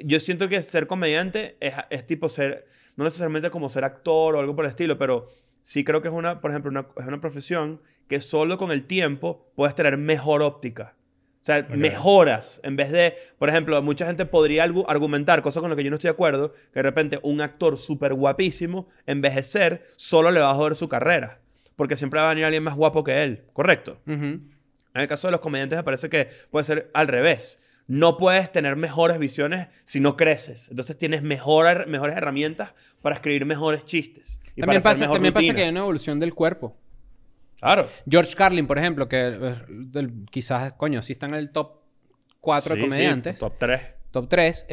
[SPEAKER 3] Yo siento que ser comediante es, es tipo ser, no necesariamente como ser actor o algo por el estilo, pero sí creo que es una, por ejemplo, una, es una profesión que solo con el tiempo puedes tener mejor óptica. O sea, mejoras en vez de, por ejemplo, mucha gente podría argu- argumentar, cosa con la que yo no estoy de acuerdo, que de repente un actor súper guapísimo, envejecer, solo le va a joder su carrera. Porque siempre va a venir alguien más guapo que él, ¿correcto?
[SPEAKER 4] Ujú.
[SPEAKER 3] En el caso de los comediantes me parece que puede ser al revés. No puedes tener mejores visiones si no creces. Entonces tienes mejor- mejores herramientas para escribir mejores chistes. y para
[SPEAKER 4] También,
[SPEAKER 3] hacer
[SPEAKER 4] pasa,
[SPEAKER 3] mejor
[SPEAKER 4] también pasa
[SPEAKER 3] rutina.
[SPEAKER 4] que hay una evolución del cuerpo.
[SPEAKER 3] Claro.
[SPEAKER 4] George Carlin, por ejemplo, que eh, del- quizás, coño, sí está en el top 4
[SPEAKER 3] Sí, sí,
[SPEAKER 4] comediantes.
[SPEAKER 3] top 3.
[SPEAKER 4] top 3,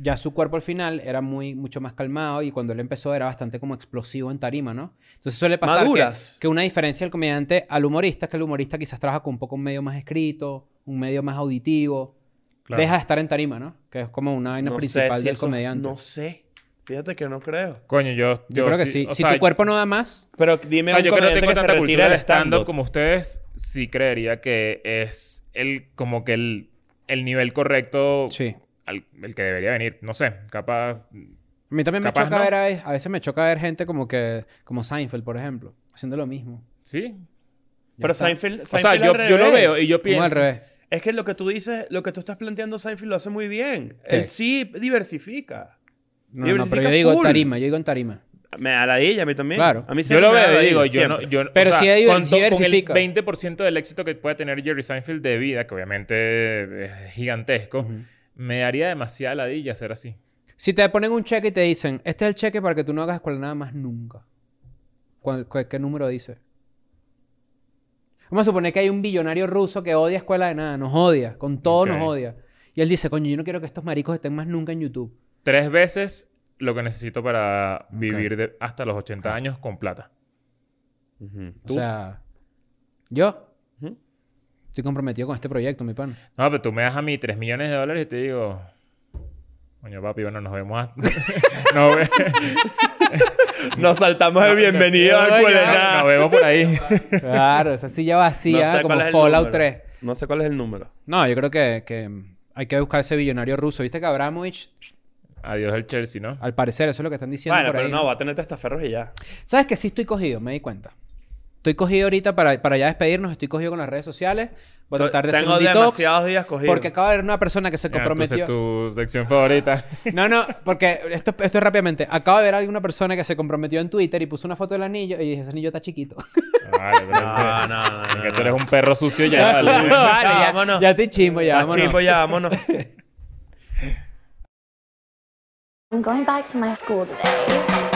[SPEAKER 4] ya su cuerpo al final era muy, mucho más calmado y cuando él empezó era bastante como explosivo en tarima, ¿no? Entonces suele pasar que,
[SPEAKER 3] Maduras.
[SPEAKER 4] que una diferencia del comediante al humorista es que el humorista quizás trabaja con un poco un medio más escrito, un medio más auditivo.
[SPEAKER 2] Claro.
[SPEAKER 4] Deja de estar en tarima, ¿no? Que es como una vaina
[SPEAKER 3] No sé
[SPEAKER 4] principal
[SPEAKER 3] si
[SPEAKER 4] del
[SPEAKER 3] eso-
[SPEAKER 4] comediante.
[SPEAKER 3] No sé. Fíjate que no creo.
[SPEAKER 2] Coño, yo...
[SPEAKER 4] Yo
[SPEAKER 2] yo
[SPEAKER 4] creo que
[SPEAKER 2] sí,
[SPEAKER 4] sí.
[SPEAKER 2] o
[SPEAKER 4] Si
[SPEAKER 2] sea,
[SPEAKER 4] tu cuerpo no da más,
[SPEAKER 3] Pero dime
[SPEAKER 2] O sea,
[SPEAKER 3] un
[SPEAKER 2] yo que no
[SPEAKER 3] comediante
[SPEAKER 2] tengo
[SPEAKER 3] que se
[SPEAKER 2] tanta
[SPEAKER 3] retira
[SPEAKER 2] cultura
[SPEAKER 3] del
[SPEAKER 2] de stand-up
[SPEAKER 3] stand-up.
[SPEAKER 2] como ustedes, sí creería que es el como que el, el nivel correcto
[SPEAKER 4] sí.
[SPEAKER 2] al el que debería venir. No sé, capaz...
[SPEAKER 4] A mí también me
[SPEAKER 2] Capaz
[SPEAKER 4] choca
[SPEAKER 2] no.
[SPEAKER 4] ver a, a veces me choca ver gente como que como Seinfeld, por ejemplo, haciendo lo mismo.
[SPEAKER 2] Sí.
[SPEAKER 4] Ya
[SPEAKER 3] Pero
[SPEAKER 4] está.
[SPEAKER 3] Seinfeld,
[SPEAKER 2] O sea,
[SPEAKER 3] Seinfeld
[SPEAKER 2] yo,
[SPEAKER 3] al
[SPEAKER 2] yo lo
[SPEAKER 3] revés.
[SPEAKER 2] veo y yo
[SPEAKER 4] Como
[SPEAKER 2] pienso...
[SPEAKER 4] al revés.
[SPEAKER 3] Es que lo que tú dices, lo que tú estás planteando, Seinfeld lo hace muy bien.
[SPEAKER 4] ¿Qué?
[SPEAKER 3] Él sí diversifica.
[SPEAKER 4] No, no, pero
[SPEAKER 3] Diversifica
[SPEAKER 4] yo digo en
[SPEAKER 3] full.
[SPEAKER 4] tarima, yo digo en tarima.
[SPEAKER 3] Me da la ella a mí también.
[SPEAKER 4] Claro.
[SPEAKER 3] A mí
[SPEAKER 2] Yo
[SPEAKER 3] siempre
[SPEAKER 2] lo
[SPEAKER 3] me
[SPEAKER 2] veo
[SPEAKER 3] da
[SPEAKER 2] y
[SPEAKER 3] ladilla,
[SPEAKER 2] digo, yo no...
[SPEAKER 3] siempre.
[SPEAKER 2] yo- o
[SPEAKER 4] Pero
[SPEAKER 2] sea,
[SPEAKER 4] sí hay
[SPEAKER 2] con to-
[SPEAKER 4] diversifica.
[SPEAKER 2] Con el 20% del éxito que puede tener Jerry Seinfeld de vida, que obviamente es gigantesco, me daría demasiada ladilla ser así.
[SPEAKER 4] Si te ponen un cheque y te dicen, este es el cheque para que tú no hagas escuela nada más nunca. ¿Cuál- cuál- ¿Qué número dice? Vamos a suponer que hay un billonario ruso que odia escuela de nada, nos odia, con todo nos
[SPEAKER 2] Ok.
[SPEAKER 4] odia. Y él dice, coño, yo no quiero que estos maricos estén más nunca en YouTube.
[SPEAKER 2] Tres veces lo que necesito para vivir de- hasta los 80 años con plata.
[SPEAKER 4] O sea, yo
[SPEAKER 3] Ujú.
[SPEAKER 4] estoy comprometido con este proyecto, mi pan.
[SPEAKER 2] No, pero tú me das a mí 3 millones de dólares y te digo... Coño, papi, bueno, nos vemos... A... *laughs* nos, ve-
[SPEAKER 3] Nos saltamos el Pues bienvenido
[SPEAKER 4] no,
[SPEAKER 3] al
[SPEAKER 4] no,
[SPEAKER 3] culená.
[SPEAKER 2] nos vemos por ahí.
[SPEAKER 4] Claro, esa silla vacía
[SPEAKER 3] sé cuál
[SPEAKER 4] ah, como
[SPEAKER 3] es el
[SPEAKER 4] Fallout
[SPEAKER 3] número.
[SPEAKER 4] 3.
[SPEAKER 3] No sé cuál es el número.
[SPEAKER 4] No, yo creo que, que hay que buscar ese billonario ruso. ¿Viste que Abramovich,
[SPEAKER 2] Adiós el Chelsea, ¿no?
[SPEAKER 4] al parecer, eso es lo que están diciendo
[SPEAKER 3] Bueno,
[SPEAKER 4] por
[SPEAKER 3] pero
[SPEAKER 4] ahí,
[SPEAKER 3] no, va a tener testaferros y ya.
[SPEAKER 4] ¿Sabes que sí estoy cogido? Me di cuenta. Estoy cogido ahorita para, para ya despedirnos. Estoy cogido con las redes sociales. Voy a tratar de hacer
[SPEAKER 3] Tengo
[SPEAKER 4] un detox.
[SPEAKER 3] demasiados días cogidos.
[SPEAKER 4] Porque acaba de haber una persona que se
[SPEAKER 2] Ya, Ah, entonces,
[SPEAKER 4] comprometió.
[SPEAKER 2] tu sección
[SPEAKER 3] *laughs*
[SPEAKER 2] favorita.
[SPEAKER 4] No, no, porque esto, esto es rápidamente. Acaba de haber alguna persona que se comprometió en Twitter y puso una foto del anillo y dije, ese anillo está chiquito.
[SPEAKER 2] Vale, pero es que-
[SPEAKER 3] No, no, no.
[SPEAKER 2] es
[SPEAKER 3] no,
[SPEAKER 2] que
[SPEAKER 3] no.
[SPEAKER 2] tú eres un perro sucio ya.
[SPEAKER 4] *laughs* vale,
[SPEAKER 2] vale.
[SPEAKER 4] ya,
[SPEAKER 3] vámonos.
[SPEAKER 4] ya te chimbo, ya,
[SPEAKER 3] Ah,
[SPEAKER 4] vámonos.
[SPEAKER 3] chimbo, ya, vámonos.
[SPEAKER 4] *laughs*
[SPEAKER 1] I'm going back to my school today.